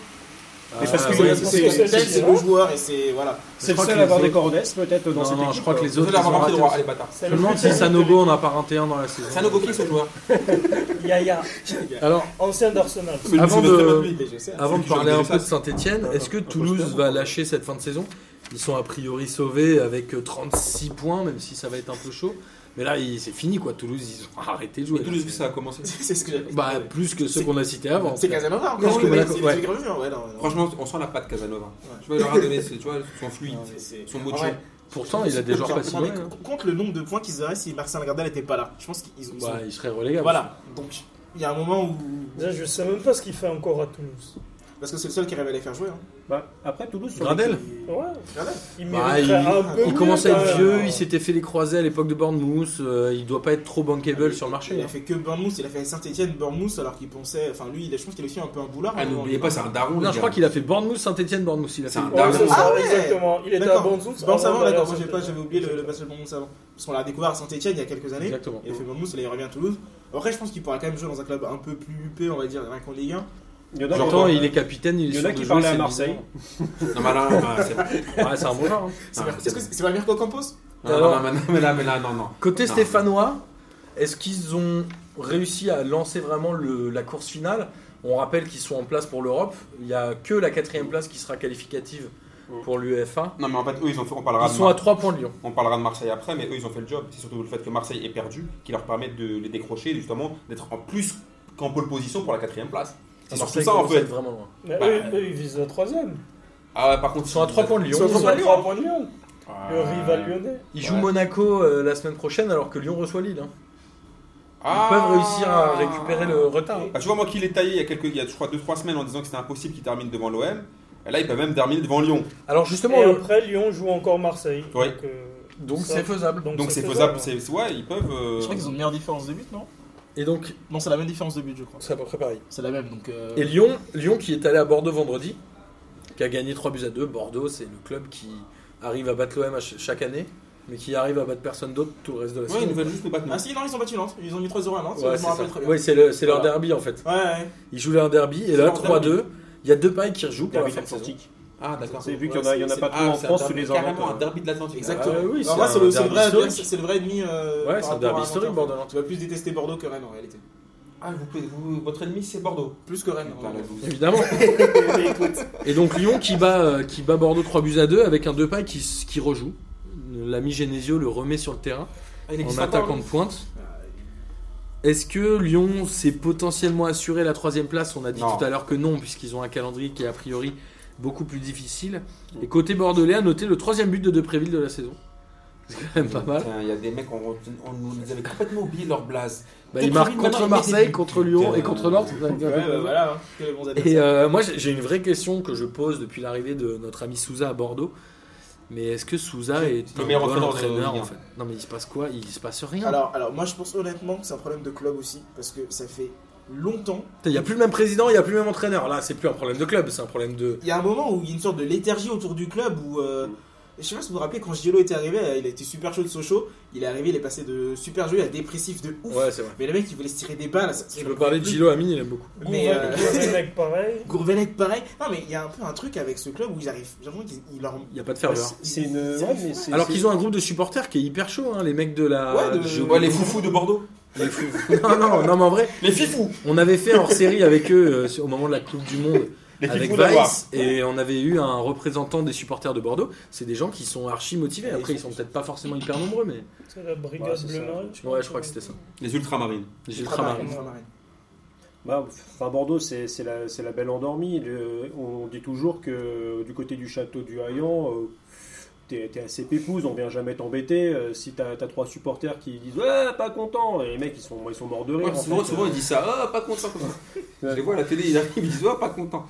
Speaker 2: Mais parce que
Speaker 1: ouais,
Speaker 2: c'est-
Speaker 4: parce que c'est
Speaker 5: c'est-
Speaker 4: Tel, c'est
Speaker 5: c'est-
Speaker 4: le joueur et c'est. Voilà.
Speaker 2: C'est
Speaker 1: Je
Speaker 2: le
Speaker 1: crois
Speaker 2: seul
Speaker 1: que
Speaker 2: à avoir
Speaker 1: les
Speaker 2: des
Speaker 1: autres-
Speaker 2: cornettes peut-être dans
Speaker 1: Non,
Speaker 2: cette
Speaker 1: non,
Speaker 2: équipe. euh,
Speaker 1: je crois que les
Speaker 3: Je
Speaker 1: autres.
Speaker 3: l'ai
Speaker 1: ils ont
Speaker 3: rentré
Speaker 1: raté
Speaker 3: droit,
Speaker 1: aussi.
Speaker 3: allez bâtard.
Speaker 5: C'est
Speaker 1: Je
Speaker 5: le
Speaker 1: me demande
Speaker 5: plus
Speaker 1: si
Speaker 5: terrible
Speaker 1: Sanogo en
Speaker 5: de-
Speaker 1: a pas raté un dans la saison.
Speaker 3: C'est un qui ce joueur.
Speaker 5: Yaya,
Speaker 1: Alors,
Speaker 5: ancien d'Arsenal.
Speaker 3: Mais le
Speaker 1: Avant
Speaker 3: monsieur
Speaker 1: de-
Speaker 3: Vasselin, lui.
Speaker 4: Mais je sais,
Speaker 1: Avant
Speaker 3: C'est
Speaker 1: de
Speaker 3: qui
Speaker 1: parler
Speaker 3: joue
Speaker 1: un
Speaker 3: avec
Speaker 1: peu de
Speaker 3: les
Speaker 1: Saint-Etienne, est-ce que Toulouse va lâcher cette fin de saison Ils sont a priori sauvés avec euh, 36 points, même si ça va être un peu chaud. Mais là, il- c'est fini quoi. Toulouse, ils ont arrêté de jouer.
Speaker 3: Mais Toulouse, ça a commencé.
Speaker 4: c'est ce que j'avais
Speaker 1: Bah, plus que ceux qu'on a cités avant. en
Speaker 4: C'est
Speaker 1: tout cas.
Speaker 4: Casanova
Speaker 1: Parce
Speaker 4: encore.
Speaker 1: que
Speaker 4: le mec,
Speaker 1: voilà,
Speaker 4: C'est
Speaker 1: ouais.
Speaker 4: le truc revenu, ouais, non, non.
Speaker 3: Franchement, on sent la patte Casanova.
Speaker 4: Ouais.
Speaker 3: Tu vois, il leur a donné, c'est- tu vois, son fluide,
Speaker 4: Non, mais c'est-
Speaker 3: son
Speaker 1: Ah
Speaker 3: mojo.
Speaker 4: En vrai,
Speaker 1: Pourtant, il a des joueurs pas si
Speaker 4: Non, mais
Speaker 1: mauvais, hein.
Speaker 4: Compte le nombre de points qu'ils auraient si Marcel Gardel n'était pas là. Je pense qu'ils ont. ils
Speaker 1: Bah,
Speaker 4: ont-
Speaker 1: il serait relégable.
Speaker 4: Voilà. Donc, il y a un moment où.
Speaker 5: Déjà, je sais même pas ce qu'il fait encore à Toulouse.
Speaker 4: Parce que c'est le seul qui rêve à les faire jouer. hein.
Speaker 2: Bah, après Toulouse, sur
Speaker 1: Grindel
Speaker 2: les-
Speaker 5: Ouais,
Speaker 4: Gardel.
Speaker 5: il
Speaker 1: Bah,
Speaker 5: mériterait
Speaker 1: il-
Speaker 5: un peu
Speaker 1: Il
Speaker 5: mieux,
Speaker 1: commence à
Speaker 5: quand
Speaker 1: être
Speaker 5: même.
Speaker 1: vieux, il s'était fait les croisés à l'époque de Bournemouth, euh, il doit pas être trop bankable sur le
Speaker 4: Il
Speaker 1: marché. hein.
Speaker 4: a fait que Bournemouth, il a fait Saint-Etienne, Bournemouth, alors qu'il pensait. Enfin, lui, il- je pense qu'il est aussi un peu un boulard. hein.
Speaker 3: Ah, n'oubliez pas, c'est un daron. les
Speaker 1: Non, je
Speaker 3: gars.
Speaker 1: crois qu'il a fait Bournemouth, Saint-Etienne, Bournemouth. Il a
Speaker 3: C'est
Speaker 1: fait
Speaker 3: un
Speaker 5: Ouais,
Speaker 3: daron.
Speaker 5: c'est
Speaker 4: Ah
Speaker 5: ça,
Speaker 4: ouais
Speaker 5: exactement. Il était à
Speaker 4: D'accord.
Speaker 5: Banzou.
Speaker 4: Bon, ça va, d'accord. Moi, j'ai pas- j'avais oublié le, le basket Bournemouth avant. Parce qu'on l'a découvert à Saint-Etienne il y a quelques années.
Speaker 1: Exactement.
Speaker 4: Il a fait Bournemouth, là, il revient à Toulouse. Après, je pense qu'il pourra quand même jouer dans un club un peu plus huppé, on va dire, rien qu'en Ligue 1.
Speaker 2: Il y en a
Speaker 1: J'entends,
Speaker 2: qui-
Speaker 1: il est capitaine, il est
Speaker 2: il y en
Speaker 1: sûr
Speaker 2: a
Speaker 1: de
Speaker 2: qui
Speaker 1: jouer,
Speaker 2: parlaient à
Speaker 1: c'est
Speaker 2: Marseille.
Speaker 3: Non, mais là, ah, c'est-
Speaker 1: bizarre. Ouais, c'est un bon joueur. hein.
Speaker 4: C'est
Speaker 3: Ah,
Speaker 4: pas- Est-ce
Speaker 3: c'est-
Speaker 4: que c'est c'est pas Mirko Campos
Speaker 3: non, non, non, mais non, mais là, mais là, non, non.
Speaker 1: Côté
Speaker 3: Non.
Speaker 1: stéphanois, est-ce qu'ils ont réussi à lancer vraiment le- la course finale On rappelle qu'ils sont en place pour l'Europe. Il n'y a que la quatrième place qui sera qualificative pour l'UEFA.
Speaker 3: Non, mais en fait, eux, ils ont fait, on parlera
Speaker 1: Ils
Speaker 3: de
Speaker 1: sont à 3 points de Lyon.
Speaker 3: On parlera de Marseille après, mais eux, ils ont fait le job. C'est surtout le fait que Marseille est perdu qui leur permet de les décrocher, justement, d'être en plus qu'en pole position pour la quatrième place. C'est surtout
Speaker 1: Marseille
Speaker 3: ça, en
Speaker 1: commence à
Speaker 3: fait.
Speaker 1: être vraiment loin.
Speaker 5: Mais
Speaker 3: Bah,
Speaker 5: eux, eux, ils visent le troisième.
Speaker 3: Ah, ouais, par contre, Ah.
Speaker 1: Ils sont à 3 points de
Speaker 5: Ils
Speaker 1: Lyon.
Speaker 5: sont à
Speaker 1: Ils,
Speaker 5: trois points de Lyon. Le rival lyonnais.
Speaker 1: jouent
Speaker 3: Ouais.
Speaker 1: Monaco euh, la semaine prochaine alors que Lyon reçoit Lille. hein. Ils
Speaker 3: Ah.
Speaker 1: peuvent réussir à récupérer le retard.
Speaker 3: Ah, tu vois, moi qui l'ai taillé il y a, quelques, il y a je crois, 2-3 semaines en disant que c'était impossible qu'il termine devant l'OM, là, il peut même terminer devant Lyon.
Speaker 1: Alors
Speaker 5: Et
Speaker 1: justement, le-
Speaker 5: après, Lyon joue encore Marseille.
Speaker 3: Ouais.
Speaker 5: Donc, euh,
Speaker 1: donc
Speaker 5: ça-
Speaker 1: c'est faisable.
Speaker 3: Donc c'est faisable,
Speaker 1: hein.
Speaker 3: c'est c'est- ouais, ils peuvent. euh,
Speaker 4: Je crois qu'ils ont une meilleure différence de but, non
Speaker 1: Et donc,
Speaker 4: Non, c'est la même différence de but, je crois.
Speaker 1: c'est à peu près pareil.
Speaker 4: C'est la même, donc. euh,
Speaker 1: Et Lyon, Lyon qui est allé à Bordeaux vendredi, qui a gagné 3 buts à 2. Bordeaux, c'est le club qui arrive à battre l'OM à ch- chaque année, mais qui arrive à battre personne d'autre tout le reste de la
Speaker 3: Ouais, ils nous
Speaker 1: saison.
Speaker 3: veulent juste nous battre. nous.
Speaker 4: Ah si, non, ils ont battu Nantes. Ils ont mis 3-0 à Nantes,
Speaker 1: Ouais,
Speaker 4: je
Speaker 1: c'est
Speaker 4: me rappelle
Speaker 1: ça.
Speaker 4: très bien.
Speaker 1: Ouais, c'est le- c'est leur
Speaker 4: Voilà.
Speaker 1: derby en fait.
Speaker 4: Ouais, ouais.
Speaker 1: Ils jouent leur derby et là,
Speaker 3: leur
Speaker 1: 3-2.
Speaker 3: derby.
Speaker 1: Il y a deux pailles qui rejouent pour la hein.
Speaker 2: Derby
Speaker 1: fin de saison.
Speaker 2: atlantique.
Speaker 3: Ah, d'accord.
Speaker 2: C'est vu
Speaker 4: Ouais,
Speaker 2: qu'il y en a,
Speaker 4: c'est-
Speaker 2: il y en a
Speaker 4: c'est-
Speaker 2: pas
Speaker 3: Ah,
Speaker 2: trop en
Speaker 3: c'est un
Speaker 2: France,
Speaker 3: derby-
Speaker 2: tous les
Speaker 3: carrément un
Speaker 2: Anglais.
Speaker 3: derby de l'Atlantique.
Speaker 4: Exactement.
Speaker 1: Ah oui,
Speaker 4: Alors,
Speaker 1: c'est
Speaker 4: moi,
Speaker 1: un
Speaker 4: c'est le, c'est le
Speaker 1: derby
Speaker 4: vrai,
Speaker 1: historique.
Speaker 4: c'est le vrai ennemi. euh,
Speaker 1: Ouais,
Speaker 4: par
Speaker 1: c'est un
Speaker 4: rapport à
Speaker 1: derby
Speaker 4: Nantes,
Speaker 1: historique,
Speaker 4: en fait.
Speaker 1: Bordeaux.
Speaker 4: Tu vas plus détester Bordeaux que Rennes en réalité.
Speaker 3: Ah, vous pouvez- vous- votre ennemi, Ah, c'est Bordeaux.
Speaker 4: Plus que Rennes. en
Speaker 3: Putain, la
Speaker 4: réalité.
Speaker 3: douze.
Speaker 1: Évidemment. et donc Lyon qui bat, euh, qui bat Bordeaux 3 buts à 2 avec un deux pailles qui, s- qui rejoue. L'ami Genesio le remet sur le terrain
Speaker 3: Ah, il
Speaker 1: en
Speaker 3: existe encore,
Speaker 1: attaquant
Speaker 3: lui.
Speaker 1: de pointe. Est-ce que Lyon s'est potentiellement assuré la troisième place On a dit
Speaker 3: Non.
Speaker 1: tout à l'heure que non, puisqu'ils ont un calendrier qui est a priori beaucoup plus difficile. Et côté bordelais, à noter le troisième but de Depréville de la saison. C'est quand même pas mal.
Speaker 3: Putain, Il y a des mecs, on, on nous avait complètement oublié leur blase.
Speaker 1: Bah, ils marquent contre Marseille, contre Lyon et contre Nantes.
Speaker 4: Ouais, bah, voilà, hein. que les bons
Speaker 1: Et
Speaker 4: adversaires.
Speaker 1: euh, moi, j'ai j'ai une vraie question que je pose depuis l'arrivée de notre ami Souza à Bordeaux. Mais est-ce que Souza est
Speaker 3: le
Speaker 1: un
Speaker 3: meilleur
Speaker 1: bon
Speaker 3: entraîneur de
Speaker 1: entraîneur
Speaker 3: Ligue un. Ah,
Speaker 1: en fait Non, mais il se passe quoi Il se passe rien.
Speaker 4: Alors, alors, moi je pense honnêtement que c'est un problème de club aussi, parce que ça fait longtemps.
Speaker 1: Il n'y a plus le même président, il n'y a plus le même entraîneur. Là, c'est plus un problème de club, c'est un problème de.
Speaker 4: Il y a un moment où il y a une sorte de léthargie autour du club où. euh, je sais pas si vous vous rappelez, quand Giello était arrivé, euh, il a été super chaud de Sochaux. Il est arrivé, il est passé de super jeu à dépressif de ouf.
Speaker 1: Ouais, c'est vrai.
Speaker 4: Mais le mec, il voulait se tirer des balles. ça- ça
Speaker 1: Tu
Speaker 4: le
Speaker 1: peux parler de
Speaker 4: pouvait
Speaker 1: Gilo Amine, il aime beaucoup.
Speaker 4: plus. Mais, euh,
Speaker 5: mec pareil.
Speaker 4: Gourvenec, pareil. Non, mais il y a un peu un truc avec ce club où ils arrivent. J'ai l'impression qu'ils ils leur.
Speaker 1: Il n'y a pas de ferveur.
Speaker 2: C'est une.
Speaker 4: C'est-
Speaker 2: ouais, mais c'est-
Speaker 1: Alors
Speaker 2: c'est-
Speaker 1: qu'ils ont un groupe de supporters qui est hyper chaud, hein, les mecs de la.
Speaker 4: Ouais, de-
Speaker 1: je-
Speaker 3: Ouais, les foufous de Bordeaux.
Speaker 1: les fous. non, non, non, mais en vrai,
Speaker 3: Les fifous.
Speaker 1: on avait fait hors série avec eux euh, sur- au moment de la Coupe du Monde
Speaker 3: Les
Speaker 1: avec
Speaker 3: fifous d'avoir.
Speaker 1: Vice et on avait eu un représentant des supporters de Bordeaux. C'est des gens qui sont archi motivés. Après, ils sont peut-être pas forcément hyper nombreux, mais.
Speaker 5: C'est la
Speaker 2: Ouais,
Speaker 5: brigade
Speaker 2: c'est
Speaker 5: bleu
Speaker 2: ça.
Speaker 5: marine.
Speaker 1: Ouais, je crois que c'était ça.
Speaker 3: Les ultramarines.
Speaker 1: Les ultramarines.
Speaker 4: Ultramarines.
Speaker 2: Bah, enfin, Bordeaux, c'est c'est la, c'est la belle endormie. Le- on dit toujours que euh, du côté du château du Haillan, euh, t'es t'es assez pépouse, on vient jamais t'embêter. Euh, si t'as t'as trois supporters qui disent Ouais, pas content, et les mecs ils sont, ils sont morts de rire.
Speaker 3: Ouais,
Speaker 2: en
Speaker 3: souvent,
Speaker 2: fait. euh,
Speaker 3: souvent, ils disent ça. Ah, pas content. comme ça. Je les vois à la télé, ils arrivent, ils disent, ah, pas content.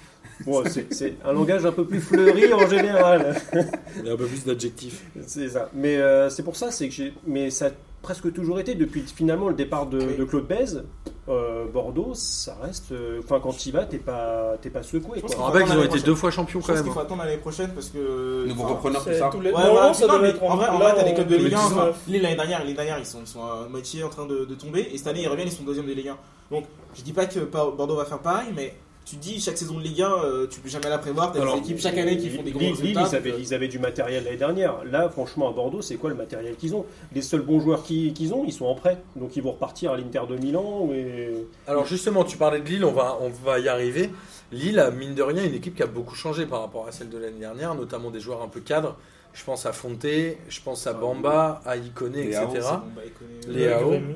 Speaker 2: Bon, c'est- c'est un langage un peu plus fleuri en général.
Speaker 1: Il y a un peu plus d'adjectifs.
Speaker 2: C'est ça. Mais euh, c'est pour ça, c'est que j'ai. Mais ça a presque toujours été depuis finalement le départ de, de Claude Bèze. euh, Bordeaux, ça reste. euh, Enfin, quand il va, t'es pas, t'es pas secoué.
Speaker 4: pense
Speaker 2: Quoi.
Speaker 1: En Rabat, ils ont été
Speaker 4: prochaine.
Speaker 1: deux fois champions
Speaker 4: Je
Speaker 1: quand
Speaker 4: pense qu'il
Speaker 1: même. hein.
Speaker 4: faut attendre l'année prochaine parce que.
Speaker 3: Nouveau
Speaker 4: Enfin,
Speaker 3: repreneur, tout
Speaker 5: C'est
Speaker 3: ça.
Speaker 5: tous les-
Speaker 4: Ouais,
Speaker 5: Non,
Speaker 4: ouais,
Speaker 5: non, ça
Speaker 4: non,
Speaker 5: devait
Speaker 4: mais
Speaker 5: être en
Speaker 4: en vrai, en
Speaker 5: là,
Speaker 4: vrai, t'as
Speaker 5: en
Speaker 4: des clubs de Ligue 1.
Speaker 5: 2019.
Speaker 4: enfin, Lille, l'année dernière, l'année dernière, ils sont, ils sont à moitié en train de, de tomber. Et cette année, ils reviennent, ils sont deuxième de Ligue 1. Donc, je dis pas que Par- Bordeaux va faire pareil, mais tu te dis, chaque saison de Ligue 1, euh, tu peux jamais la prévoir. T'as
Speaker 1: Alors,
Speaker 4: des équipes chaque année qui font des gros
Speaker 2: Lille, Lille,
Speaker 4: résultats. euh,
Speaker 2: ils, avaient, ils avaient du matériel l'année dernière. Là, franchement, à Bordeaux, c'est quoi le matériel qu'ils ont Les seuls bons joueurs qui- qu'ils ont, ils sont en prêt. Donc ils vont repartir à l'Inter de Milan. Et...
Speaker 1: Alors justement, tu parlais de Lille, on va, on va y arriver. Lille a mine de rien une équipe qui a beaucoup changé par rapport à celle de l'année dernière, notamment des joueurs un peu cadres. Je pense à Fonte, je pense à Bamba, à Ikoné, etc.
Speaker 3: Ah, Léao, c'est
Speaker 4: Bon, bah, ils connaissent-
Speaker 1: Les AO.
Speaker 5: Grémy.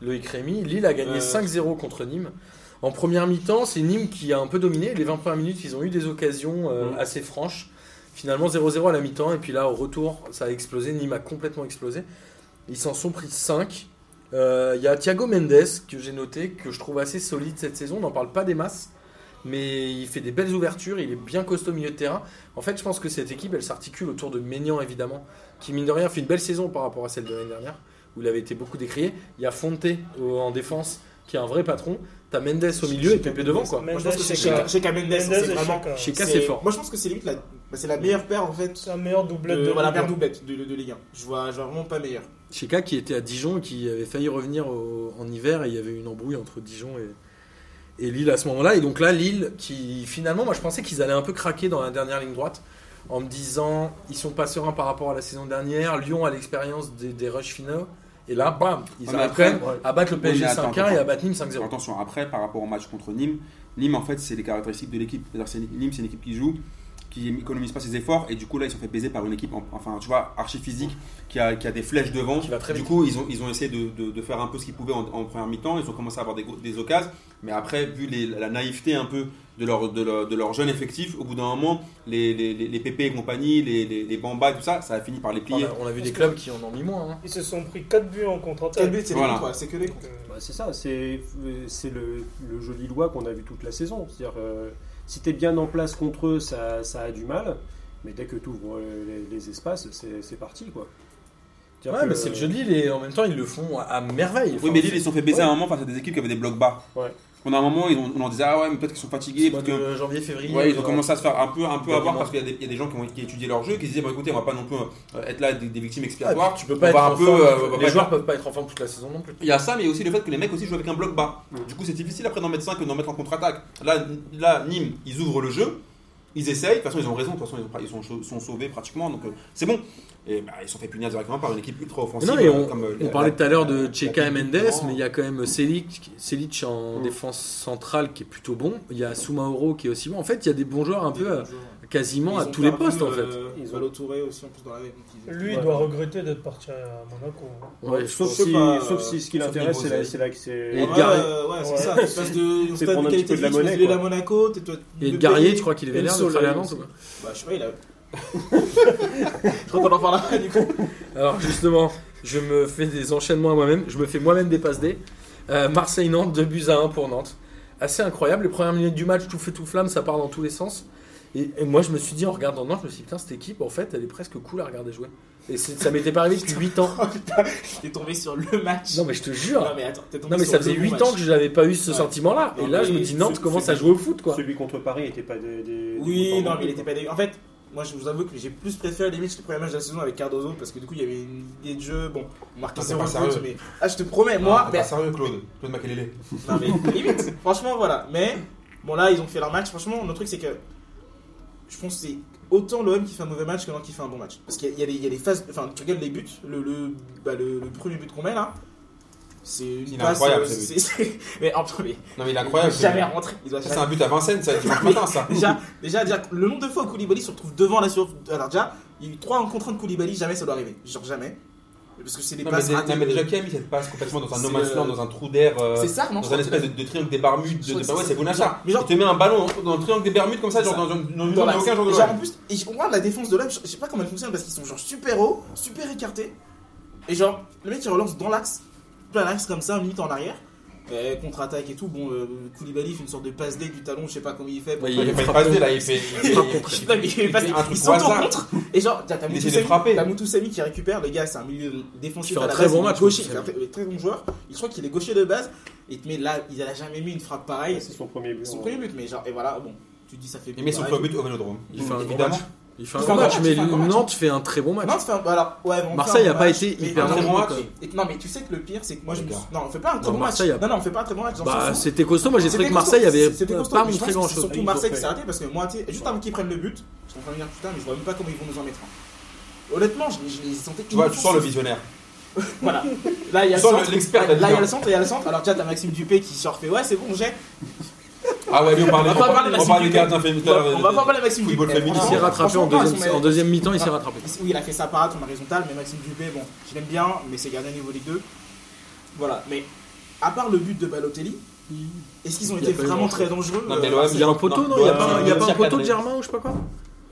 Speaker 1: Loïc Rémy. Lille a gagné
Speaker 4: Euh.
Speaker 1: 5-0 contre Nîmes. En première mi-temps, c'est Nîmes qui a un peu dominé. Les 20 premières minutes, ils ont eu des occasions euh,
Speaker 3: Mhm.
Speaker 1: assez franches. Finalement, 0-0 à la mi-temps. Et puis là, au retour, ça a explosé. Nîmes a complètement explosé. Ils s'en sont pris 5. Il y a Thiago Mendes que j'ai noté, que je trouve assez solide cette saison. On n'en parle pas des masses. Mais il fait des belles ouvertures, il est bien costaud au milieu de terrain. En fait, je pense que cette équipe, elle s'articule autour de Maignan, évidemment, qui, mine de rien, fait une belle saison par rapport à celle de l'année dernière, où il avait été beaucoup décrié. Il y a Fonte au- en défense, qui est un vrai patron. T'as Mendes au milieu et Pepe devant, quoi.
Speaker 4: Moi, je pense que c'est
Speaker 5: Mendes,
Speaker 4: Sheka- Sheka Mendes,
Speaker 5: Mendes
Speaker 4: c'est
Speaker 5: et
Speaker 4: vraiment.
Speaker 5: Shaka.
Speaker 1: Sheka, c'est fort.
Speaker 4: Moi, je pense que c'est limite la, bah, c'est la meilleure paire en fait.
Speaker 5: C'est la meilleure
Speaker 4: De,
Speaker 5: doublette de
Speaker 4: Euh, voilà,
Speaker 5: Ligue un.
Speaker 4: paire doublette de, de, de Ligue 1. Je vois, je vois vraiment pas meilleure.
Speaker 1: Cheka qui était à Dijon et qui avait failli revenir au- en hiver et il y avait eu une embrouille entre Dijon et, et Lille à ce moment-là. Et donc là, Lille qui finalement, moi je pensais qu'ils allaient un peu craquer dans la dernière ligne droite en me disant ils sont pas sereins par rapport à la saison dernière, Lyon a l'expérience des, des rushs finaux. Et là, bam, ils
Speaker 3: Ouais, mais
Speaker 1: arrivent quand
Speaker 3: après,
Speaker 1: même
Speaker 2: ouais.
Speaker 1: à battre le PSG
Speaker 3: Ouais, mais attends,
Speaker 1: 5-1 et à
Speaker 3: attends.
Speaker 1: battre Nîmes
Speaker 3: Alors
Speaker 1: 5-0.
Speaker 3: Attention, après, par rapport au match contre Nîmes, Nîmes, en fait, c'est les caractéristiques de l'équipe. C'est-à-dire, c'est- Nîmes, c'est une équipe qui joue, qui économise pas ses efforts, et du coup, là, ils se sont fait baiser par une équipe, en- enfin, tu vois, archi physique, qui a, qui a des flèches devant.
Speaker 1: Qui va très
Speaker 3: du
Speaker 1: vite.
Speaker 3: coup, ils ont, ils ont essayé de, de- de faire un peu ce qu'ils pouvaient en, en première mi-temps, ils ont commencé à avoir des, go- des occasions, mais après, vu les- la naïveté un peu de leur, de leur, de leur jeune effectif, au bout d'un moment, les, les, les, les Pépé et compagnie, les, les, les Bamba et tout ça, ça a fini par les
Speaker 1: On
Speaker 3: plier.
Speaker 1: a, on a vu des clubs qui en ont mis moins. hein.
Speaker 5: Ils se sont pris 4 buts en
Speaker 4: Quel
Speaker 5: contre-attaque. euh,
Speaker 4: but c'est
Speaker 3: Voilà.
Speaker 4: les contre, c'est que des contre.
Speaker 2: Bah, c'est ça, c'est euh, c'est le, le joli loi qu'on a vu toute la saison. C'est-à-dire, euh, si t'es bien en place contre eux, ça, ça a du mal, mais dès que tu ouvres les, les espaces, c'est c'est parti, quoi. C'est-à-dire
Speaker 1: Ouais,
Speaker 2: que-
Speaker 1: mais c'est le jeu de Lille et en même temps ils le font à, à merveille.
Speaker 3: Oui,
Speaker 1: Enfin,
Speaker 3: mais Lille, ils se sont fait baiser à un moment face à des équipes qui avaient des blocs bas.
Speaker 2: Ouais.
Speaker 3: On a un moment, ils ont- on en disait, ah ouais, mais peut-être qu'ils sont
Speaker 1: c'est
Speaker 3: fatigués,
Speaker 1: le mois
Speaker 3: parce que
Speaker 1: de janvier, février.
Speaker 3: Ouais, ils ont
Speaker 1: genre.
Speaker 3: commencé à se faire un peu, un peu
Speaker 1: euh, Bah,
Speaker 3: avoir
Speaker 1: dis-moi.
Speaker 3: parce qu'il y a des- il y, a des gens qui ont, qui ont étudié leur jeu qui se disaient bah, écoutez, on va pas non plus euh, être là des, des victimes
Speaker 1: Ah,
Speaker 3: expiatoires.
Speaker 1: tu peux
Speaker 3: on
Speaker 1: pas être
Speaker 3: va
Speaker 1: en
Speaker 3: un peu,
Speaker 1: forme, tu-
Speaker 3: euh, on va
Speaker 1: bah, les
Speaker 3: pas
Speaker 1: joueurs peuvent pas être en forme toute la saison non plus.
Speaker 3: Il y a ça, mais il y a aussi le fait que les mecs aussi jouent avec un bloc bas. Du coup, c'est difficile après d'en mettre 5 que d'en mettre en contre-attaque. Là, là, Nîmes, ils ouvrent le jeu, ils essayent. De toute façon, ils ont raison. De toute façon, ils, ont- ils sont, ils sont sauvés pratiquement, donc euh, c'est bon. Et bah, ils sont fait punir directement par une équipe ultra offensive.
Speaker 1: Non, mais on,
Speaker 3: euh, comme, euh,
Speaker 1: on
Speaker 3: la-
Speaker 1: parlait
Speaker 3: la-
Speaker 1: tout à l'heure de
Speaker 3: la-
Speaker 1: Cheka et
Speaker 3: la-
Speaker 1: Mendes, mais il y a quand même Selic, Selic en défense centrale qui est plutôt bon. Il y a Soumaoro qui est aussi bon. En fait, il y a des bons joueurs un peu euh, quasiment à tous les postes en fait.
Speaker 2: Ils
Speaker 4: Ils
Speaker 2: ont-
Speaker 4: ont l'autouré euh, aussi en plus dans la même. donc ils-
Speaker 5: Lui, il doit regretter d'être parti à Monaco.
Speaker 1: Ouais, je-
Speaker 2: Sauf,
Speaker 4: Je sais
Speaker 2: si,
Speaker 4: pas,
Speaker 2: sauf si ce qui
Speaker 1: sauf
Speaker 2: l'intéresse,
Speaker 1: niveau
Speaker 2: c'est la,
Speaker 1: zéro.
Speaker 2: c'est la- c'est-
Speaker 1: Et-
Speaker 4: Ouais,
Speaker 1: Edgar-
Speaker 4: euh, ouais, c'est
Speaker 5: Ouais.
Speaker 4: ça. Tu passes de, on se
Speaker 2: C'est
Speaker 4: passe
Speaker 2: prendre
Speaker 4: de
Speaker 2: un petit
Speaker 4: qualité
Speaker 2: peu de la
Speaker 4: physique,
Speaker 2: monnaie,
Speaker 4: tu fais de la
Speaker 2: quoi.
Speaker 4: Monaco, t'es toi.
Speaker 1: Et
Speaker 4: de
Speaker 1: Garrier,
Speaker 4: payer-
Speaker 1: tu crois qu'il avait
Speaker 5: Et le
Speaker 1: l'air de
Speaker 5: soleil
Speaker 1: travailler à Nantes
Speaker 5: aussi.
Speaker 1: ou
Speaker 4: Bah, je sais pas, il a. je crois qu'on en parlera du coup.
Speaker 1: pas Alors justement, je me fais des enchaînements à moi-même. Je me fais moi-même des passes D. Euh, Marseille-Nantes, 2 buts à 1 pour Nantes. Assez incroyable. Les premières minutes du match, tout feu, tout flamme, ça part dans tous les sens. Et, et moi, je me suis dit, en regardant Nantes, je me suis dit, putain, cette équipe, en fait, elle est presque cool à regarder jouer. Et c'est- ça m'était pas arrivé depuis 8 ans.
Speaker 4: T'es tombé sur le match.
Speaker 1: Non, mais je te jure.
Speaker 4: Non, mais attends, t'es tombé
Speaker 1: Non mais
Speaker 4: sur
Speaker 1: ça
Speaker 4: le
Speaker 1: faisait
Speaker 4: bon
Speaker 1: 8
Speaker 4: match.
Speaker 1: ans que je n'avais pas eu ce
Speaker 4: Ouais.
Speaker 1: sentiment-là.
Speaker 4: Non,
Speaker 1: Et là,
Speaker 4: mais
Speaker 1: je me dis, Nantes
Speaker 4: ce-
Speaker 1: commence
Speaker 4: ce-
Speaker 1: à jouer au foot, quoi.
Speaker 2: Celui contre Paris n'était pas des. des-
Speaker 4: Oui,
Speaker 2: des-
Speaker 4: non, mais il était pas dégueu. En fait, moi je vous avoue que j'ai plus préféré les matchs les premiers matchs de la saison avec Cardozo parce que du coup il y avait une idée de jeu. Bon, on marquait
Speaker 3: Non, c'est
Speaker 4: 0
Speaker 3: pas
Speaker 4: but,
Speaker 3: sérieux.
Speaker 4: mais. Ah, je te promets, moi.
Speaker 3: Non,
Speaker 4: mais-
Speaker 3: pas sérieux, Claude. Claude Makelele.
Speaker 4: Non mais limite, franchement voilà. Mais bon là ils ont fait leur match. Franchement le truc c'est que je pense que c'est autant l'OM qui fait un mauvais match que l'OM qui fait un bon match. Parce qu'il y, a- il y a des- il y a des phases, enfin tu regardes les buts, le, le, bah, le, le premier but qu'on met là, c'est une
Speaker 3: est
Speaker 4: passe.
Speaker 3: incroyable,
Speaker 4: euh,
Speaker 3: ce
Speaker 4: c'est- c'est- mais en premier,
Speaker 3: Non, mais il est
Speaker 4: il doit
Speaker 3: incroyable.
Speaker 4: jamais
Speaker 3: Ça,
Speaker 4: rentrer. Il doit
Speaker 3: C'est
Speaker 4: jamais...
Speaker 3: un but à Vincennes, ça, dimanche matin, ça.
Speaker 4: Déjà, déjà, déjà, le nombre de fois où Koulibaly se retrouve devant la surface. Alors déjà, il y a eu 3 rencontres de Koulibaly, jamais ça doit arriver. Genre jamais. Parce que c'est des
Speaker 3: Non, mais,
Speaker 4: passes
Speaker 3: dé-
Speaker 4: ratées
Speaker 3: non, mais
Speaker 4: de-
Speaker 3: déjà, qui a mis cette passe complètement dans un
Speaker 4: C'est,
Speaker 3: no man's land,
Speaker 4: euh,
Speaker 3: dans un trou d'air, euh,
Speaker 4: C'est ça, non je
Speaker 3: dans
Speaker 4: crois
Speaker 3: un
Speaker 4: que-
Speaker 3: espèce de, de triangle des Barmudes
Speaker 4: Je
Speaker 3: de,
Speaker 4: crois
Speaker 3: de-
Speaker 4: que
Speaker 3: ouais,
Speaker 4: c'est-
Speaker 3: c'est Bonacha.
Speaker 4: Mais genre-
Speaker 3: Il te met un ballon dans le triangle des Bermudes comme ça,
Speaker 4: C'est
Speaker 3: genre
Speaker 4: ça.
Speaker 3: dans, dans, dans une
Speaker 4: Dans
Speaker 3: zone
Speaker 4: la-
Speaker 3: où aucun genre de
Speaker 4: genre,
Speaker 3: l'OM.
Speaker 4: en plus, et je- on regarde la défense de l'OM, je je sais pas comment elle fonctionne parce qu'ils sont genre super hauts, super écartés. Et genre, le mec il relance dans l'axe, plein l'axe comme ça, limite en arrière. Euh, Contre-attaque et tout. Bon, euh, Koulibaly fait une sorte de passe D du talon, je sais pas comment il fait. pour-
Speaker 1: Ouais,
Speaker 3: Il a fait une passe D, là, il fait. il-
Speaker 1: frappe
Speaker 3: il-
Speaker 1: contre.
Speaker 4: Putain, mais il passe-
Speaker 3: fait un truc
Speaker 4: ils sont
Speaker 3: au
Speaker 4: en
Speaker 3: hasard.
Speaker 4: contre. Et genre, t'as t'as
Speaker 3: Il
Speaker 4: Moutou
Speaker 3: essaie de
Speaker 4: Samy-
Speaker 3: frapper.
Speaker 4: t'as Moutou Samy qui récupère, le gars, c'est un milieu défensif
Speaker 1: Il fait
Speaker 4: à
Speaker 1: un
Speaker 4: la
Speaker 1: très
Speaker 4: base,
Speaker 1: bon
Speaker 4: il est
Speaker 1: match,
Speaker 4: gaucher,
Speaker 1: Moutou
Speaker 4: il fait un très- très bon joueur. Je crois qu'il est gaucher de base. Et mais là, il a jamais mis une frappe pareille.
Speaker 2: C'est son premier but.
Speaker 4: C'est son
Speaker 2: hein.
Speaker 4: premier but, mais genre, et voilà, bon, tu te dis ça fait
Speaker 3: Il met son
Speaker 4: pareil.
Speaker 3: premier but au Vélodrome.
Speaker 1: Il fait un gros
Speaker 3: Évidemment.
Speaker 1: match. Il fait un
Speaker 4: Il
Speaker 1: gros match, mais
Speaker 4: il fait un gros match.
Speaker 1: Nantes fait un très bon match.
Speaker 4: Non, c'est un. bah, Alors, ouais, mais on fait
Speaker 1: Marseille
Speaker 4: un
Speaker 1: a
Speaker 4: bon
Speaker 1: pas
Speaker 4: match.
Speaker 1: été
Speaker 4: Mais-
Speaker 1: hyper
Speaker 4: non,
Speaker 3: bon
Speaker 4: mais-
Speaker 3: match.
Speaker 4: et- Non, mais tu sais que le pire, c'est que moi je me
Speaker 3: Les
Speaker 4: suis.
Speaker 3: gars.
Speaker 4: Non, on fait pas un très
Speaker 1: Non,
Speaker 4: bon match.
Speaker 1: Marseille a-
Speaker 4: Non, non, on fait pas un très bon match. dans le
Speaker 1: Bah,
Speaker 4: sens où-
Speaker 1: c'était costaud, mais j'ai trouvé que Marseille avait
Speaker 4: C'était costaud,
Speaker 1: pas
Speaker 4: mais
Speaker 1: montré
Speaker 4: je pense que
Speaker 1: grand
Speaker 4: c'est
Speaker 1: chose.
Speaker 4: Surtout
Speaker 2: Ils
Speaker 4: Marseille
Speaker 2: ont
Speaker 4: qui s'est
Speaker 2: fait.
Speaker 4: arrêté parce que moi, tu sais, juste avant qu'ils prennent le but, je suis en train de me dire putain, mais je vois même pas comment ils vont nous en mettre un. Honnêtement, je, je les sentais
Speaker 3: Tu vois, tu sens le visionnaire.
Speaker 4: Voilà. Là, il y a
Speaker 3: Tu
Speaker 4: le
Speaker 3: sens le-
Speaker 4: centre.
Speaker 3: l'expert de la
Speaker 4: Là, il y
Speaker 3: Ligue
Speaker 4: a
Speaker 3: 1.
Speaker 4: le centre, il y a le centre. Alors, déjà, t'as Maxime Dupé qui sort fait ouais, c'est bon, j'ai.
Speaker 3: Ah ouais, mais on parlait, on
Speaker 4: pas parler
Speaker 3: parlait,
Speaker 4: de
Speaker 3: on parlait
Speaker 4: Maxime
Speaker 3: des gardiens féminins. tout à l'heure,
Speaker 4: On va
Speaker 3: des-
Speaker 4: pas parler de Maxime
Speaker 3: Football
Speaker 4: Dupé.
Speaker 3: féminin.
Speaker 1: Il s'est
Speaker 3: Non,
Speaker 1: rattrapé en
Speaker 4: franchement, ils sont
Speaker 1: deuxième,
Speaker 4: meilleurs.
Speaker 1: en deuxième mi-temps, Ah, il s'est
Speaker 4: Ah.
Speaker 1: rattrapé.
Speaker 4: Oui, il a fait sa parade, on horizontale, mais Maxime Dupé, bon, je l'aime bien, mais c'est gardien niveau Ligue 2. Voilà, mais à part le but de Balotelli, est-ce qu'ils ont
Speaker 1: Il y a
Speaker 4: été
Speaker 1: pas eu
Speaker 4: vraiment
Speaker 1: grand-chose.
Speaker 4: très dangereux
Speaker 3: Non, mais
Speaker 4: euh,
Speaker 3: l'OM,
Speaker 1: Il y a un poteau, non Il y a
Speaker 2: ouais,
Speaker 1: pas un- il y a
Speaker 2: ouais,
Speaker 1: pas un
Speaker 3: ouais,
Speaker 1: poteau de
Speaker 3: ouais.
Speaker 1: Germain ou je sais pas quoi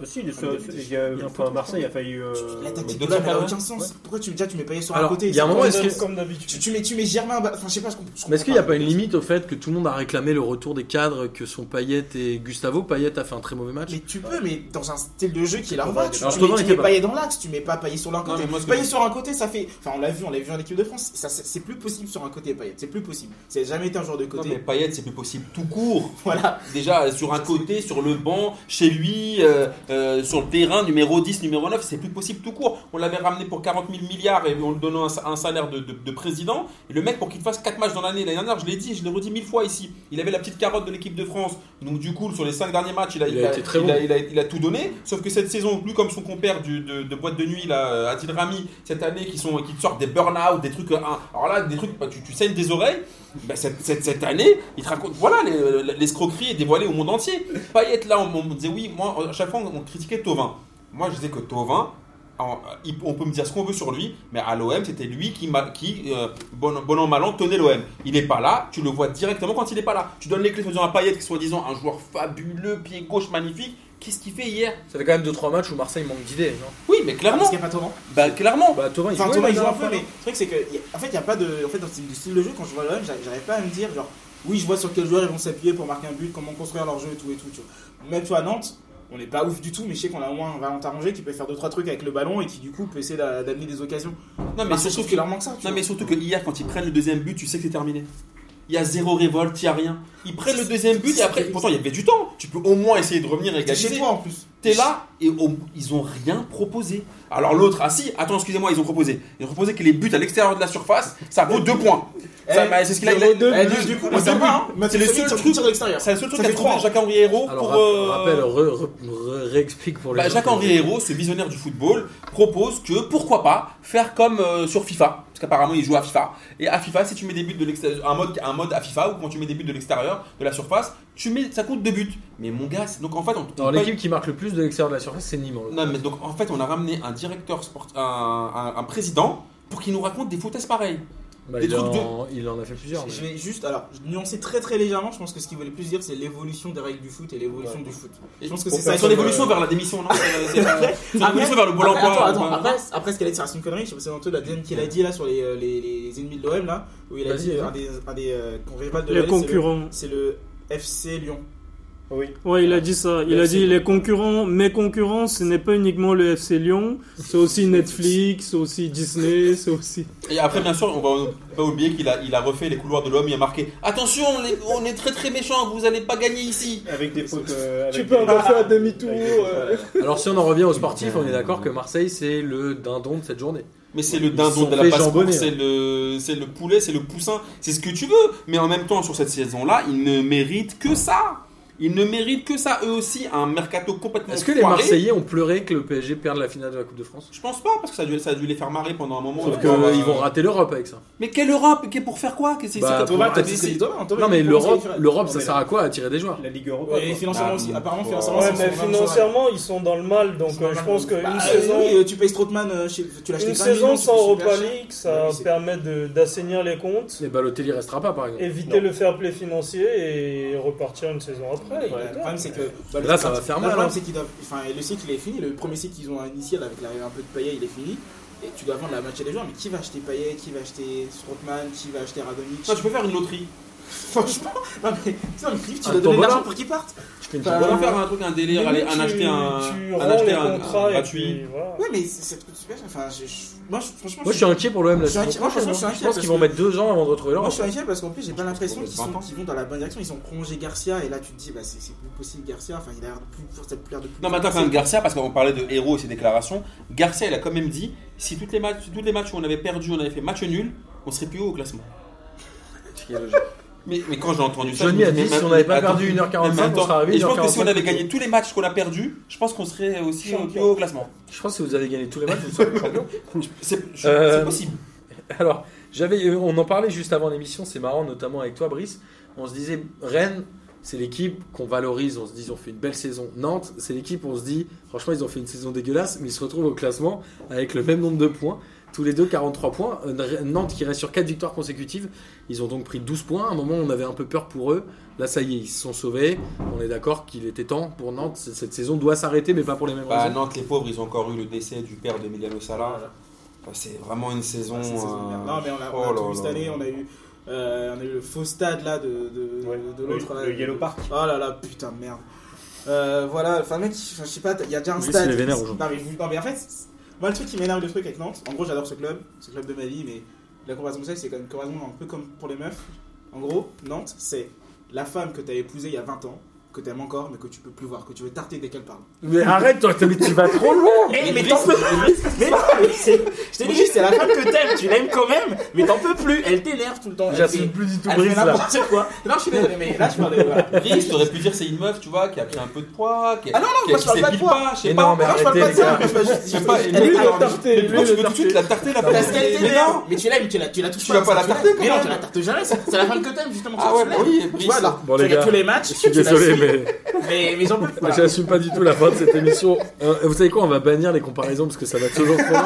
Speaker 2: Aussi, Ah, il y a-
Speaker 1: Il y a un
Speaker 2: enfin, Marseille a failli. euh,
Speaker 4: L'attaque
Speaker 3: Mais
Speaker 4: de
Speaker 3: deux
Speaker 4: l'OM, elle a
Speaker 3: tirs
Speaker 4: aucun sens. Pourquoi tu, déjà, tu mets Payet sur un
Speaker 1: hein. Alors,
Speaker 4: côté
Speaker 1: il y a un
Speaker 4: c'est
Speaker 1: moment,
Speaker 4: pas-
Speaker 1: est-ce que-
Speaker 5: Comme
Speaker 4: tu,
Speaker 5: d'habitude.
Speaker 4: tu mets, tu mets Germain, bah, enfin, je sais pas, je comprends. je
Speaker 1: Ah, Mais est-ce qu'il n'y a
Speaker 4: comprends
Speaker 1: pas une limite au fait que tout le monde a réclamé le retour des cadres que sont Payet et Gustavo Payet a fait un très mauvais match
Speaker 4: Mais tu peux, mais dans un style de jeu qui est leur va. Tu,
Speaker 1: Alors,
Speaker 4: tu
Speaker 1: Thauvin
Speaker 4: mets, tu
Speaker 1: était
Speaker 4: mets
Speaker 1: pas.
Speaker 4: Payet dans l'axe, tu mets pas Payet sur l'un côté.
Speaker 3: mais moi, ce que-
Speaker 4: Payet sur un côté, ça fait. Enfin, on l'a vu, on l'a vu en équipe de France. Ça, c'est c'est plus possible sur un côté Payet, c'est plus possible. C'est jamais été un joueur de
Speaker 3: Non,
Speaker 4: côté.
Speaker 3: mais Payet, c'est plus possible tout court.
Speaker 4: Voilà.
Speaker 3: Déjà, sur un côté, sur le banc, chez lui, euh, euh, sur le terrain, numéro 10, numéro 9, c'est plus possible tout court. On l'avait ramené pour 40 000 milliards et on lui donnant un, sa- un salaire de, de- de président. Et le mec, pour qu'il fasse 4 matchs dans l'année, l'année dernière, je l'ai dit, je l'ai redit mille fois ici, il avait la petite carotte de l'équipe de France. Donc, du coup, sur les 5 derniers matchs, il a,
Speaker 1: Il a été très
Speaker 3: il
Speaker 1: bon.
Speaker 3: a- il a- il a tout donné. Sauf que cette saison, plus comme son compère du- de, de boîte de nuit, là, euh, Adil Rami, cette année, qui, sont, qui te sortent des burn-out, des trucs. hein, alors là, des trucs, bah, tu, tu saignes des oreilles. Bah, cette, cette- cette année, il te raconte, voilà, les- euh, l'escroquerie est dévoilée au monde entier. Payet, là, on, on me disait, oui, moi, à chaque fois, on, on critiquait Tovin. Moi, je disais que Tovin, en- il- on peut me dire ce qu'on veut sur lui, mais à l'OM, c'était lui qui, m'a- qui euh, bon, bon an, mal an, tenait l'OM. Il n'est pas là, tu le vois directement quand il n'est pas là. Tu donnes les clés soi-disant à Payet, qui est soi-disant un joueur fabuleux, pied gauche magnifique. Qu'est-ce qu'il fait hier
Speaker 1: Ça fait quand même 2-3 matchs où Marseille manque d'idées. non
Speaker 3: Oui, mais
Speaker 4: Parce
Speaker 3: clairement.
Speaker 4: qu'il n'y a pas Thomas.
Speaker 3: Bah, clairement.
Speaker 1: Bah, Thomas, il
Speaker 4: Enfin,
Speaker 1: jouait,
Speaker 4: Thomas,
Speaker 1: la
Speaker 4: il joue un
Speaker 1: dernière
Speaker 4: peu,
Speaker 1: fois,
Speaker 4: mais le truc, c'est que, y a- en fait, il n'y a pas de. En fait, dans le style- le style de jeu, quand je vois l'OM, j'a- j'arrive pas à me dire, genre, oui, je vois sur quel joueur ils vont s'appuyer pour marquer un but, comment construire leur jeu et tout et tout. tu vois. Même, tu vois, à Nantes, on n'est pas ouf du tout, mais je sais qu'on a au moins un Valentin Rongier qui peut faire 2-3 trucs avec le ballon et qui, du coup, peut essayer d'a- d'amener des occasions.
Speaker 3: Non, mais
Speaker 4: Bah, Parce que
Speaker 3: surtout
Speaker 4: je trouve
Speaker 3: que
Speaker 4: qu'il leur manque ça. tu
Speaker 3: Non
Speaker 4: vois.
Speaker 3: mais surtout que hier quand ils prennent le deuxième but, tu sais que c'est terminé. Il y a zéro révolte, il y a rien. Ils prennent le deuxième but et après pourtant il y avait du temps. Tu peux au moins essayer de revenir et
Speaker 4: T'es chez
Speaker 3: égaliser.
Speaker 4: toi en plus.
Speaker 3: T'es là et on- ils ont rien proposé. Alors l'autre, ah si, attends excusez-moi, ils ont proposé. Ils ont proposé que les buts à l'extérieur de la surface, ça vaut deux points. Ça,
Speaker 4: Eh,
Speaker 3: bah, c'est ce qu'il a.
Speaker 4: zéro
Speaker 3: il a-
Speaker 4: deux,
Speaker 3: Eh,
Speaker 4: deux,
Speaker 3: du-
Speaker 4: du coup,
Speaker 3: deux
Speaker 4: ça
Speaker 3: buts.
Speaker 4: va, hein.
Speaker 3: C'est le
Speaker 4: Mathieu
Speaker 3: seul
Speaker 4: Savic,
Speaker 3: truc.
Speaker 4: tire de l'extérieur.
Speaker 3: C'est le seul
Speaker 4: Ça
Speaker 3: truc qu'a
Speaker 4: fait
Speaker 3: trouvé
Speaker 4: trois.
Speaker 3: Jacques Henri Hérault
Speaker 1: Alors,
Speaker 3: pour.
Speaker 1: rap-
Speaker 3: euh,
Speaker 1: rappel, re- re- re- réexplique pour les
Speaker 3: bah,
Speaker 1: gens.
Speaker 3: Jacques-Henri Hérault, ce visionnaire du football, propose que pourquoi pas faire comme euh, sur FIFA, parce qu'apparemment il joue à FIFA. Et à FIFA, si tu mets des buts de l'extérieur, un mode, un mode à FIFA où quand tu mets des buts de l'extérieur, de la surface, tu mets, ça compte deux buts. Mais mon gars, c'est- donc en fait, on,
Speaker 1: Alors,
Speaker 3: on paye-
Speaker 1: l'équipe qui marque le plus de l'extérieur de la surface, c'est Nîmes. en l'occurrence.
Speaker 3: non, mais donc en fait, on a ramené un directeur sport, un, un- un président pour qu'il nous raconte des foutaises pareilles.
Speaker 1: Bah,
Speaker 3: des
Speaker 1: il,
Speaker 3: trucs
Speaker 1: en, il en a fait plusieurs. mais-
Speaker 4: Je vais juste, alors, je nuancer très très légèrement. Je pense que ce qu'il voulait plus dire, c'est l'évolution des règles du foot et l'évolution du foot. Je pense que c'est ça.
Speaker 3: Son
Speaker 4: qui-
Speaker 3: évolution vers la démission, non C'est- c'est- Son
Speaker 5: Ah,
Speaker 4: Après-
Speaker 3: évolution vers le euh, bon
Speaker 4: Après,
Speaker 3: emploi.
Speaker 4: euh, Ah, attends, attends,
Speaker 3: enfin,
Speaker 4: après, après ce qu'elle a dit, ça reste une connerie. Je sais pas si c'est dans tout la deuxième qu'il a dit là sur les, euh, les, les ennemis de l'OM là, où il a
Speaker 1: Vas-y,
Speaker 4: dit
Speaker 1: vas-y.
Speaker 4: un des, un des euh, qu'on rival euh, de
Speaker 5: Les
Speaker 4: l'OM, c'est le-
Speaker 5: concurrents.
Speaker 4: c'est le FC Lyon.
Speaker 2: Oui.
Speaker 5: Ouais, il a dit ça. Il
Speaker 2: Le
Speaker 5: a
Speaker 2: FC
Speaker 5: dit les concurrents, mes concurrents, ce n'est pas uniquement le FC Lyon, c'est aussi Netflix, c'est aussi Disney, c'est aussi.
Speaker 3: Et après, bien sûr, on va pas oublier qu'il a, il a refait les couloirs de l'homme, il a marqué Attention, on est, on est très très méchants, vous allez pas gagner ici.
Speaker 2: Avec des fautes. euh,
Speaker 4: Tu
Speaker 2: avec
Speaker 4: peux
Speaker 2: des-
Speaker 4: encore faire demi-tour.
Speaker 2: Avec des-
Speaker 4: euh,
Speaker 1: Alors si on en revient aux sportifs, on est d'accord que Marseille c'est le dindon de cette journée.
Speaker 3: Mais c'est le
Speaker 1: Ils se sont
Speaker 3: dindon de la
Speaker 1: fait
Speaker 3: passe
Speaker 1: jambonner, hein.
Speaker 3: c'est le, c'est le poulet, c'est le poussin, c'est ce que tu veux. Mais en même temps, sur cette saison-là, ils ne méritent que ça. Ils ne méritent que ça, eux aussi, un mercato complètement
Speaker 1: Est-ce que les
Speaker 3: foiré.
Speaker 1: Marseillais ont pleuré que le PSG perde la finale de la Coupe de France
Speaker 3: Je pense pas, parce que ça a, dû, ça a dû les faire marrer pendant un moment.
Speaker 1: Sauf
Speaker 3: Ouais,
Speaker 1: qu'ils
Speaker 3: bah,
Speaker 1: vont rater l'Europe avec ça.
Speaker 3: Mais quelle Europe Qu'est- Pour faire quoi Qu'est-ce que c'est
Speaker 1: Bah,
Speaker 3: comme-
Speaker 1: pour
Speaker 4: Ah,
Speaker 3: Thomas,
Speaker 1: rater
Speaker 3: t'as dit-
Speaker 1: ses-
Speaker 3: c'est-
Speaker 4: hein,
Speaker 1: Non mais l'Europe, l'Europe,
Speaker 2: Non,
Speaker 1: ça
Speaker 2: mais
Speaker 1: sert à quoi à attirer des joueurs
Speaker 2: La Ligue Europa.
Speaker 4: Et
Speaker 2: quoi.
Speaker 4: financièrement
Speaker 3: Bah,
Speaker 4: aussi.
Speaker 3: oui.
Speaker 4: Apparemment,
Speaker 3: Ouais,
Speaker 4: financièrement,
Speaker 5: Ah, Ouais,
Speaker 4: ils sont
Speaker 5: mais
Speaker 4: vraiment
Speaker 5: financièrement, ils sont dans le mal, donc
Speaker 4: Ils sont
Speaker 5: euh,
Speaker 4: dans
Speaker 5: je
Speaker 4: le
Speaker 5: pense
Speaker 4: mal.
Speaker 5: qu'une
Speaker 4: Bah,
Speaker 5: saison,
Speaker 4: oui, euh, tu payes Strootman, euh, chez- tu l'achètes
Speaker 5: une
Speaker 4: 20
Speaker 5: saison
Speaker 4: millions, tu
Speaker 5: sans
Speaker 4: payes super
Speaker 5: Europa
Speaker 4: cher.
Speaker 5: League, ça
Speaker 4: Ouais, c'est-
Speaker 5: permet de- d'assainir les comptes,
Speaker 1: Et Balotelli bah, restera pas par exemple.
Speaker 5: éviter le fair play financier et repartir une saison après.
Speaker 4: Ouais, le problème c'est que bah, le-
Speaker 1: Là, ça va faire
Speaker 4: le
Speaker 1: mal,
Speaker 4: problème,
Speaker 1: hein.
Speaker 4: c'est qu'ils doivent- enfin, le cycle il est fini. Le premier cycle qu'ils ont initial avec l'arrivée un peu de Payet il est fini. Et tu dois vendre la match des joueurs. Mais qui va acheter Payet Qui va acheter Strootman Qui va acheter Radonic
Speaker 3: Non, je peux faire une loterie.
Speaker 4: Franchement, non mais, non, mais Cliff, tu
Speaker 1: Un
Speaker 4: dois donner de
Speaker 1: tombola.
Speaker 4: l'argent pour qu'ils partent.
Speaker 1: Je fais une
Speaker 4: Bah,
Speaker 1: petite
Speaker 3: On va
Speaker 1: bola.
Speaker 3: faire un truc, un délire, aller, un acheter un,
Speaker 5: tu
Speaker 3: un
Speaker 5: rends
Speaker 3: acheter
Speaker 5: les
Speaker 3: un, un
Speaker 5: contrats et
Speaker 3: gratuit.
Speaker 5: puis voilà.
Speaker 4: Ouais, mais c'est- ça te coûte super. cher. Enfin, je, je- moi, je- franchement,
Speaker 1: Moi je suis inquiet pour l'OM là.
Speaker 4: Je suis inquiet- moi, franchement, je suis
Speaker 1: Je
Speaker 4: inquiet
Speaker 1: pense
Speaker 4: parce
Speaker 1: qu'ils vont
Speaker 4: que-
Speaker 1: mettre deux ans avant de retrouver
Speaker 4: Moi,
Speaker 1: l'Europe.
Speaker 4: je suis inquiet parce qu'en plus, j'ai pas l'impression
Speaker 3: qu'on
Speaker 4: qu'ils
Speaker 3: va
Speaker 4: sont,
Speaker 3: pas.
Speaker 4: qu'ils vont dans la bonne direction. Ils ont prolongé Garcia et là, tu te dis, bah, c'est c'est plus possible Garcia. Enfin, il a l'air de plus force d'être plus l'air de plus.
Speaker 3: Non, mais attends, quand même, Garcia, parce qu'on parlait de héros et ses déclarations. Garcia, il a quand même dit si toutes les matchs, si tous les matchs où on avait perdu, on avait fait match nul, on serait plus haut au classement. Mais, mais quand j'ai entendu ça,
Speaker 1: Johnny
Speaker 3: je
Speaker 1: a
Speaker 3: me dis,
Speaker 1: dit
Speaker 3: mais
Speaker 1: si
Speaker 3: ma-
Speaker 1: on n'avait pas
Speaker 3: attends,
Speaker 1: perdu
Speaker 3: mais
Speaker 1: 1h45,
Speaker 3: attends,
Speaker 1: on serait arrivé
Speaker 3: et je pense que si on
Speaker 1: 1h45.
Speaker 3: avait gagné tous les matchs qu'on a perdus, je pense qu'on serait aussi
Speaker 5: Champion.
Speaker 3: plus haut au classement.
Speaker 1: Je pense que si vous avez gagné tous les matchs, vous serez champion.
Speaker 3: C'est je-
Speaker 1: Euh,
Speaker 3: c'est possible.
Speaker 1: Alors, j'avais, euh, on en parlait juste avant l'émission, c'est marrant, notamment avec toi, Brice. On se disait, Rennes, c'est l'équipe qu'on valorise. On se dit, ils ont fait une belle saison. Nantes, c'est l'équipe, on se dit, franchement, ils ont fait une saison dégueulasse, mais ils se retrouvent au classement avec le même nombre de points. Tous les deux, 43 points. Euh, Nantes qui reste sur 4 victoires consécutives. Ils ont donc pris 12 points. À un moment, on avait un peu peur pour eux. Là, ça y est, ils se sont sauvés. On est d'accord qu'il était temps pour Nantes. C- Cette saison doit s'arrêter, mais pas pour les mêmes
Speaker 3: Bah,
Speaker 1: raisons.
Speaker 3: Nantes, les pauvres, ils ont encore eu le décès du père de Emiliano Sala. Bah, c'est vraiment une saison.
Speaker 4: Ah, c'est- c'est- c'est-
Speaker 3: euh,
Speaker 4: Non, mais on a, on a
Speaker 3: oh
Speaker 4: tout
Speaker 3: là
Speaker 4: vu cette
Speaker 3: là.
Speaker 4: année. On a eu, euh, on a eu le faux stade là de, de,
Speaker 2: Ouais,
Speaker 4: de
Speaker 2: le-
Speaker 4: l'autre. là,
Speaker 2: le Yellow Park.
Speaker 4: Oh là là, putain, de merde. Euh, voilà, enfin, mec, je sais pas, il y a déjà un
Speaker 1: Lui,
Speaker 4: stade.
Speaker 1: il est vénère
Speaker 4: non,
Speaker 1: aujourd'hui.
Speaker 4: mais, vous- non, mais en fait, c'est- moi, le truc qui m'énerve le truc avec Nantes, en gros, j'adore ce club, ce club de ma vie, mais la comparaison que c'est, c'est quand même une comparaison un peu comme pour les meufs. En gros, Nantes, c'est la femme que t'as épousée il y a 20 ans, que t'aimes encore, mais que tu peux plus voir, que tu veux tarter dès qu'elle parle.
Speaker 1: Mais arrête, toi, tu tu vas trop loin.
Speaker 4: Eh, mais t'en peux plus Mais non, mais c'est- Je t'ai dit juste, c'est la femme que t'aimes, tu l'aimes quand même, mais t'en peux plus, elle t'énerve tout le temps. elle fait-
Speaker 1: J'assume plus du tout
Speaker 4: elle fait
Speaker 1: Brice là.
Speaker 4: n'importe quoi. Non, je suis désolé, mais là, je parle de. voilà.
Speaker 3: Brice, t'aurais pu dire c'est une meuf, tu vois, qui a pris un peu de poids, qui,
Speaker 4: Ah non, non,
Speaker 3: qui,
Speaker 4: moi,
Speaker 3: qui
Speaker 4: je parle pas de
Speaker 3: s'épile
Speaker 4: poids.
Speaker 3: pas, je sais
Speaker 1: Mais
Speaker 3: pas.
Speaker 1: non, mais
Speaker 4: Non, je
Speaker 1: arrêtez,
Speaker 4: parle pas de
Speaker 1: les gars.
Speaker 4: ça, je parle
Speaker 3: Je sais pas,
Speaker 4: juste.
Speaker 3: elle est
Speaker 4: alors,
Speaker 5: tarté,
Speaker 3: mais pourquoi
Speaker 5: lui,
Speaker 3: tu
Speaker 5: le
Speaker 3: veux tout de suite la tarter la
Speaker 4: Parce qu'elle
Speaker 3: Mais
Speaker 4: t'énerve
Speaker 3: non
Speaker 4: Mais tu l'aimes, tu la, tu la touches
Speaker 3: Tu vas pas la
Speaker 4: l'aimes.
Speaker 3: tarter, quand
Speaker 4: Mais non,
Speaker 3: même.
Speaker 4: tu la tartes jamais, c'est c'est la femme que t'aimes, justement.
Speaker 3: Ah
Speaker 4: tu
Speaker 3: ouais,
Speaker 4: l'aimes.
Speaker 3: bah oui,
Speaker 4: Tu
Speaker 3: Brice.
Speaker 4: vois, là,
Speaker 1: Bon,
Speaker 4: tu
Speaker 1: Oh, les
Speaker 4: regardes
Speaker 1: gars,
Speaker 4: tous les matchs,
Speaker 1: Je suis
Speaker 4: tu la
Speaker 1: désolé,
Speaker 4: suis,
Speaker 1: mais.
Speaker 4: mais, mais j'en peux
Speaker 1: Moi,
Speaker 4: plus. voilà.
Speaker 1: J'assume pas du tout la fin de cette émission. Euh, vous savez quoi, on va bannir les comparaisons parce que ça va toujours trop loin.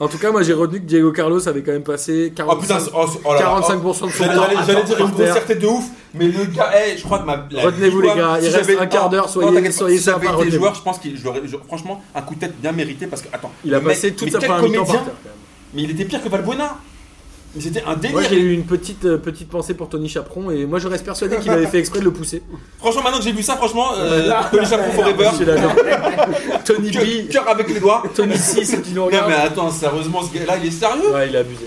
Speaker 1: En tout cas, moi j'ai retenu que Diego Carlos avait quand même passé
Speaker 3: Oh putain,
Speaker 1: 45,
Speaker 3: oh, oh là là, oh.
Speaker 1: 45% de son
Speaker 3: J'allais-
Speaker 1: temps.
Speaker 3: J'allais j'allais dire une
Speaker 1: par terre.
Speaker 3: grossièreté de ouf, mais le gars, eh, je crois que ma. la
Speaker 1: Retenez-vous,
Speaker 3: victoire,
Speaker 1: les gars, il reste
Speaker 3: j'avais-
Speaker 1: un quart d'heure,
Speaker 3: non,
Speaker 1: soyez-
Speaker 3: t'inquiète pas,
Speaker 1: soyez
Speaker 3: Si j'avais
Speaker 1: sympa,
Speaker 3: été
Speaker 1: retenez-vous.
Speaker 3: joueur, je pense qu'il je l'aurais. je- Franchement, un coup de tête bien mérité parce que. Attends,
Speaker 1: Il a
Speaker 3: le mec,
Speaker 1: passé toute
Speaker 3: mais
Speaker 1: sa
Speaker 3: quel
Speaker 1: première mi-temps par
Speaker 3: comédien,
Speaker 1: terre.
Speaker 3: Mais il était pire que Valbuena. Mais c'était un délire.
Speaker 1: Moi j'ai eu une petite, euh, petite pensée pour Tony Chaperon et moi je reste persuadé qu'il avait fait exprès de le pousser.
Speaker 3: Franchement, maintenant que j'ai vu ça, franchement, euh, Tony Chaperon Forever,
Speaker 1: Je suis d'accord. Tony
Speaker 3: cœur-
Speaker 1: B,
Speaker 3: cœur avec les doigts.
Speaker 1: Tony C, ceux qui nous
Speaker 3: Non, mais
Speaker 1: regardent.
Speaker 3: attends, sérieusement, ce gars-là, il est sérieux.
Speaker 1: Ouais, il a abusé.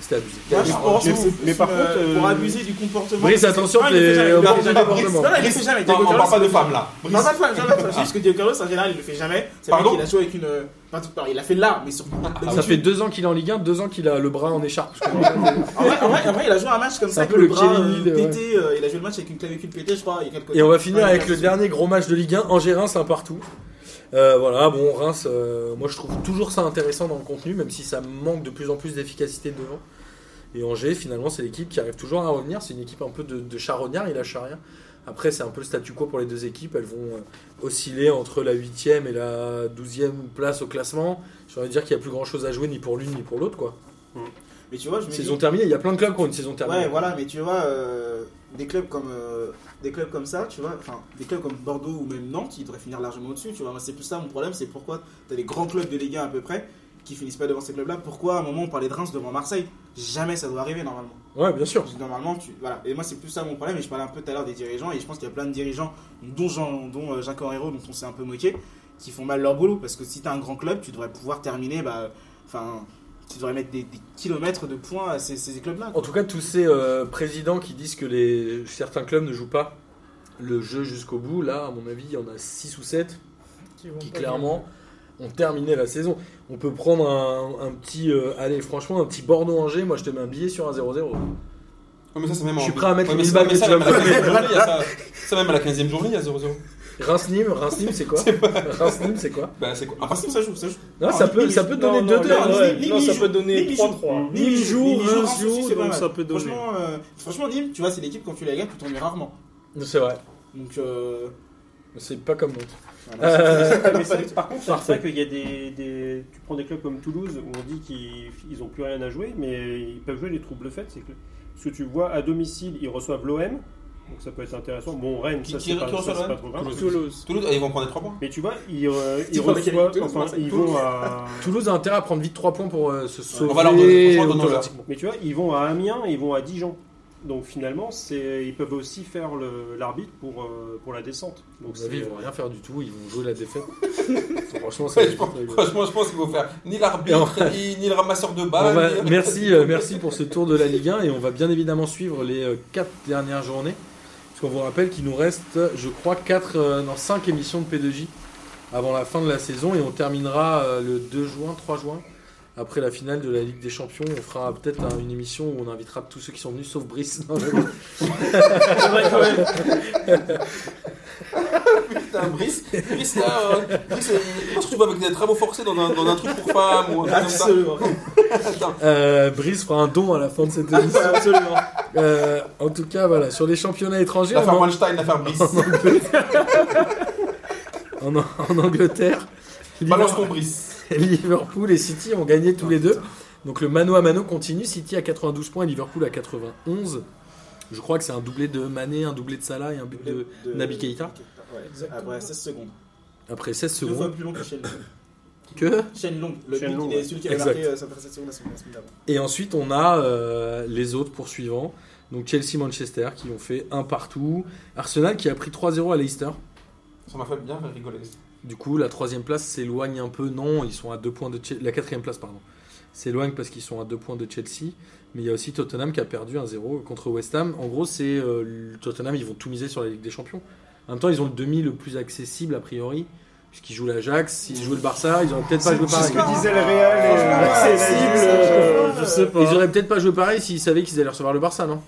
Speaker 1: C'était abusé.
Speaker 4: Moi, je pense
Speaker 2: Mais-
Speaker 4: que
Speaker 2: mais par
Speaker 4: euh,
Speaker 2: contre, euh,
Speaker 4: pour abuser du comportement.
Speaker 1: Brice, attention,
Speaker 4: Ah, il le fait
Speaker 1: t'es
Speaker 4: jamais,
Speaker 1: au
Speaker 4: il le
Speaker 1: bord
Speaker 4: fait
Speaker 1: du
Speaker 4: jamais.
Speaker 1: débordement.
Speaker 4: Non, non, il le
Speaker 3: Brice,
Speaker 4: fait jamais.
Speaker 3: Non,
Speaker 4: Diego
Speaker 3: on
Speaker 4: Carlos,
Speaker 3: parle pas de femme là.
Speaker 4: Non, pas de femme, jamais. C'est juste que Diego Carlos, en général, il le fait jamais. C'est vrai
Speaker 3: Pardon
Speaker 4: qu'il a joué avec une. euh, enfin, tout- non, il a fait là, mais surtout.
Speaker 1: Ah,
Speaker 3: Ah,
Speaker 1: Ça fait deux ans qu'il est en Ligue 1, deux ans qu'il a le bras en écharpe. je crois.
Speaker 4: En vrai, en vrai- en vrai, il a joué un match comme
Speaker 1: C'est
Speaker 4: ça,
Speaker 1: un
Speaker 4: avec
Speaker 1: peu
Speaker 4: le
Speaker 1: le
Speaker 4: bras
Speaker 1: Chiellini
Speaker 4: euh,
Speaker 1: de-
Speaker 4: pété. euh, Il a joué le match avec une clavicule pétée, je crois. il y a quelques-
Speaker 1: Et on va finir
Speaker 4: Ouais,
Speaker 1: avec le
Speaker 4: merci.
Speaker 1: dernier gros match de Ligue 1, Angers-Reims, un partout. Euh, voilà, bon, Reims, euh, moi je trouve toujours ça intéressant dans le contenu, même si ça manque de plus en plus d'efficacité devant. Et Angers, finalement, c'est l'équipe qui arrive toujours à revenir. C'est une équipe un peu de, de charognard, il lâche rien. Après, c'est un peu le statu quo pour les deux équipes. Elles vont euh, osciller entre la 8e et la 12e place au classement. J'ai envie de dire qu'il n'y a plus grand chose à jouer ni pour l'une ni pour l'autre. quoi.
Speaker 4: Mais tu vois, je me dis-
Speaker 1: Saison terminée, il y a plein de clubs qui ont une saison terminée.
Speaker 4: Ouais, voilà, mais tu vois, euh, des clubs comme euh, des clubs comme ça, tu vois, enfin, des clubs comme Bordeaux ou même Nantes, ils devraient finir largement au-dessus, tu vois. Moi, c'est plus ça mon problème, c'est pourquoi t'as les grands clubs de Ligue 1 à peu près qui finissent pas devant ces clubs-là. Pourquoi à un moment on parlait de Reims devant Marseille Jamais ça doit arriver normalement.
Speaker 1: Ouais, bien sûr.
Speaker 4: Normalement, tu, voilà. Et moi, c'est plus ça mon problème. Et je parlais un peu tout à l'heure des dirigeants. Et je pense qu'il y a plein de dirigeants, dont, Jean, dont euh, Jacques Herrero, dont on s'est un peu moqué, qui font mal leur boulot. Parce que si tu as un grand club, tu devrais pouvoir terminer. bah, Enfin, tu devrais mettre des, des kilomètres de points à ces, ces clubs-là.
Speaker 1: En tout cas, tous ces euh, présidents qui disent que les, certains clubs ne jouent pas le jeu jusqu'au bout, là, à mon avis, il y en a 6 ou 7 qui clairement ont terminé la saison. On peut prendre un, un petit, euh, allez, franchement, un petit Bordeaux-Angers. Moi, je te mets un billet sur un 0-0.
Speaker 6: Ouais, mais ça, c'est même
Speaker 1: Je suis
Speaker 6: en-
Speaker 1: prêt à mettre
Speaker 6: Ouais, mais
Speaker 1: 1000
Speaker 6: ça,
Speaker 1: balles
Speaker 6: mais
Speaker 1: que
Speaker 6: ça,
Speaker 1: tu vas
Speaker 6: même
Speaker 1: me
Speaker 6: à
Speaker 1: donner.
Speaker 6: la 15e journée, il y a ça. Ça, même à la 15e journée, il y a 0-0.
Speaker 1: Reims-Nîmes, Reims-Nîmes, c'est quoi Reims-Nîmes, c'est quoi
Speaker 6: Bah, c'est quoi Ah,
Speaker 4: En principe, ça joue, ça joue.
Speaker 1: Non,
Speaker 4: Non,
Speaker 1: ça peut,
Speaker 4: Nîmes,
Speaker 1: ça peut
Speaker 5: Non,
Speaker 1: donner
Speaker 5: non,
Speaker 1: 2
Speaker 4: Ah,
Speaker 5: non,
Speaker 1: terres.
Speaker 5: ouais,
Speaker 4: Nîmes,
Speaker 5: non, ça
Speaker 4: Nîmes
Speaker 5: peut donner
Speaker 4: joue.
Speaker 5: 3-3.
Speaker 4: Nîmes
Speaker 5: Nîmes
Speaker 4: joue,
Speaker 5: joue,
Speaker 4: Nîmes joue,
Speaker 5: Reims
Speaker 4: Reims aussi,
Speaker 5: joue,
Speaker 4: c'est pas
Speaker 5: donc
Speaker 4: mal.
Speaker 5: ça peut donner.
Speaker 4: Franchement, euh, franchement, Nîmes, tu vois, c'est l'équipe quand tu la gagnes, tu tombes rarement.
Speaker 1: C'est vrai.
Speaker 4: Donc, euh,
Speaker 1: C'est pas comme montre.
Speaker 4: voilà.
Speaker 2: Mais c'est- par contre, c'est pour
Speaker 1: Parfait.
Speaker 2: ça qu'il y a des, des- Tu prends des clubs comme Toulouse où on dit qu'ils ils ont plus rien à jouer, mais ils peuvent jouer les troubles faits. C'est que parce que tu vois à domicile, ils reçoivent l'OM, donc ça peut être intéressant. Bon, Rennes,
Speaker 6: Qui-
Speaker 2: ça
Speaker 6: qui-
Speaker 2: c'est pas,
Speaker 6: qui
Speaker 2: ça,
Speaker 6: reçoit
Speaker 2: c'est
Speaker 6: l'OM
Speaker 2: pas trop grave.
Speaker 5: Toulouse.
Speaker 6: Toulouse, ah, ils vont prendre des 3 points.
Speaker 2: Mais tu vois, ils, euh, ils
Speaker 3: Tu vois, Toulouse,
Speaker 2: reçoivent,
Speaker 3: Toulouse,
Speaker 2: enfin,
Speaker 3: Marseille,
Speaker 2: ils
Speaker 3: Toulouse.
Speaker 2: vont à.
Speaker 1: Toulouse a intérêt à prendre vite 3 points pour euh, se sauver.
Speaker 6: On va leur donner- franchement, donnons-leur.
Speaker 1: automatiquement.
Speaker 2: Mais tu vois, ils vont à Amiens, ils vont à Dijon. Donc finalement, c'est ils peuvent aussi faire le- l'arbitre pour euh, pour la descente.
Speaker 1: Donc,
Speaker 2: Donc
Speaker 1: à mon avis,
Speaker 2: c'est- euh,
Speaker 1: ils vont rien faire du tout, ils vont jouer la défaite. Franchement, ça va
Speaker 6: Ouais, je
Speaker 1: être
Speaker 6: pense-
Speaker 1: rigolo.
Speaker 2: bah,
Speaker 6: Franchement, je pense qu'il faut faire ni
Speaker 1: Et en
Speaker 6: l'arbitre, ni, ni le ramasseur de
Speaker 1: On
Speaker 6: balles.
Speaker 1: va-
Speaker 6: ni-
Speaker 1: bah,
Speaker 6: oh,
Speaker 1: merci, euh, merci pour ce tour de la Ligue 1 et on va bien évidemment suivre les euh, quatre dernières journées. Parce qu'on vous rappelle qu'il nous reste, je crois, quatre, euh, non, 5 émissions de P2J avant la fin de la saison et on terminera euh, le 2 juin, 3 juin, après la finale de la Ligue des Champions. On fera peut-être un- une émission où on invitera tous ceux qui sont venus sauf Brice. Non, je-
Speaker 6: Putain, Brice, Brice, là, euh, Brice, euh, il- on se retrouve avec des travaux forcés dans un, dans un truc pour femmes ou un truc comme ça.
Speaker 4: Absolument.
Speaker 1: Euh, Brice fera un don à la fin de cette émission.
Speaker 4: Absolument.
Speaker 1: Euh, en tout cas, voilà, sur les championnats étrangers, on
Speaker 6: L'affaire
Speaker 1: en-
Speaker 6: Weinstein, l'affaire Brice.
Speaker 1: en, en Angleterre,
Speaker 6: Balance ton Brice.
Speaker 1: Liverpool et City ont gagné tous les deux. Donc le mano à mano continue. City à 92 points et Liverpool à 91. Je crois que c'est un doublé de Mané, un doublé de Salah et un but de... Naby Keïta.
Speaker 4: Ouais, Après 16 secondes.
Speaker 1: Après 16
Speaker 4: Deux fois
Speaker 1: secondes.
Speaker 4: plus long que Shane Long.
Speaker 1: Que...
Speaker 4: Shane Long, le
Speaker 2: Shane
Speaker 4: but,
Speaker 2: Long,
Speaker 4: il est
Speaker 2: ouais.
Speaker 4: celui qui avait
Speaker 1: Exact.
Speaker 4: marqué euh, sa première secondes la semaine la semaine d'avant.
Speaker 1: Et ensuite, on a euh, les autres poursuivants. Donc Chelsea-Manchester qui ont fait un partout. Arsenal qui a pris 3-0 à Leicester.
Speaker 6: Ça m'a fait bien rigoler.
Speaker 1: Du coup, la troisième place s'éloigne un peu. Non, ils sont à deux points de Chelsea. La quatrième place, pardon, s'éloigne parce qu'ils sont à deux points de Chelsea. Mais il y a aussi Tottenham qui a perdu 1-0 contre West Ham. En gros, c'est euh, le- Tottenham, ils vont tout miser sur la Ligue des Champions. En même temps, ils ont le demi le plus accessible a priori, puisqu'ils jouent l'Ajax. S'ils jouaient le Barça, ils auraient peut-être pas joué
Speaker 2: C'est ce que
Speaker 1: pareil.
Speaker 2: disait le Real. et, euh,
Speaker 5: Accessible, euh, je sais pas.
Speaker 1: Ils auraient peut-être pas joué pareil s'ils savaient qu'ils allaient recevoir le Barça, non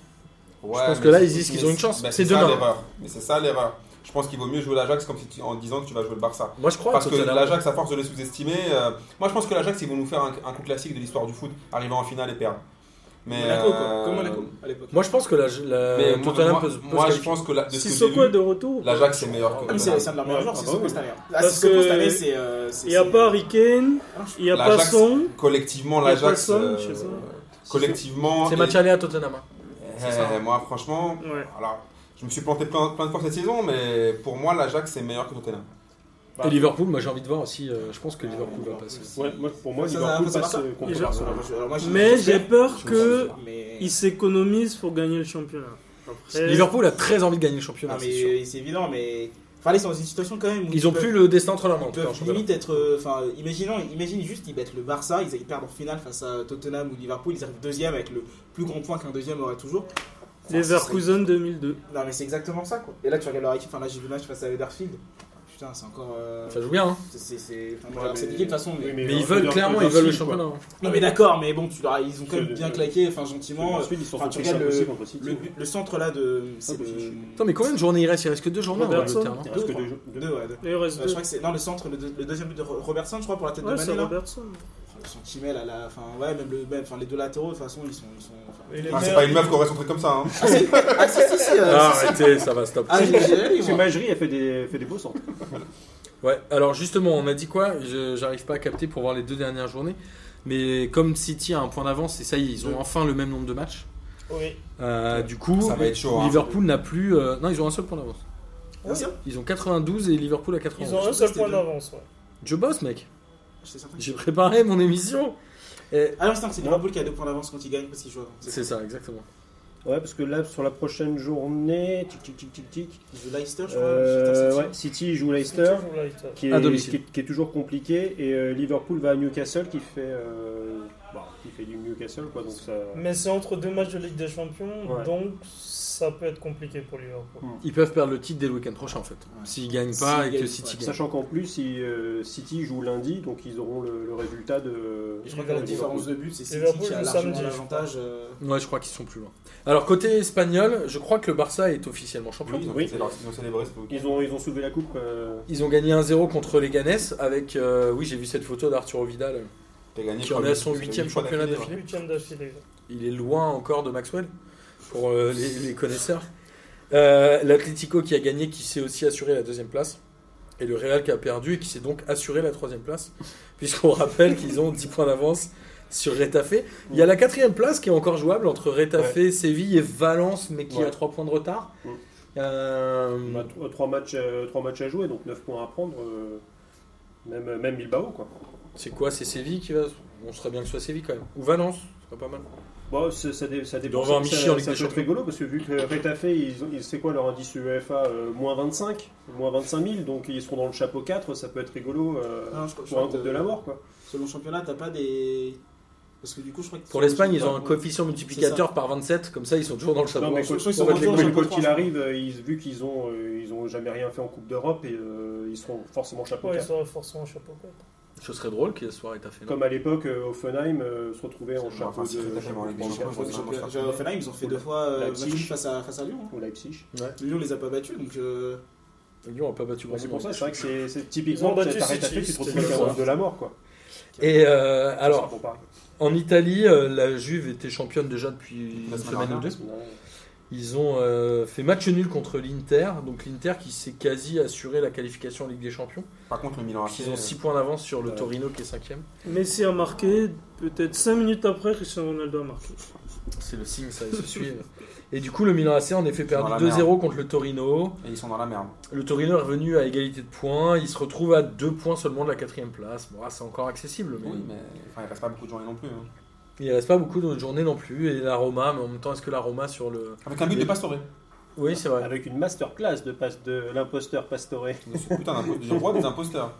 Speaker 1: Je pense que là, ils disent qu'ils ont une chance. C'est
Speaker 6: c'est ça
Speaker 1: demain.
Speaker 6: l'erreur. Mais c'est ça l'erreur. Je pense qu'il vaut mieux jouer l'Ajax comme si tu- en disant que tu vas jouer le Barça.
Speaker 1: Moi, je crois. à
Speaker 6: Parce que
Speaker 1: Tottenham.
Speaker 6: l'Ajax, à force de les sous-estimer, euh, moi je pense que l'Ajax, ils vont nous faire un, un coup classique de l'histoire du foot, arriver en finale et perdre. Mais,
Speaker 4: Monaco, quoi.
Speaker 6: euh,
Speaker 4: Comme Monaco, à l'époque.
Speaker 1: Moi, je pense que la, la-
Speaker 6: mais Euh, moi,
Speaker 1: Tottenham
Speaker 6: moi-
Speaker 1: peut, peut se
Speaker 6: moi, je
Speaker 1: qualifier.
Speaker 6: pense que la, de ce que j'ai
Speaker 5: Sissoko est
Speaker 6: vu,
Speaker 5: de retour.
Speaker 6: l'Ajax est meilleur que
Speaker 4: Ah, mais c'est c'est un de leurs meilleurs
Speaker 2: Ouais,
Speaker 4: joueurs,
Speaker 2: ah
Speaker 4: c'est
Speaker 2: bah
Speaker 4: Soko
Speaker 2: oui.
Speaker 4: cette année. hein. Ah,
Speaker 5: Parce
Speaker 4: c'est Soko cette
Speaker 5: que-
Speaker 4: année, c'est. euh, c'est-
Speaker 5: Il n'y a
Speaker 4: c'est-
Speaker 5: pas Harry Kane,
Speaker 4: Ah, je-
Speaker 5: il n'y a pas
Speaker 6: L'Ajax.
Speaker 5: Son.
Speaker 6: Collectivement,
Speaker 5: Il y a
Speaker 6: l'Ajax.
Speaker 5: personne,
Speaker 6: euh,
Speaker 5: je sais pas.
Speaker 6: collectivement.
Speaker 1: C'est
Speaker 6: et-
Speaker 1: match aller à Tottenham. hein.
Speaker 6: Eh,
Speaker 1: c'est ça.
Speaker 6: moi, franchement,
Speaker 5: Ouais.
Speaker 6: alors, je me suis planté plein, plein de fois cette saison, mais pour moi, l'Ajax est meilleur que Tottenham.
Speaker 2: Bah,
Speaker 1: Et Liverpool, moi, j'ai envie de voir aussi. euh, je pense que Liverpool
Speaker 4: hein,
Speaker 1: va passer.
Speaker 2: ouais, moi, pour moi,
Speaker 4: euh, Ça, ça,
Speaker 2: Liverpool
Speaker 4: ça, ça,
Speaker 2: passe
Speaker 4: ça.
Speaker 2: euh, contre
Speaker 5: Déjà-
Speaker 2: Barcelone.
Speaker 4: Alors, moi, je-
Speaker 5: Mais j'ai
Speaker 4: j'espère,
Speaker 5: peur
Speaker 6: Je
Speaker 5: que
Speaker 6: pense
Speaker 4: mais-
Speaker 5: il s'économise pour gagner le championnat. Après,
Speaker 1: Liverpool a très envie de gagner le
Speaker 4: Non,
Speaker 1: championnat. c'est sûr.
Speaker 4: Ah, mais euh, c'est évident, mais. Enfin, là, ils sont dans une situation quand même où.
Speaker 1: Ils ont
Speaker 4: peuvent-
Speaker 1: plus le destin entre leurs mains. en
Speaker 4: Ils
Speaker 1: tout cas, en
Speaker 4: peuvent
Speaker 1: championnat.
Speaker 4: limite être. euh, Enfin, imaginons, imagine juste, ils battent le Barça, ils, ils perdent en finale face à Tottenham ou Liverpool, ils arrivent deuxième avec le plus grand point qu'un deuxième aurait toujours. Enfin, ce serait-
Speaker 5: Leverkusen 2002.
Speaker 4: Non, mais c'est exactement ça, quoi. Et là, tu regardes leur équipe, enfin, là, j'ai vu le match face à Huddersfield. Putain, c'est encore. euh,
Speaker 1: Ça joue bien. hein.
Speaker 4: c'est- c'est- c'est- enfin,
Speaker 2: Ouais,
Speaker 4: bon, C'est
Speaker 2: mais-
Speaker 4: piqué de toute façon, mais.
Speaker 2: Oui,
Speaker 1: Mais ils
Speaker 2: euh,
Speaker 1: veulent
Speaker 2: Huddersfield,
Speaker 1: clairement, ils veulent le
Speaker 2: quoi.
Speaker 1: championnat. hein.
Speaker 4: Non, mais d'accord, mais bon, tu leur- ils ont quand même
Speaker 2: Parce
Speaker 4: bien
Speaker 2: que-
Speaker 4: clairement claqué, enfin, gentiment.
Speaker 2: Ensuite, ils sont
Speaker 4: Enfin, tu
Speaker 2: sortis
Speaker 4: regardes
Speaker 2: aussi
Speaker 4: le-
Speaker 2: contre City.
Speaker 4: Le, le centre là de. C'est
Speaker 2: Ah, bah,
Speaker 4: le-
Speaker 2: je-
Speaker 1: Attends, mais combien de journées il reste Il reste que deux journées en
Speaker 5: Robertson.
Speaker 1: Angleterre. hein.
Speaker 2: Il reste que
Speaker 4: Ah, Deux,
Speaker 2: deux- deux-
Speaker 4: deux, ouais, deux.
Speaker 5: Il reste
Speaker 4: Euh, je
Speaker 5: deux.
Speaker 4: crois que c'est non le centre le, deux- le deuxième but de Ro- Robertson je crois pour la tête
Speaker 5: Ouais,
Speaker 4: de
Speaker 5: c'est
Speaker 4: Mané là.
Speaker 5: Robertson.
Speaker 4: Le centimètre à la fin ouais même le même enfin les deux latéraux de toute façon ils sont ils sont enfin-
Speaker 6: Ah, c'est pas une meuf qui aurait son truc comme ça. hein.
Speaker 4: Ah si si si. euh,
Speaker 1: Ah,
Speaker 4: si, si.
Speaker 1: Arrêtez, ça va, stop.
Speaker 4: Ah j'ai j'ai
Speaker 2: Parce que Majerie a fait des, fait des beaux centres.
Speaker 1: Ouais, alors justement, on a dit quoi Je- J'arrive pas à capter pour voir les deux dernières journées. Mais comme City a un point d'avance, et ça y est, ils ont enfin le même nombre de matchs.
Speaker 4: Oui.
Speaker 1: euh, du coup,
Speaker 6: Ça va être chaud, hein.
Speaker 1: Liverpool n'a plus. euh, Non, ils ont un seul point d'avance.
Speaker 4: Bien sûr.
Speaker 1: Ils ont 92 et Liverpool a
Speaker 5: Ils
Speaker 1: 91.
Speaker 5: ont un seul point d'avance. ouais.
Speaker 1: Je bosse, mec.
Speaker 4: J'étais certain que-
Speaker 1: J'ai préparé mon émission. Et-
Speaker 4: Ah non, c'est- c'est Liverpool qui a deux points d'avance quand il gagne parce qu'il joue avant.
Speaker 1: C'est ça, exactement.
Speaker 2: Ouais, parce que là, sur la prochaine journée, tic tic tic tic tic.
Speaker 4: Il joue Leicester, je crois.
Speaker 2: euh,
Speaker 4: Leicester
Speaker 2: ouais, City joue Leicester, qui
Speaker 1: À
Speaker 2: est,
Speaker 1: domicile.
Speaker 2: qui est- qui est toujours compliqué, et euh, Liverpool va à Newcastle qui fait, euh, bah, qui fait du Newcastle quoi, donc ça.
Speaker 5: Mais c'est entre deux matchs de Ligue des Champions,
Speaker 2: Ouais.
Speaker 5: donc ça peut être compliqué pour Liverpool.
Speaker 1: Ils peuvent perdre le titre dès le week-end prochain, en fait. S'ils gagnent pas
Speaker 4: S'ils
Speaker 1: et que
Speaker 4: gagnent,
Speaker 1: City
Speaker 4: ouais.
Speaker 1: gagne.
Speaker 2: Sachant qu'en plus, ils, euh, City joue lundi, donc ils auront le, le résultat de.
Speaker 4: Et Je regarde la
Speaker 2: de-
Speaker 4: différence de but, c'est City
Speaker 5: Liverpool
Speaker 4: qui a
Speaker 5: joue
Speaker 4: largement
Speaker 5: samedi, je crois.
Speaker 4: l'avantage. euh,
Speaker 1: Ouais, je crois qu'ils sont plus loin. Alors, côté espagnol, je crois que le Barça est officiellement champion.
Speaker 6: Oui, ils ont
Speaker 2: Oui.
Speaker 6: fait leur- ils ont célébré ce
Speaker 2: Ils ont, ils ont soulevé la coupe. euh,
Speaker 1: Ils ont gagné 1-0 contre les Ganes avec. euh, oui, j'ai vu cette photo d'Arturo Vidal. euh,
Speaker 6: T'as gagné,
Speaker 1: Qui
Speaker 6: je crois,
Speaker 1: en est à
Speaker 6: le-
Speaker 1: son
Speaker 6: le-
Speaker 1: huitième
Speaker 6: le- le- le-
Speaker 1: championnat
Speaker 6: le- le-
Speaker 1: d'affilée.
Speaker 5: Huitième d'affilée.
Speaker 1: Il est loin encore de Maxwell pour euh, les, les connaisseurs. Euh, L'Atlético qui a gagné, qui s'est aussi assuré la deuxième place. Et le Real qui a perdu et qui s'est donc assuré la troisième place. Puisqu'on rappelle qu'ils ont 10 points d'avance sur Retafe. Il y a la quatrième place qui est encore jouable entre Retafe, Séville et Valence, mais qui
Speaker 2: Ouais.
Speaker 1: a 3 points de retard.
Speaker 2: Ouais.
Speaker 1: Euh,
Speaker 2: On a tro- trois matchs, euh, trois matchs à jouer, donc 9 points à prendre. euh, même, même Bilbao, quoi.
Speaker 1: c'est quoi C'est Séville qui va On serait bien que ce soit Séville quand même. Ou Valence, ce serait pas mal.
Speaker 2: Bon, c'est- ça, dé- ça dépend.
Speaker 1: doit avoir
Speaker 2: Ça-
Speaker 1: Michi
Speaker 2: ça-
Speaker 1: en Ligue
Speaker 2: ça
Speaker 1: des
Speaker 2: peut être
Speaker 1: Champions.
Speaker 2: rigolo parce que vu que Retafe, ils, ont- ils- c'est quoi leur indice UEFA euh, Moins 25, moins 25 000, donc ils seront dans le chapeau 4, ça peut être rigolo euh,
Speaker 4: non, je crois- je
Speaker 2: pour un
Speaker 4: crois
Speaker 2: groupe
Speaker 4: que-
Speaker 2: de la mort, quoi.
Speaker 4: Selon le championnat, t'as pas des. Parce que du coup, je crois que.
Speaker 1: Pour l'Espagne, ils ont un
Speaker 4: Ouais.
Speaker 1: coefficient multiplicateur par 27, comme ça ils sont toujours dans le chapeau.
Speaker 2: Non, mais
Speaker 1: en
Speaker 2: quoi
Speaker 4: je crois qu'ils
Speaker 2: en
Speaker 4: sont
Speaker 2: fait, les-
Speaker 4: rendus en
Speaker 2: quoi
Speaker 4: chapeau
Speaker 2: qu'il
Speaker 4: trois.
Speaker 2: arrive, euh, ils- vu qu'ils ont, euh, ils ont jamais rien fait en Coupe d'Europe, et euh, ils seront forcément chapeau
Speaker 5: Ouais, ils
Speaker 2: 4.
Speaker 5: seraient forcément chapeau quatre.
Speaker 1: Ce serait drôle qu'il soit Retafe. non
Speaker 2: Comme à l'époque, euh, Hoffenheim euh, se retrouvait en
Speaker 3: Enfin,
Speaker 2: chapeau
Speaker 3: si
Speaker 2: de
Speaker 3: Retafe avant la Ligue des
Speaker 2: en
Speaker 3: Champions,
Speaker 2: chapeau
Speaker 3: c'est
Speaker 2: de-
Speaker 3: vraiment
Speaker 4: J'ai- j'ai- Hoffenheim, ils ont fait deux fois euh, match
Speaker 2: Leipzig.
Speaker 4: nul face à, face à Lyon. hein.
Speaker 2: ou Leipzig.
Speaker 4: Lyon les a pas battus, donc euh,
Speaker 1: Lyon a pas battu
Speaker 2: Bon, c'est
Speaker 1: Barcelone.
Speaker 2: pour ça, c'est vrai que c'est- c'est
Speaker 5: Ils ont
Speaker 2: typiquement
Speaker 5: battu
Speaker 2: t'arrêtes à
Speaker 5: City,
Speaker 2: fait, bah, tu te retrouves
Speaker 5: c'était
Speaker 2: avec un
Speaker 1: ça.
Speaker 2: groupe de la mort, quoi.
Speaker 1: Et euh, alors,
Speaker 2: Pour Paris.
Speaker 1: en Italie, euh, la Juve était championne déjà depuis
Speaker 6: La
Speaker 1: une
Speaker 6: semaine
Speaker 1: semaine ou
Speaker 6: dernière.
Speaker 1: deux. Ils ont euh, fait match nul contre l'Inter, donc l'Inter qui s'est quasi assuré la qualification en Ligue des Champions.
Speaker 6: Par contre, le Milan a
Speaker 1: Ils ont 6 points d'avance sur le
Speaker 2: Ouais.
Speaker 1: Torino qui est 5
Speaker 5: Messi a marqué, peut-être 5 minutes après, Cristiano Ronaldo a marqué.
Speaker 1: C'est le signe, ça, ils se suivent. Et du coup, le Milan AC a en effet perdu
Speaker 6: Dans la
Speaker 1: 2-0 contre le Torino.
Speaker 6: euh, Et ils sont dans la merde.
Speaker 1: Le Torino est revenu à égalité de points. Il se retrouve à 2 points seulement de la quatrième place. Bon, ah, c'est encore accessible, mais...
Speaker 6: Oui, mais enfin, il reste pas beaucoup de journées non plus. hein.
Speaker 1: il reste pas beaucoup de journées non plus. Et la Roma, mais en même temps, est-ce que la Roma sur le.
Speaker 6: Avec un but de Pastore.
Speaker 1: Oui, c'est vrai.
Speaker 2: Avec une masterclass de, passe de l'imposteur Pastore.
Speaker 6: C'est putain d'impo- des endroits des imposteurs.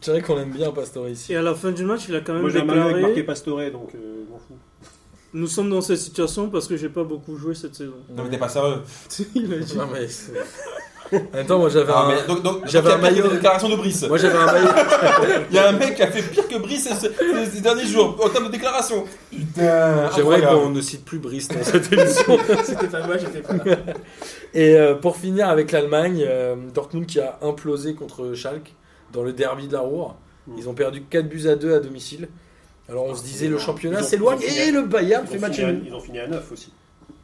Speaker 1: C'est vrai qu'on aime bien Pastore ici.
Speaker 5: Et à la fin du match, il a quand même
Speaker 2: Moi j'ai un maillot avec marqué
Speaker 5: déclaré
Speaker 2: Pastore, donc euh, je m'en fous.
Speaker 5: Nous sommes dans cette situation parce que j'ai pas beaucoup joué cette saison.
Speaker 6: Non, mais t'es pas sérieux.
Speaker 5: il a dit.
Speaker 1: Non, mais c'est- en même temps, moi j'avais
Speaker 6: Ah,
Speaker 1: un.
Speaker 6: mais donc, donc,
Speaker 1: J'avais
Speaker 6: donc,
Speaker 1: un
Speaker 6: il y a pire que
Speaker 1: maillot-
Speaker 6: des déclarations de Brice.
Speaker 1: Moi j'avais un maillot.
Speaker 6: Il y a un mec qui a fait pire que Brice ces, ces- ces derniers jours en termes de déclaration. Putain.
Speaker 1: J'aimerais
Speaker 6: incroyable.
Speaker 1: qu'on ne cite plus Brice dans cette émission.
Speaker 4: c'était pas moi, j'étais pas là.
Speaker 1: Et euh, pour finir avec l'Allemagne, euh, Dortmund qui a implosé contre Schalke dans le derby de la Ruhr. Ils ont perdu 4 buts à 2 à domicile. Alors on se disait le championnat
Speaker 2: Ils ont-
Speaker 1: s'éloigne
Speaker 2: ils ont
Speaker 1: et
Speaker 2: fini-
Speaker 1: le Bayern
Speaker 2: Ils
Speaker 1: fait
Speaker 2: ont,
Speaker 1: match
Speaker 2: fini à,
Speaker 1: nul.
Speaker 2: ils ont fini à 9 aussi.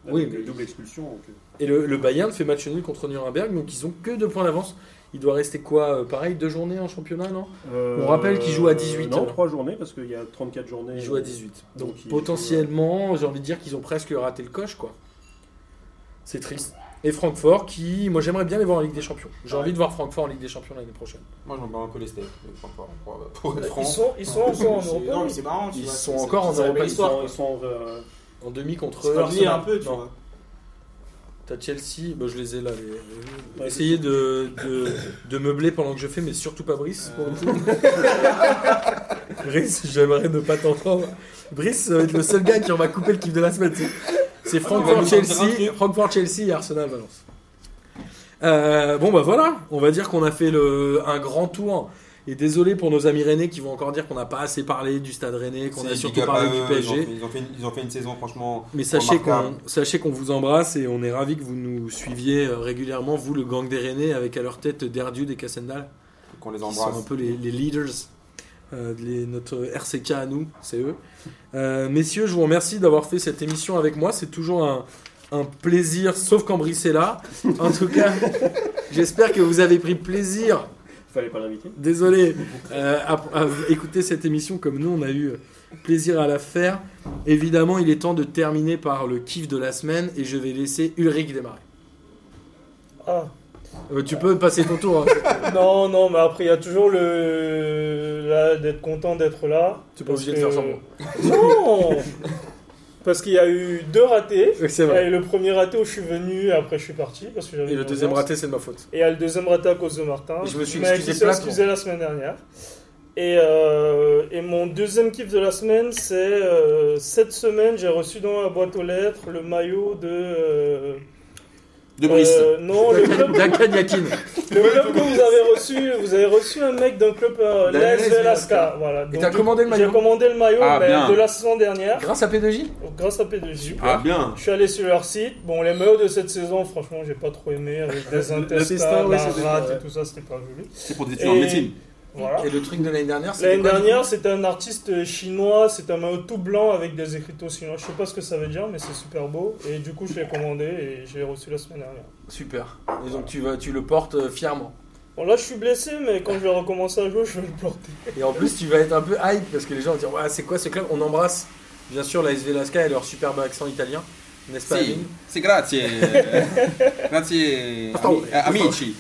Speaker 1: Oui,
Speaker 2: Avec,
Speaker 1: mais-
Speaker 2: euh, double expulsion. donc, euh,
Speaker 1: Et le, le Bayern fait match nul contre Nuremberg, donc ils ont que 2 points d'avance. Il doit rester quoi euh, Pareil, deux journées en championnat, non On rappelle qu'ils jouent à 18,
Speaker 2: Euh, Non,
Speaker 1: alors.
Speaker 2: 3 journées parce qu'il y a 34 journées.
Speaker 1: Ils jouent à 18. Donc,
Speaker 2: Donc, ils-
Speaker 1: potentiellement, j'ai envie de dire qu'ils ont presque raté le coche, quoi. C'est triste. Et Francfort, qui, moi j'aimerais bien les voir en Ligue des Champions. J'ai envie de voir Francfort en Ligue des Champions l'année prochaine.
Speaker 6: Moi, j'en bats un peu les steaks. mais enfin, pour- pour- Pour
Speaker 5: Ils
Speaker 6: être franc.
Speaker 5: sont, ils sont encore en
Speaker 4: C'est- Non,
Speaker 5: Europe.
Speaker 4: mais c'est marrant, tu
Speaker 1: Ils
Speaker 4: vois,
Speaker 1: sont
Speaker 4: c'est-
Speaker 1: encore en
Speaker 4: c'est- c'est la
Speaker 1: Europa,
Speaker 4: belle
Speaker 2: Ils
Speaker 4: histoire,
Speaker 2: sont,
Speaker 4: quoi.
Speaker 2: ils sont, euh,
Speaker 1: En demi contre.
Speaker 4: C'est leur lier
Speaker 1: Arsenal.
Speaker 4: un peu, tu
Speaker 1: Non.
Speaker 4: vois.
Speaker 1: T'as Chelsea, bah, je les ai là. les- les- Essayez de, de, de meubler pendant que je fais, mais surtout pas Brice. pour le coup. Brice, j'aimerais ne pas t'entendre. Brice, ça va être le seul gars qui en va couper le kiff de la semaine. c'est- C'est
Speaker 6: Ah, Il va nous
Speaker 1: Francfort,
Speaker 6: sortir un
Speaker 1: Chelsea, Francfort, Chelsea et Arsenal, Valence. Euh, bon, bah voilà, on va dire qu'on a fait le, un grand tour. Et désolé pour nos amis rennais qui vont encore dire qu'on n'a pas assez parlé du stade rennais, qu'on a
Speaker 6: C'est
Speaker 1: surtout
Speaker 6: big up
Speaker 1: parlé
Speaker 6: à
Speaker 1: du
Speaker 6: eux,
Speaker 1: PSG.
Speaker 6: Ils ont, fait, ils ont fait une, ils ont fait une saison, franchement.
Speaker 1: Mais sachez qu'on
Speaker 6: Remarquable.
Speaker 1: sachez qu'on vous embrasse et on est ravi que vous nous suiviez euh, régulièrement, vous le gang des Rennais avec à leur tête Derdiou et Cassendal,
Speaker 6: Qu'on les
Speaker 1: qui sont
Speaker 6: embrasse.
Speaker 1: un peu les, les leaders, euh, les- notre RCK à nous, c'est eux. Euh, messieurs, je vous remercie d'avoir fait cette émission avec moi, c'est toujours un, un plaisir, sauf quand Brice est là. En tout cas, j'espère que vous avez pris plaisir
Speaker 2: Fallait pas l'inviter.
Speaker 1: désolé, euh, à, à écouter cette émission comme nous, on a eu euh, plaisir à la faire. Évidemment, il est temps de terminer par le kiff de la semaine et je vais laisser Ulrich démarrer.
Speaker 5: Ah.
Speaker 1: Euh, tu peux passer ton tour. hein.
Speaker 5: Non, non, mais après, il y a toujours le. là, d'être content d'être là.
Speaker 1: Tu peux
Speaker 5: Parce
Speaker 1: obligé de faire
Speaker 5: que-
Speaker 1: semblant.
Speaker 5: Non Parce qu'il y a eu deux ratés.
Speaker 1: Oui, Euh, C'est vrai.
Speaker 5: Et le premier raté où je suis venu, et après je suis parti. Parce que j'avais
Speaker 1: Et le
Speaker 5: une
Speaker 1: deuxième
Speaker 5: urgence.
Speaker 1: raté, c'est de ma faute.
Speaker 5: Et il y a le deuxième raté à cause de Martin.
Speaker 1: Et je me suis
Speaker 5: Mais
Speaker 1: excusé
Speaker 5: qui s'est
Speaker 1: platement.
Speaker 5: excusé la semaine dernière. Et, euh, et mon deuxième kiff de la semaine, c'est euh, cette semaine, j'ai reçu dans la boîte aux lettres le maillot de. euh,
Speaker 6: De Brice.
Speaker 5: euh, non, le club,
Speaker 1: Duncan Yakin.
Speaker 5: le club que vous avez reçu, vous avez reçu un mec d'un club euh,
Speaker 3: D'un
Speaker 5: Las
Speaker 3: Las
Speaker 5: Velasca. Voilà.
Speaker 1: Et
Speaker 5: Donc,
Speaker 1: t'as commandé le
Speaker 5: J'ai
Speaker 1: maillot
Speaker 5: commandé le maillot
Speaker 6: Ah,
Speaker 5: mais
Speaker 6: bien.
Speaker 5: de la saison dernière,
Speaker 1: grâce à P2J
Speaker 5: grâce à P2J.
Speaker 6: Ah, bien.
Speaker 5: Je suis allé sur leur site. Bon, les maillots de cette saison, franchement, j'ai pas trop aimé. Avec des intestins,
Speaker 2: testin, ouais,
Speaker 5: la
Speaker 2: c'était-
Speaker 5: rate et
Speaker 2: ouais.
Speaker 5: tout ça, c'était pas joli.
Speaker 6: C'est pour des études en
Speaker 5: Et-
Speaker 6: médecine.
Speaker 5: Voilà.
Speaker 1: Et le truc de l'année dernière, c'était
Speaker 5: L'année
Speaker 1: quoi, du coup
Speaker 5: dernière, c'était un artiste chinois, c'est un maillot tout blanc avec des écriteaux chinois. Je sais pas ce que ça veut dire, mais c'est super beau. Et du coup, je l'ai commandé et je l'ai reçu la semaine dernière.
Speaker 1: Super. Et donc tu, vas, tu le portes euh, fièrement.
Speaker 5: Bon, là, je suis blessé, mais quand je vais recommencer à jouer, je vais le porter.
Speaker 1: Et en plus, tu vas être un peu hype parce que les gens vont dire ouais, c'est quoi ce club On embrasse bien sûr la SV Lasca et leur superbe accent italien, n'est-ce pas
Speaker 6: Si.
Speaker 1: Amine
Speaker 6: C'est grazie. grazie.
Speaker 1: Attends,
Speaker 6: ami- euh, Amici.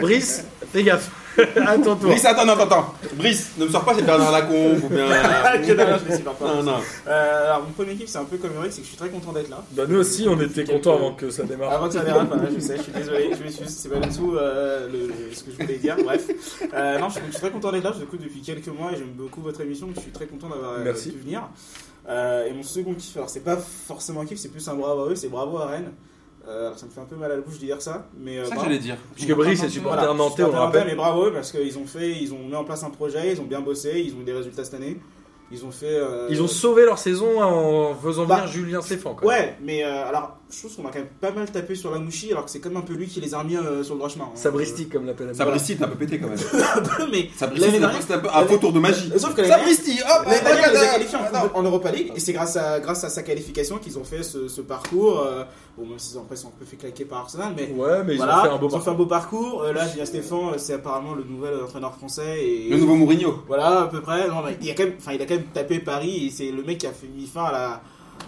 Speaker 1: Brice, fais gaffe, à ton tour.
Speaker 6: Brice, attends, non, attends, attends. Brice, ne me sors pas, c'est Bernard Lacombe ou
Speaker 4: Ah, que
Speaker 6: bien.
Speaker 4: dalle, je les supporte pas.
Speaker 6: Non, non.
Speaker 4: Euh, alors, mon premier kiff, c'est un peu comme Eric, c'est que je suis très content d'être là.
Speaker 1: Bah, nous aussi, on était contents avant que ça démarre.
Speaker 4: Avant que ça dérape, hein, je sais, je suis désolé, je m'excuse, c'est pas du tout euh, le- le- ce que je voulais dire, bref. Euh, non, je, je suis très content d'être là, je vous écoute depuis quelques mois et j'aime beaucoup votre émission, donc je suis très content d'avoir euh,
Speaker 1: Merci.
Speaker 4: pu venir. Euh, et mon second kiff, alors c'est pas forcément un kiff, c'est plus un bravo à eux, c'est bravo à Rennes. Euh, alors ça me fait un peu mal à la bouche de dire ça, mais... euh,
Speaker 6: C'est ça que
Speaker 4: bravo.
Speaker 6: j'allais dire.
Speaker 1: Puisque Brice est
Speaker 4: Voilà,
Speaker 1: supporter nantais, on le
Speaker 4: supporter
Speaker 1: rappelle.
Speaker 4: nantais, Mais bravo eux, parce qu'ils ont fait, ils ont mis en place un projet, ils ont bien bossé, ils ont eu des résultats cette année. Ils ont fait... euh,
Speaker 1: Ils ont sauvé leur saison en faisant
Speaker 4: Bah,
Speaker 1: venir Julien Stéphane. quoi.
Speaker 4: Ouais, mais euh, alors, je trouve qu'on a quand même pas mal tapé sur la mouchie, alors que c'est quand même un peu lui qui les a remis euh, sur le droit chemin. hein.
Speaker 1: Sabristi, comme l'appelle Amine.
Speaker 6: Sabristi, t'as un peu pété quand même.
Speaker 4: Euh, mais
Speaker 6: Sabristi,
Speaker 4: l'année
Speaker 6: c'est un peu-
Speaker 4: dernière,
Speaker 6: c'était un peu un faux tour de magie.
Speaker 4: sauf que l'année dernière,
Speaker 6: Sabristi, hop
Speaker 4: l'année dernière, ils ont
Speaker 6: regarde,
Speaker 4: qualifié en,
Speaker 6: attends.
Speaker 4: en Europa League, et c'est grâce à, grâce à sa qualification qu'ils ont fait ce, ce parcours. euh, bon, même si après, ils sont un peu fait claquer par Arsenal, mais.
Speaker 1: Ouais, mais ils
Speaker 4: voilà,
Speaker 1: ont fait un beau
Speaker 4: ils ont fait
Speaker 1: parcours.
Speaker 4: un beau parcours. Euh, là, Julien Stéphane, euh, c'est apparemment le nouvel entraîneur français. Et
Speaker 6: Le nouveau Mourinho.
Speaker 4: Voilà, à peu près. Non, mais il, a quand même, enfin, il a quand même tapé Paris et c'est le mec qui a fait mis fin à la,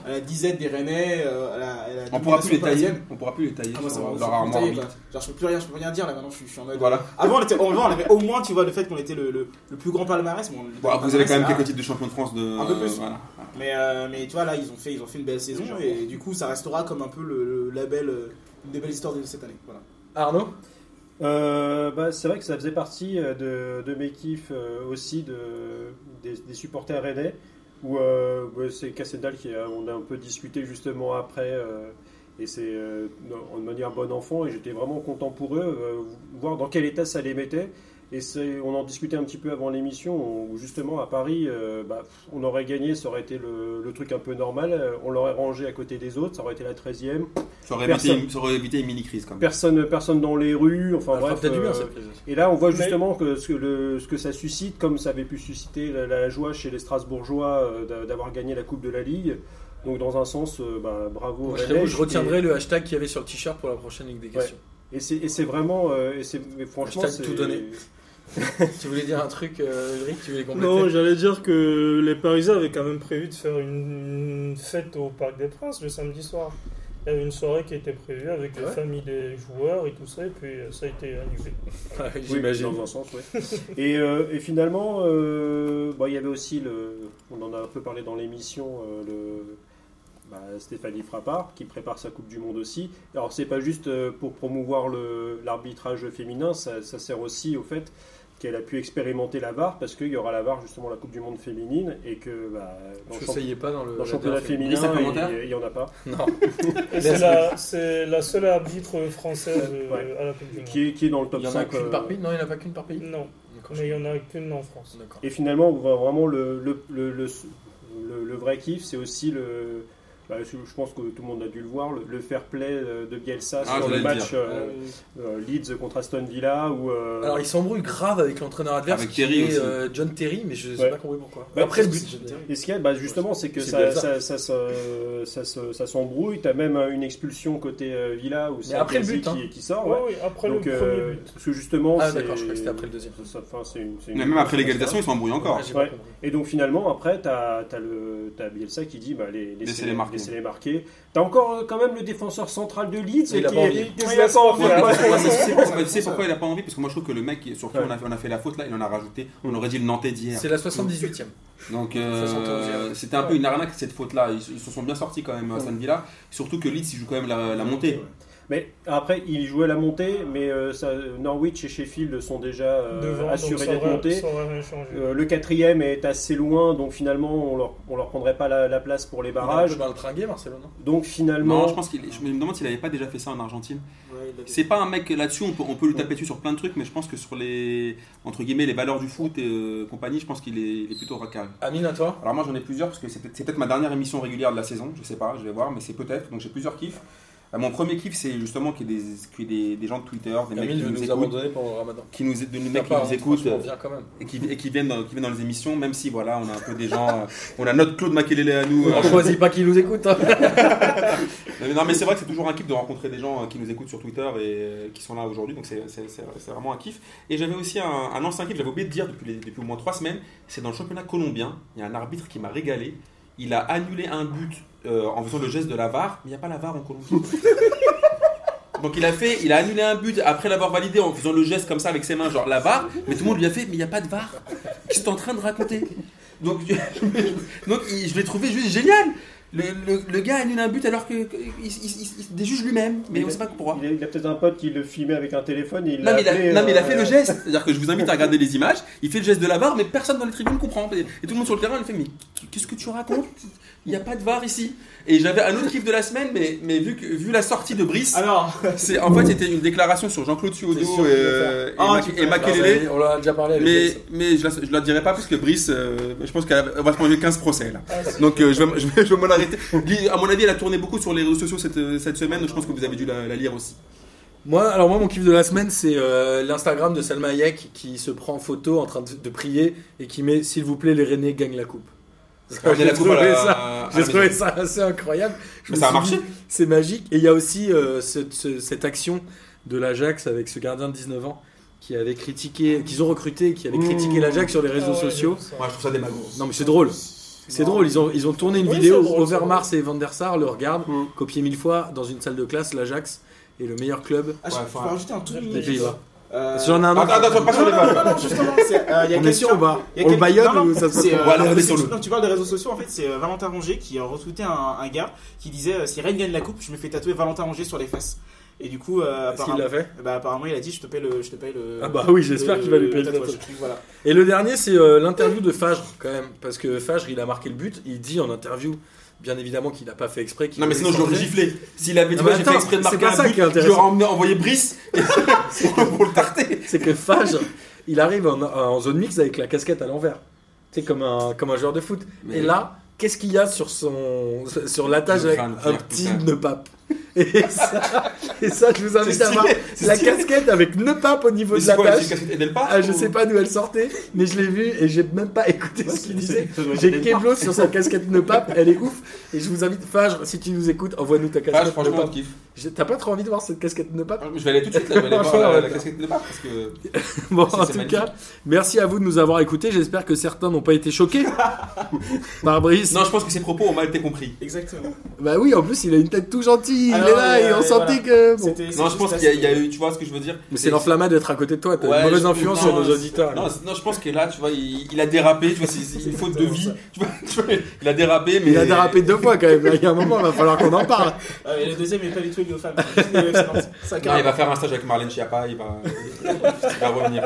Speaker 4: à la disette des Rennais. euh, à la- à la
Speaker 6: On pourra
Speaker 4: domination
Speaker 6: plus les tailler.
Speaker 4: parisienne.
Speaker 6: On pourra plus les tailler
Speaker 4: Ah, moi, ça
Speaker 6: sur
Speaker 4: m'a
Speaker 6: leur
Speaker 4: vraiment
Speaker 6: armoire.
Speaker 4: taillé, quoi. Genre, je peux plus rien, je peux rien dire là maintenant, je suis, je suis en mode.
Speaker 6: Voilà.
Speaker 4: Avant, on était, avant, on avait au moins, tu vois, le fait qu'on était le, le, le plus grand palmarès. Bon,
Speaker 6: Bon, après, vous avez quand même quelques titres de champion de France de.
Speaker 4: Un peu plus.
Speaker 6: Voilà.
Speaker 4: Mais, euh, mais tu vois, là, ils ont fait, ils ont fait une belle saison et du coup, ça restera comme un peu le, le label, euh, une des belles histoires de cette année. Voilà.
Speaker 1: Arnaud
Speaker 2: Euh, bah, c'est vrai que ça faisait partie euh, de, de mes kiffs euh, aussi de, des, des supporters rennais où euh, bah, c'est Cassedal qui a, on a un peu discuté justement après euh, et c'est euh, dans- de manière bon enfant et j'étais vraiment content pour eux euh, voir dans quel état ça les mettait et c'est on en discutait un petit peu avant l'émission où justement à Paris euh, bah, pff, on aurait gagné ça aurait été le, le truc un peu normal euh, on l'aurait rangé à côté des autres ça aurait été la 13e
Speaker 6: Ça aurait évité
Speaker 2: Personne.
Speaker 6: une- ça aurait évité une mini-crise quand même.
Speaker 2: personne personne dans les rues enfin
Speaker 1: Elle fera
Speaker 2: bref
Speaker 1: peut-être du bien,
Speaker 2: euh,
Speaker 1: cette prise.
Speaker 2: et là, on voit
Speaker 5: Mais-
Speaker 2: justement que ce, que le- ce que ça suscite, comme ça avait pu susciter la, la joie chez les Strasbourgeois euh, d'a- d'avoir gagné la Coupe de la Ligue. Donc, dans un sens, euh, bah, bravo.
Speaker 1: Moi,
Speaker 2: aux
Speaker 1: je
Speaker 2: Rennais.
Speaker 1: t'avoue, je retiendrai le hashtag qu'il y avait sur le t-shirt pour la prochaine Ligue des questions.
Speaker 2: Et, et c'est et c'est vraiment. euh, et c'est- mais franchement,
Speaker 1: Hashtag
Speaker 2: c'est.
Speaker 1: tout donné. Tu voulais dire un truc, euh, Ulrich Tu voulais compléter
Speaker 5: Non, j'allais dire que les Parisiens avaient quand même prévu de faire une, une fête au Parc des Princes le samedi soir. Il y avait une soirée qui était prévue avec les
Speaker 1: Ouais.
Speaker 5: familles des joueurs et tout ça, et puis euh, ça a été annulé.
Speaker 1: Ah,
Speaker 2: Oui,
Speaker 1: J'imagine.
Speaker 2: Dans un sens, oui. et, euh, et finalement, euh, bon, il y avait aussi, le, on en a un peu parlé dans l'émission, euh, le. bah, Stéphanie Frappard qui prépare sa Coupe du Monde aussi. Alors c'est pas juste euh, pour promouvoir le- l'arbitrage féminin, ça, ça sert aussi au fait qu'elle a pu expérimenter la VAR parce qu'il y aura la VAR justement la Coupe du Monde féminine et que bah, dans,
Speaker 1: Parce
Speaker 2: le
Speaker 1: que
Speaker 2: champ-
Speaker 1: ça y est pas dans le.
Speaker 2: dans le championnat féminin
Speaker 6: Lisa commentaire
Speaker 2: il- il y en a pas.
Speaker 1: Non.
Speaker 5: Et c'est la, c'est la seule arbitre française euh,
Speaker 2: Ouais.
Speaker 5: à la Coupe du Monde.
Speaker 2: Qui est, qui est dans le top
Speaker 1: Il y en a
Speaker 2: 5
Speaker 1: qu'une
Speaker 2: euh,
Speaker 1: par pays Non, il n'y en a pas qu'une par pays
Speaker 5: Non,
Speaker 1: D'accord.
Speaker 5: mais il n'y en a qu'une en France.
Speaker 1: D'accord.
Speaker 2: Et finalement, on voit vraiment, le, le, le, le, le- le vrai kiff, c'est aussi le. bah, je je pense que tout le monde a dû le voir, le, le fair play euh, de Bielsa
Speaker 6: Ah,
Speaker 2: sur le
Speaker 6: j'allais le
Speaker 2: match
Speaker 6: dire.
Speaker 2: euh, euh, Leeds contre Aston Villa. Où, euh,
Speaker 1: Alors, il s'embrouille grave avec l'entraîneur adverse.
Speaker 6: Avec
Speaker 1: qui
Speaker 6: Terry
Speaker 1: est,
Speaker 6: aussi.
Speaker 1: euh, John Terry, mais je n'ai
Speaker 2: Ouais.
Speaker 1: pas compris pourquoi.
Speaker 2: Ouais,
Speaker 1: Après le
Speaker 2: parce que
Speaker 1: but.
Speaker 2: et ce qu'il y a, bah, justement, c'est que
Speaker 1: C'est
Speaker 2: ça,
Speaker 1: Bielsa.
Speaker 2: ça, ça, se- ça, se- ça s'embrouille. T'as même euh, une expulsion côté euh, Villa où c'est
Speaker 1: après le
Speaker 2: Abdelaziz
Speaker 1: but, hein.
Speaker 2: qui, qui sort.
Speaker 5: Ouais,
Speaker 2: Ah ouais.
Speaker 5: oui, après
Speaker 2: Donc,
Speaker 5: le
Speaker 2: euh,
Speaker 5: premier but.
Speaker 2: parce que justement,
Speaker 1: Ah,
Speaker 2: c'est-
Speaker 1: d'accord, je crois que c'était après le deuxième.
Speaker 2: ça- enfin, c'est une- c'est une-
Speaker 6: Mais même après l'égalisation, ils s'embrouillent encore.
Speaker 1: Ah, j'ai pas
Speaker 2: Ouais.
Speaker 1: compris.
Speaker 2: Et donc finalement, après, t'as as, Bielsa qui dit bah, les,
Speaker 6: Laissez-les marquer.
Speaker 2: et c'est les marqués. T'as encore euh, quand même le défenseur central de Leeds
Speaker 3: Il a
Speaker 2: qui
Speaker 3: pas
Speaker 2: est-
Speaker 3: envie.
Speaker 2: qui joue encore en
Speaker 3: Ouais,
Speaker 2: fait.
Speaker 3: mais c'est-
Speaker 2: Ouais,
Speaker 3: c'est- c'est-
Speaker 2: c'est-
Speaker 3: c'est- c'est pourquoi il a pas envie Parce que moi je trouve que le mec qui- sur qui
Speaker 2: Ouais.
Speaker 3: on, a, on a fait la faute là, il en a rajouté. On aurait dit le Nantais d'hier.
Speaker 1: C'est la 78e.
Speaker 3: Donc euh,
Speaker 1: 71e.
Speaker 3: c'était un peu une arnaque cette faute là. Ils, ils se sont bien sortis quand même à San Villa. Surtout que Leeds il joue quand même la, la montée.
Speaker 2: Mais après, il jouait la montée, mais euh, ça- Norwich et Sheffield sont déjà euh,
Speaker 5: devant, donc
Speaker 2: assurés
Speaker 5: ça
Speaker 2: d'être
Speaker 5: aurait,
Speaker 2: montés.
Speaker 5: ça aurait rien changé.
Speaker 2: Euh, le quatrième est assez loin, donc finalement, on leur, on leur prendrait pas la, la place pour les
Speaker 1: Je
Speaker 2: barrages.
Speaker 1: vais le tringuer, Marcelo, non
Speaker 2: Donc finalement,
Speaker 3: Non, je pense qu'il. Je me demande s'il avait pas déjà fait ça en Argentine.
Speaker 4: Ouais, il a-
Speaker 3: C'est pas un mec là-dessus. On peut, on peut lui taper dessus sur plein de trucs, mais je pense que sur les entre guillemets les valeurs du foot et euh, compagnie, je pense qu'il est, il est plutôt carré.
Speaker 1: Amine, à toi
Speaker 3: Alors moi j'en ai plusieurs parce que c'est peut- c'est peut-être ma dernière émission régulière de la saison, je sais pas, je vais voir, mais c'est peut-être. Donc j'ai plusieurs kiffs. Euh, mon premier kiff c'est justement qu'il y ait des, qu'il y ait des, des gens de Twitter, des mecs
Speaker 1: Amine
Speaker 3: qui
Speaker 1: veut
Speaker 3: nous
Speaker 1: nous
Speaker 3: écoutent,
Speaker 1: abandonner pendant le ramadan.
Speaker 3: qui nous, des mecs
Speaker 1: Fais
Speaker 3: qui
Speaker 1: pas,
Speaker 3: nous
Speaker 1: hein,
Speaker 3: écoutent
Speaker 1: franchement, viens quand même.
Speaker 3: et, qui, et qui, viennent dans, qui viennent dans les émissions, même si voilà on a un peu des gens, euh, on a notre Claude Makelele à nous.
Speaker 1: On
Speaker 3: euh,
Speaker 1: choisit pas qui nous écoute. hein.
Speaker 3: mais non mais c'est vrai que c'est toujours un kiff de rencontrer des gens euh, qui nous écoutent sur Twitter et euh, qui sont là aujourd'hui, donc c'est- c'est c'est- c'est vraiment un kiff. Et j'avais aussi un, un ancien kiff, j'avais oublié de dire depuis, les- depuis au moins trois semaines, c'est dans le championnat colombien, il y a un arbitre qui m'a régalé, il a annulé un but euh, en faisant le geste de la VAR, mais il n'y a pas la VAR en Colombie. Donc il a fait, il a annulé un but après l'avoir validé en faisant le geste comme ça avec ses mains, genre la VAR, mais tout le monde lui a fait, mais il n'y a pas de VAR. Qu'est-ce que t'es en train de raconter Donc, je- donc il- je l'ai trouvé juste génial. Le, le- le gars annule un but alors que que- il, il- il- il déjuge lui-même, mais on sait pas pourquoi.
Speaker 2: il a, il a peut-être un pote qui le filmait avec un téléphone et il
Speaker 3: Non
Speaker 2: l'a
Speaker 3: mais, il a,
Speaker 2: appelé,
Speaker 3: non, mais il a fait
Speaker 2: euh,
Speaker 3: le geste, c'est-à-dire que je vous invite à regarder les images, il fait le geste de la VAR mais personne dans les tribunes comprend. Et, et tout le monde sur le terrain il fait mais qu'est-ce que tu racontes Il n'y a pas de VAR ici. Et j'avais un autre kiff de la semaine mais, mais vu, que, vu la sortie de Brice,
Speaker 4: Alors,
Speaker 3: c'est en fait c'était une déclaration sur Jean-Claude
Speaker 1: C'est sûr
Speaker 3: Suodo
Speaker 1: qu'il
Speaker 3: et,
Speaker 1: va
Speaker 3: euh, et,
Speaker 4: Ah,
Speaker 3: Ma-
Speaker 4: tu peux
Speaker 3: et
Speaker 4: le faire,
Speaker 3: Makelele.
Speaker 1: On l'a déjà parlé avec
Speaker 3: Mais,
Speaker 1: Jason.
Speaker 3: mais je, la, je la dirai pas parce que Brice, euh, je pense qu'elle va se manger 15 procès là. Donc euh, je vais, je vais, je vais m'en arrêter. Li- À mon avis, elle a tourné beaucoup sur les réseaux sociaux cette, euh, cette semaine, donc je pense que vous avez dû la, la lire aussi.
Speaker 1: Moi, alors moi, mon kiff de la semaine, c'est euh, l'Instagram de Salma Hayek qui se prend en photo en train de, de prier et qui met S'il vous plaît, les Rennais gagnent la coupe.
Speaker 3: Ramenez
Speaker 1: J'ai
Speaker 3: la coupe à
Speaker 1: trouvé
Speaker 3: la-
Speaker 1: ça-
Speaker 3: à la
Speaker 1: J'ai trouvé
Speaker 3: maison.
Speaker 1: ça assez incroyable. Je
Speaker 3: Ah, Mais
Speaker 1: me
Speaker 3: ça a
Speaker 1: suis
Speaker 3: marché.
Speaker 1: dit, C'est magique. Et il y a aussi euh, cette, ce- cette action de l'Ajax avec ce gardien de 19 ans qui avait critiqué, qu'ils ont recruté, qui avait critiqué l'Ajax sur les réseaux
Speaker 5: Ah ouais,
Speaker 1: sociaux.
Speaker 5: j'ai vu ça.
Speaker 3: Moi, je trouve ça démagogue.
Speaker 1: Non mais c'est drôle. C'est drôle, ils ont, ils ont tourné une
Speaker 5: Oui,
Speaker 1: vidéo
Speaker 5: c'est drôle,
Speaker 1: où
Speaker 5: c'est drôle.
Speaker 1: Overmars et Van der Sar le regardent,
Speaker 2: Mm.
Speaker 1: copié mille fois dans une salle de classe, l'Ajax est le meilleur club
Speaker 4: ah, je
Speaker 3: Ouais,
Speaker 4: je peux
Speaker 3: enfin,
Speaker 4: rajouter un truc.
Speaker 1: des
Speaker 5: Oui.
Speaker 1: Pays-Bas.
Speaker 4: Euh,
Speaker 1: Si on a un
Speaker 3: Attends,
Speaker 1: autre,
Speaker 3: attends, pas
Speaker 4: Non,
Speaker 3: sur les
Speaker 4: non, non,
Speaker 3: vagues.
Speaker 4: non, justement, c'est, euh, il y a
Speaker 1: on est sûr ou
Speaker 4: quelqu'un-
Speaker 1: pas On le
Speaker 4: il y a quelqu'un-
Speaker 1: baillonne
Speaker 4: non, non,
Speaker 1: ou ça se passe
Speaker 4: c'est, euh,
Speaker 1: comment
Speaker 3: Voilà,
Speaker 1: Allez,
Speaker 3: on est
Speaker 1: allez,
Speaker 3: sur
Speaker 1: sur
Speaker 3: le-
Speaker 4: Non, tu parles des réseaux sociaux, en fait, c'est euh, Valentin Rongier qui a retweeté un, un gars qui disait euh, Si Rennes gagne la coupe, je me fais tatouer Valentin Rongier sur les fesses. Et du coup, euh,
Speaker 1: le- Est-ce qu'il
Speaker 4: apparemment,
Speaker 1: l'a fait
Speaker 4: bah, apparemment, il a dit Je te paye le. Je te paye le
Speaker 1: Ah bah oui, j'espère
Speaker 4: le-
Speaker 1: qu'il va lui payer le
Speaker 4: le tatouage.
Speaker 1: tatouage.
Speaker 4: Voilà.
Speaker 1: Et le dernier, c'est euh, l'interview de Fagre quand même, parce que Fagre, il a marqué le but, il dit en interview, bien évidemment qu'il n'a pas fait exprès. qu'il
Speaker 3: Non, mais
Speaker 1: voulait
Speaker 3: sinon, je l'aurais
Speaker 1: centrer.
Speaker 3: giflé. S'il avait dit,
Speaker 1: Non,
Speaker 3: ouais,
Speaker 1: mais
Speaker 3: j'ai
Speaker 1: Ah bah
Speaker 3: fait
Speaker 1: attends,
Speaker 3: exprès de
Speaker 1: c'est
Speaker 3: marquer
Speaker 1: pas ça
Speaker 3: un but,
Speaker 1: qui est
Speaker 3: je
Speaker 1: intéressant.
Speaker 3: l'aurais emmené envoyer Brice pour, pour le tarter.
Speaker 1: C'est que Fagre, il arrive en, en zone mixte avec la casquette à l'envers, c'est comme un comme un joueur de foot.
Speaker 3: Mais-
Speaker 1: Et là, qu'est-ce qu'il y a sur son sur l'attache
Speaker 3: Je vais
Speaker 1: avec
Speaker 3: faire une
Speaker 1: un
Speaker 3: pierre,
Speaker 1: petit
Speaker 3: putain.
Speaker 1: nepap Et ça, et ça, je vous invite à voir
Speaker 3: stylé, c'est
Speaker 1: la
Speaker 3: stylé.
Speaker 1: casquette avec nepap au niveau
Speaker 3: Mais
Speaker 1: de
Speaker 3: c'est quoi,
Speaker 1: l'attache.
Speaker 3: c'est casquette Edelpa
Speaker 1: Ah, je
Speaker 3: ou-
Speaker 1: sais pas d'où elle sortait, mais je l'ai vue et j'ai même pas écouté ce qu'il disait. J'ai Keblo sur sa casquette nepap, elle est ouf. Et je vous invite, Fage, si tu nous écoutes, envoie-nous ta
Speaker 3: Ah, je-
Speaker 1: casquette
Speaker 3: franchement, on
Speaker 1: nepap.
Speaker 3: kiffe.
Speaker 1: J'ai- T'as pas trop envie de voir cette casquette nepap
Speaker 3: Je vais aller tout de suite là, je vais aller voir
Speaker 1: Franchement,
Speaker 3: la,
Speaker 1: ouais.
Speaker 3: la casquette Edelpa parce que.
Speaker 1: Bon,
Speaker 3: Ça,
Speaker 1: en
Speaker 3: Ah, c'est
Speaker 1: tout
Speaker 3: magnifique.
Speaker 1: cas, merci à vous de nous avoir écoutés. J'espère que certains n'ont pas été choqués par Brice.
Speaker 3: Non, je pense que ses propos ont mal été compris.
Speaker 4: Exactement.
Speaker 1: Bah oui, en plus, il a une tête tout gentille. Il
Speaker 4: Ah
Speaker 1: est
Speaker 4: non,
Speaker 1: là
Speaker 4: mais,
Speaker 1: et on
Speaker 4: euh,
Speaker 1: sentait
Speaker 4: voilà.
Speaker 1: que. bon.
Speaker 4: C'était-
Speaker 3: Non,
Speaker 4: c'était
Speaker 3: je pense
Speaker 4: juste
Speaker 3: qu'il y a- il y, a
Speaker 4: assez-
Speaker 3: eu, tu vois ce que je veux dire
Speaker 1: Mais c'est l'enflammade d'être à côté de toi. T'as
Speaker 3: Ouais,
Speaker 1: une mauvaise
Speaker 3: je-
Speaker 1: influence
Speaker 3: non,
Speaker 1: sur nos
Speaker 3: c'est-
Speaker 1: auditeurs.
Speaker 3: Non, c'est- non, je pense que là, tu vois, il, il a dérapé, tu vois, c'est c'est une faute de vie. Tu vois, tu vois, il a dérapé, mais.
Speaker 1: Il a dérapé deux fois quand même. Il y a un moment, il va falloir qu'on en parle.
Speaker 4: Ah, mais le deuxième est pas du tout lié aux femmes. C'est Ça
Speaker 3: Non, il
Speaker 4: carrément.
Speaker 3: va faire un stage avec Marlène Schiappa, il va, il va revenir.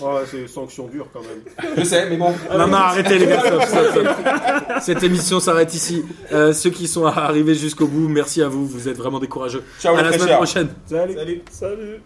Speaker 2: Ouais, c'est sanction dure quand même.
Speaker 3: Je sais, mais bon.
Speaker 1: Non, non, arrêtez les gars. stop, stop, stop. Ah Cette émission s'arrête ici. Euh, ceux qui sont arrivés jusqu'au bout, merci à vous. Vous êtes vraiment des courageux.
Speaker 3: Ciao,
Speaker 1: à
Speaker 3: les
Speaker 1: la
Speaker 3: fraîcheurs.
Speaker 1: semaine prochaine.
Speaker 2: Salut.
Speaker 4: Salut.
Speaker 5: Salut